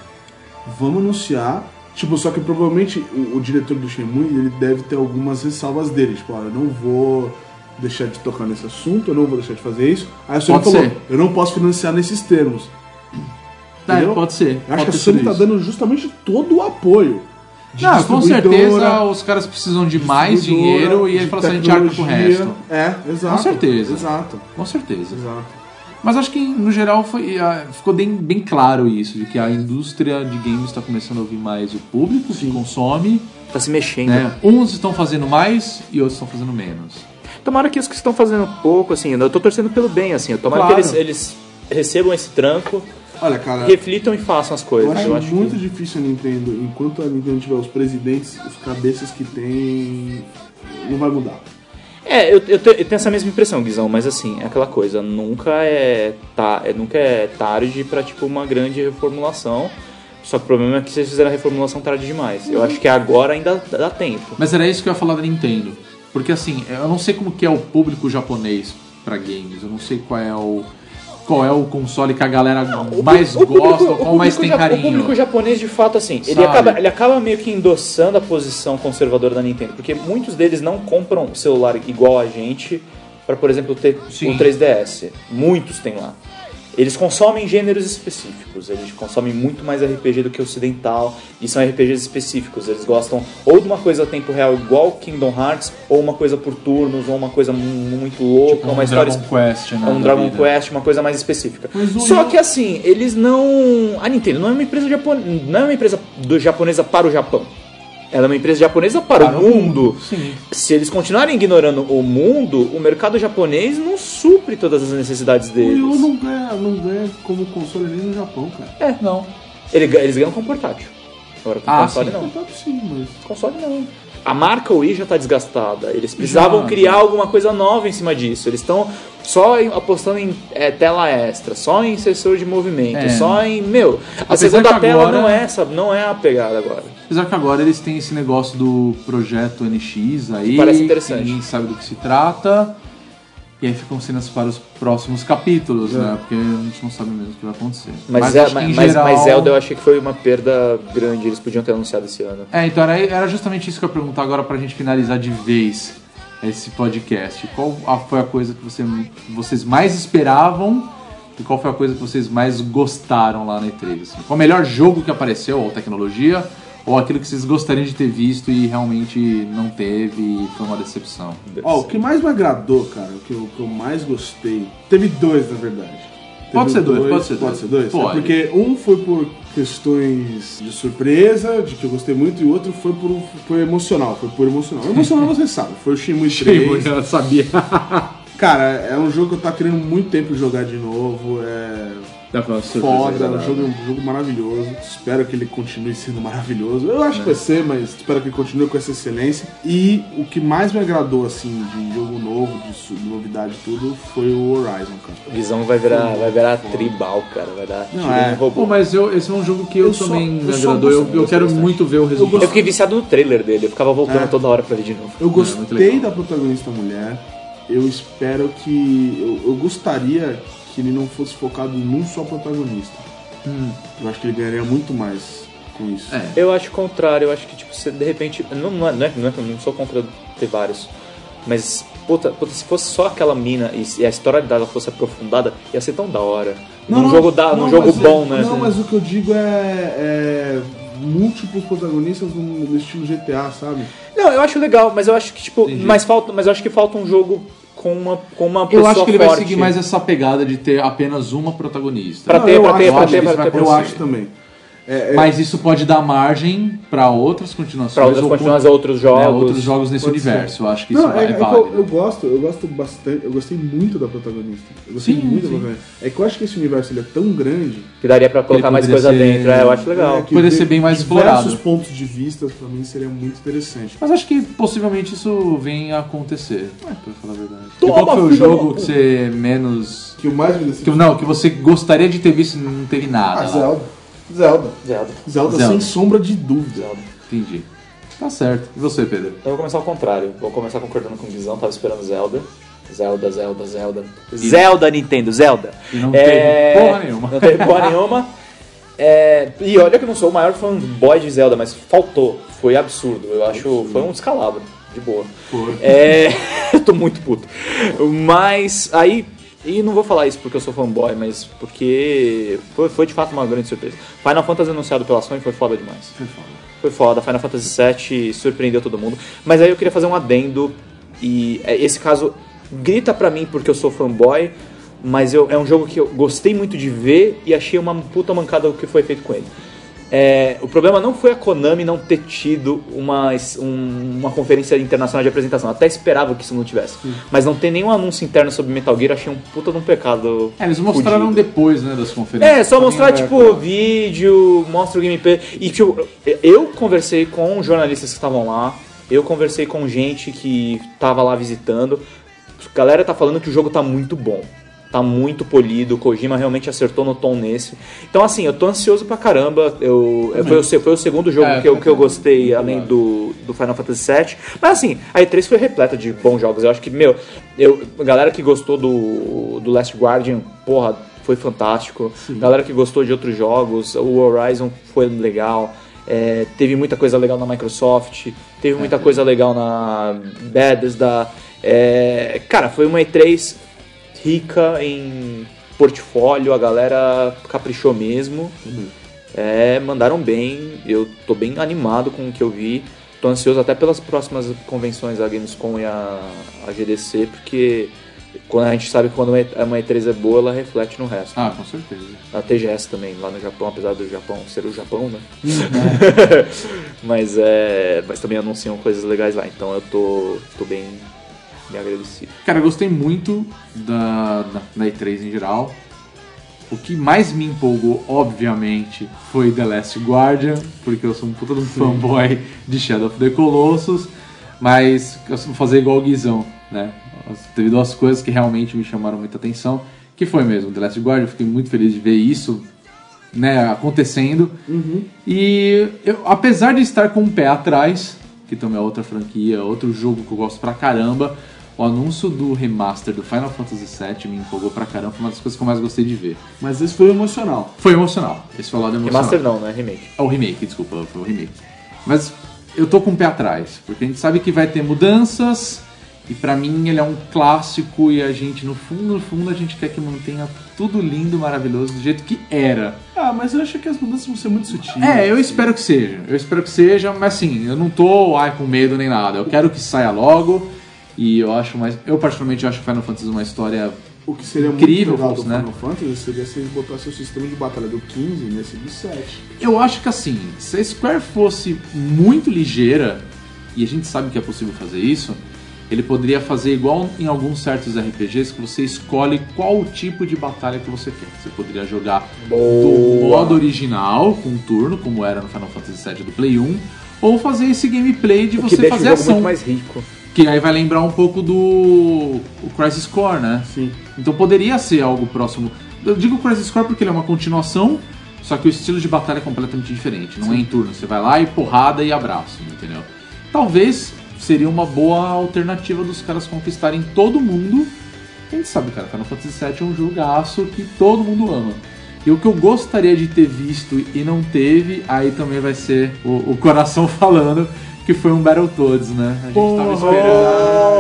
vamos anunciar. Tipo, só que provavelmente o, o diretor do Shenmue, ele deve ter algumas ressalvas dele. Tipo, olha, eu não vou deixar de tocar nesse assunto, eu não vou deixar de fazer isso. Aí a Sony Pode falou, ser. eu não posso financiar nesses termos. Tá, entendeu? pode ser. Eu acho que pode a ter Sony sido tá isso. dando justamente todo o apoio. de Não, com certeza distribuidora, os caras precisam de mais distribuidora, dinheiro e aí de fala assim, a gente arca com o tecnologia. resto. É, exato. certeza. Exato, Com certeza. exato. Mas acho que no geral foi, ah, ficou bem, bem claro isso, de que a indústria de games está começando a ouvir mais o público que consome. Ah, Tá se mexendo. é. Né? Uns estão fazendo mais e outros estão fazendo menos. Tomara que os que estão fazendo pouco, assim, eu tô torcendo pelo bem, assim. Eu tomara Claro. que eles, eles recebam esse tranco, Olha, cara, reflitam e façam as coisas. É. Eu acho, Eu acho é muito que... difícil a Nintendo, enquanto a Nintendo tiver os presidentes, os cabeças que tem, não vai mudar. É, eu, eu te- eu tenho essa mesma impressão, Guizão, mas assim, é aquela coisa, nunca é, ta, é- nunca é tarde pra, tipo, uma grande reformulação. Só que o problema é que vocês fizeram a reformulação tarde demais. Uhum. Eu acho que agora ainda dá tempo. Mas era isso que eu ia falar da Nintendo. Porque assim, eu não sei como que é o público japonês pra games. Eu não sei qual é o qual é o console que a galera mais gosta, qual mais tem ja- O carinho. É público japonês, de fato, assim, ele Sabe? acaba, ele acaba meio que endossando a posição conservadora da Nintendo, porque muitos deles não compram o celular igual a gente para, por exemplo, ter um Sim. o 3DS. Muitos têm lá. Eles consomem gêneros específicos, eles consomem muito mais RPG do que ocidental, e são RPGs específicos. Eles gostam ou de uma coisa a tempo real igual Kingdom Hearts, ou uma coisa por turnos, ou uma coisa mu- muito louca, um uma história Dragon Quest, né, é um da Dragon vida. Quest, uma coisa mais específica. Mas o Só Yu- que assim, eles não. A Nintendo não é uma empresa japonesa. Não é uma empresa do japonesa para o Japão. Ela é uma empresa japonesa para, o mundo. Sim. Se eles continuarem ignorando o mundo, o mercado japonês não supre todas as necessidades O Wii U deles. não ganha, não ganha como console nem no Japão, cara. É, não. Ele ga- Eles ganham com portátil. Agora com Ah, console sim. não. Contato Tá, sim, mas... Console não. A marca Wii já tá desgastada. Eles precisavam criar alguma coisa nova em cima disso. Eles estão só em- apostando em é, tela extra, só em sensor de movimento, É. só em. Meu, a Apesar segunda que tela agora- não é essa, não é a pegada agora. Apesar que agora eles têm esse negócio do projeto NX aí. Parece interessante. que Ninguém sabe do que se trata. E aí ficam cenas para os próximos capítulos, né? Porque a gente não sabe mesmo o que vai acontecer. É. Mas, acho é, que, em mas, mas- mas geral- Zelda eu achei que foi uma perda grande. Eles podiam ter anunciado esse ano. É, então era, era justamente isso que eu ia perguntar agora pra gente finalizar de vez esse podcast. Qual a- foi a coisa que você- vocês mais esperavam e qual foi a coisa que vocês mais gostaram lá na E3? assim? Qual o melhor jogo que apareceu, ou tecnologia, ou aquilo que vocês gostariam de ter visto e realmente não teve e foi uma decepção? Ó, o que mais me agradou, cara, o que eu, o que eu mais gostei... Teve dois, na verdade. Teve Pode ser dois, pode ser Pode dois. ser dois? Pode. É porque um foi por questões de surpresa, de que eu gostei muito, e o outro foi por um, foi emocional, foi por emocional. Emocional você sabe, foi o Shenmue 3. eu sabia. Cara, é um jogo que eu tava querendo muito tempo jogar de novo, é... Foda, é um jogo, um jogo maravilhoso. Espero que ele continue sendo maravilhoso. Eu acho que É. vai ser, mas espero que ele continue com essa excelência. E o que mais me agradou, assim, de jogo novo, de su- novidade e tudo, foi o Horizon, cara. O Visão vai virar, vai virar tribal, cara. Vai dar tiro é. em robô. Pô, mas eu- esse é um jogo que eu, Eu só- também eu me só agradou. Eu, gostei, eu eu quero gostei. muito ver o resultado. Eu fiquei viciado no trailer dele. Eu ficava voltando É. toda hora pra ver de novo. Eu muito gostei legal. da protagonista mulher. Eu espero que. Eu, eu gostaria que ele não fosse focado num só protagonista. Eu acho que ele ganharia muito mais com isso. Hum. É. Eu acho o contrário, eu acho que, tipo, você de repente. Não, não, é, não, é, não, é, que eu não sou contra ter vários. Mas, puta, puta, se fosse só aquela mina e, se a história dela fosse aprofundada, ia ser tão da hora. num jogo, da, num não, jogo mas é, bom, eu- né? Não, mas o que eu digo é, é múltiplos protagonistas no, no estilo GTA, sabe? Não, eu acho legal, mas eu acho que, tipo, mas falta. Mas eu acho que falta um jogo com uma, com uma pessoa Eu acho que ele vai forte. seguir mais essa pegada de ter apenas uma protagonista. Pra Não, ter, eu pra ter, acho pra que ter, isso pra vai ter. Eu Eu, sei. acho também. É, é, Mas isso pode dar margem pra outras continuações. Pra outras ou continuações, con- outros né, jogos. outros jogos nesse Pode ser. universo. Eu acho que isso não, é, vai, é é, que eu, válido. eu gosto, eu gosto bastante, eu gostei muito da protagonista. Eu gostei Sim, muito sim. da protagonista. É que eu acho que esse universo ele é tão grande. Que daria pra colocar mais poderia coisa ser- dentro. É, eu acho legal. né, que Poderia ver ser bem mais diversos explorado. pontos de vista pra mim seria muito interessante. Mas acho que possivelmente isso vem a acontecer. pra falar a verdade. E Toma, qual foi o filho da jogo que você menos. Que o mais me Que, decepcionou. não, que você gostaria de ter visto e não teve é nada. Ah, lá. Zelda. Zelda. Zelda. Zelda, Zelda. sem sombra de dúvida. Entendi. Tá certo. E você, Pedro? Então eu vou começar ao contrário. Vou começar concordando com o Guizão, tava esperando Zelda. Zelda, Zelda, Zelda. Zelda, Nintendo, Zelda. E não É, teve porra nenhuma. Não teve porra nenhuma. É, e olha que eu não sou o maior fanboy de Zelda, mas faltou. Foi absurdo. Eu acho. Foi um descalabro. De boa. É, eu tô muito puto. Mas aí. E não vou falar isso porque eu sou fanboy, mas porque foi, foi de fato uma grande surpresa. Final Fantasy anunciado pela Sony foi foda demais. Foi foda. Foi foda. Final Fantasy VII surpreendeu todo mundo. Mas aí eu queria fazer um adendo. E é, esse caso grita pra mim porque eu sou fanboy, mas eu, é um jogo que eu gostei muito de ver e achei uma puta mancada o que foi feito com ele. É, o problema não foi a Konami não ter tido uma, um- uma conferência internacional de apresentação. Eu até esperava que isso não tivesse. Mas não ter nenhum anúncio interno sobre Metal Gear, eu achei um puta de um pecado. É, eles mostraram fudido. depois, né, das conferências. Tá É, só Também mostrar, vai tipo, acabar. vídeo, mostra o gameplay. E, tipo, eu conversei com jornalistas que estavam lá, eu conversei com gente que tava lá visitando. A galera tá falando que o jogo tá muito bom. Tá muito polido, o Kojima realmente acertou no tom nesse. Então, assim, eu tô ansioso pra caramba. Eu, eu- foi, o, se- foi o segundo jogo É, que, eu, foi que eu também. gostei, além do, do Final Fantasy VII. Mas, assim, a E3 foi repleta de bons jogos. Eu acho que, meu, eu, a galera que gostou do, do Last Guardian, porra, foi fantástico. Galera que gostou de outros jogos, o Horizon foi legal. É, teve muita coisa legal na Microsoft, teve muita coisa legal na Bethesda. É, cara, foi uma E3 rica em portfólio, a galera caprichou mesmo. É, mandaram bem, eu tô bem animado com o que eu vi. Tô ansioso até pelas próximas convenções, a Gamescom e a, a GDC, porque quando a gente sabe que quando uma E- uma E3 é boa, ela reflete no resto. Ah, com certeza. A TGS também, lá no Japão, apesar do Japão ser o Japão, né? Uhum. mas, é, mas também anunciam coisas legais lá, então eu tô, tô bem, bem agradecido. Cara, eu gostei muito da, da, da E3 em geral. O que mais me empolgou, obviamente, foi The Last Guardian, porque eu sou um puta de um fanboy de Shadow of the Colossus, mas eu vou fazer igual o Guizão, né? As- Teve duas coisas que realmente me chamaram muita atenção, que foi mesmo The Last Guardian, eu fiquei muito feliz de ver isso né, acontecendo. E eu, apesar de estar com o pé atrás, que também é outra franquia, outro jogo que eu gosto pra caramba, o anúncio do remaster do Final Fantasy VII me empolgou pra caramba, foi uma das coisas que eu mais gostei de ver. Mas esse foi emocional. Foi emocional, esse foi o lado emocional. Remaster não, né? Remake. É o remake, desculpa, foi o remake. Mas eu tô com o pé atrás, porque a gente sabe que vai ter mudanças, e pra mim ele é um clássico, e a gente, no fundo, no fundo, a gente quer que mantenha tudo lindo, maravilhoso, do jeito que era. Ah, mas eu achei que as mudanças vão ser muito sutis. É, eu espero que seja. Eu espero que seja, mas assim, eu não tô ai, com medo nem nada. Eu quero que saia logo. E eu acho mais. Eu particularmente acho Final Fantasy uma história. O que seria Incrível, muito legal do né? Final Fantasy seria se eles botassem o sistema de batalha do 15 nesse do 7. Eu acho que assim, se a Square fosse muito ligeira, e a gente sabe que é possível fazer isso, ele poderia fazer igual em alguns certos RPGs que você escolhe qual o tipo de batalha que você quer. Você poderia jogar do modo original, com um turno, como era no Final Fantasy VII do Play 1, ou fazer esse gameplay de O que você deixa o fazer jogo ação. muito mais rico. Que aí vai lembrar um pouco do o Crisis Core, né? Sim. Então poderia ser algo próximo. Eu digo Crisis Core porque ele é uma continuação, só que o estilo de batalha é completamente diferente. Não é em turno, você vai lá e porrada e abraço, entendeu? Talvez seria uma boa alternativa dos caras conquistarem todo mundo. A gente sabe, cara, Final Fantasy VII é um jogaço que todo mundo ama. E o que eu gostaria de ter visto e não teve, aí também vai ser o, o coração falando, que foi um Battletoads, né? A gente tava esperando.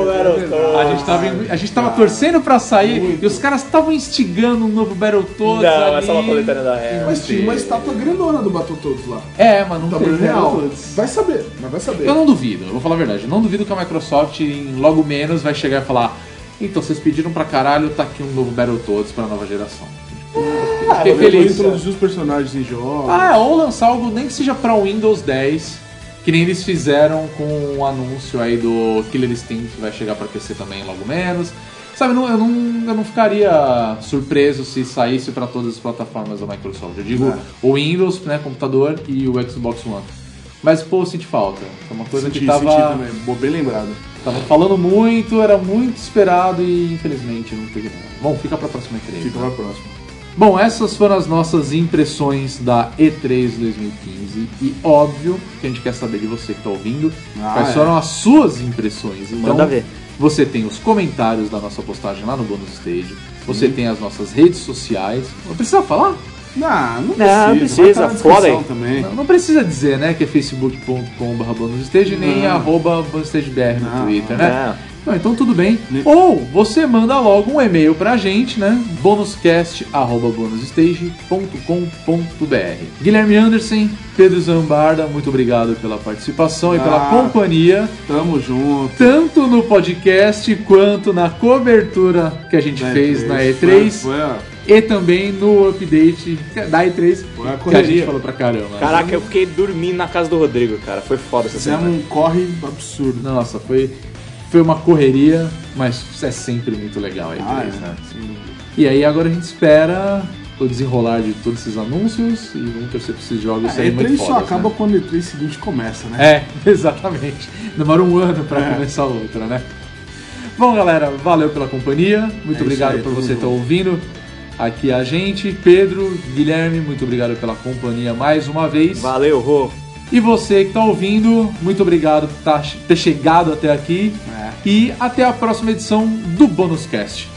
A gente tava, em- a gente tava torcendo pra sair e os caras estavam instigando um novo Battletoads. Não, ali. essa é uma coletânea da Rare. Mas tinha uma estátua grandona do Battletoads lá. É, mas não Tá teve real. real. Vai saber, mas vai saber. Eu não duvido, eu vou falar a verdade. Eu não duvido que a Microsoft, em logo menos, vai chegar e falar: Então, vocês pediram pra caralho, tá aqui um novo Battletoads pra nova geração. Ah, Tipo, Fiquei Depois feliz. introduzir os personagens em jogos. Ah, ou lançar algo nem que seja pra Windows 10, que nem eles fizeram com o anúncio aí do Killer Instinct, que vai chegar pra PC também logo menos. Sabe, não- eu, não, eu não ficaria surpreso se saísse pra todas as plataformas da Microsoft. Eu digo o Windows, né, computador e o Xbox One. Mas, pô, eu senti falta. É uma coisa senti, que senti tava, também. Bom, bem lembrado. tava falando muito, era muito esperado e infelizmente não teve nada. Bom, fica pra próxima E3. Fica pra próxima. Bom, essas foram as nossas impressões da E3 2015 e óbvio que a gente quer saber de você que tá ouvindo Ah, quais é. foram as suas impressões. Então, Manda ver. Você tem os comentários da nossa postagem lá no Bonus Stage, você tem as nossas redes sociais. Não precisa falar? Não, não precisa. Não, vai precisa, tá estar na foda descrição aí. também. Não, não precisa dizer, né, que é facebook.com.br bonusstage nem Não. arroba bonusstagebr no Não, É. Twitter, né? não. Não, então tudo bem. Ne- Ou você manda logo um e-mail pra gente, né? bonuscast.bonusstage.com.br Guilherme Anderson, Pedro Zambarda, muito obrigado pela participação e pela Ah. companhia, Tamo junto. tanto no podcast quanto na cobertura que a gente Da fez na É, Foi, E3 foi a- e também no update da E3 Foi a que a gente correria. falou pra caramba. Caraca, eu fiquei dormindo na casa do Rodrigo, cara. Foi foda essa Fizemos semana. um corre absurdo. Nossa, foi, foi uma correria, mas é sempre muito legal aí, Ah, é. né? Sem dúvida. E aí agora a gente espera o desenrolar de todos esses anúncios e vamos torcer pra esses jogos A serem E3 muito só fodas, acaba né? quando a E3 seguinte começa, né? É, exatamente. Demora um ano pra começar outra, né? Bom, galera, valeu pela companhia. Muito É obrigado isso aí, por tamo você estar junto. ouvindo aqui a gente. Pedro, Guilherme, muito obrigado pela companhia mais uma vez. Valeu, Rô. E você que tá ouvindo, muito obrigado por tá- ter chegado até aqui. E até a próxima edição do Bônus Cast.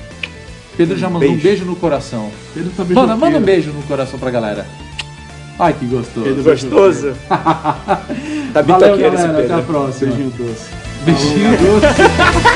Pedro já mandou um beijo. beijo no coração. Pedro tá bem Manda, manda um roqueiro. beijo no coração pra galera. Ai, que gostoso. Pedro tá vai Gostoso. tá Valeu, bitoqueiro esse galera. Até a Pedro. próxima. Beijinho doce. Beijinho.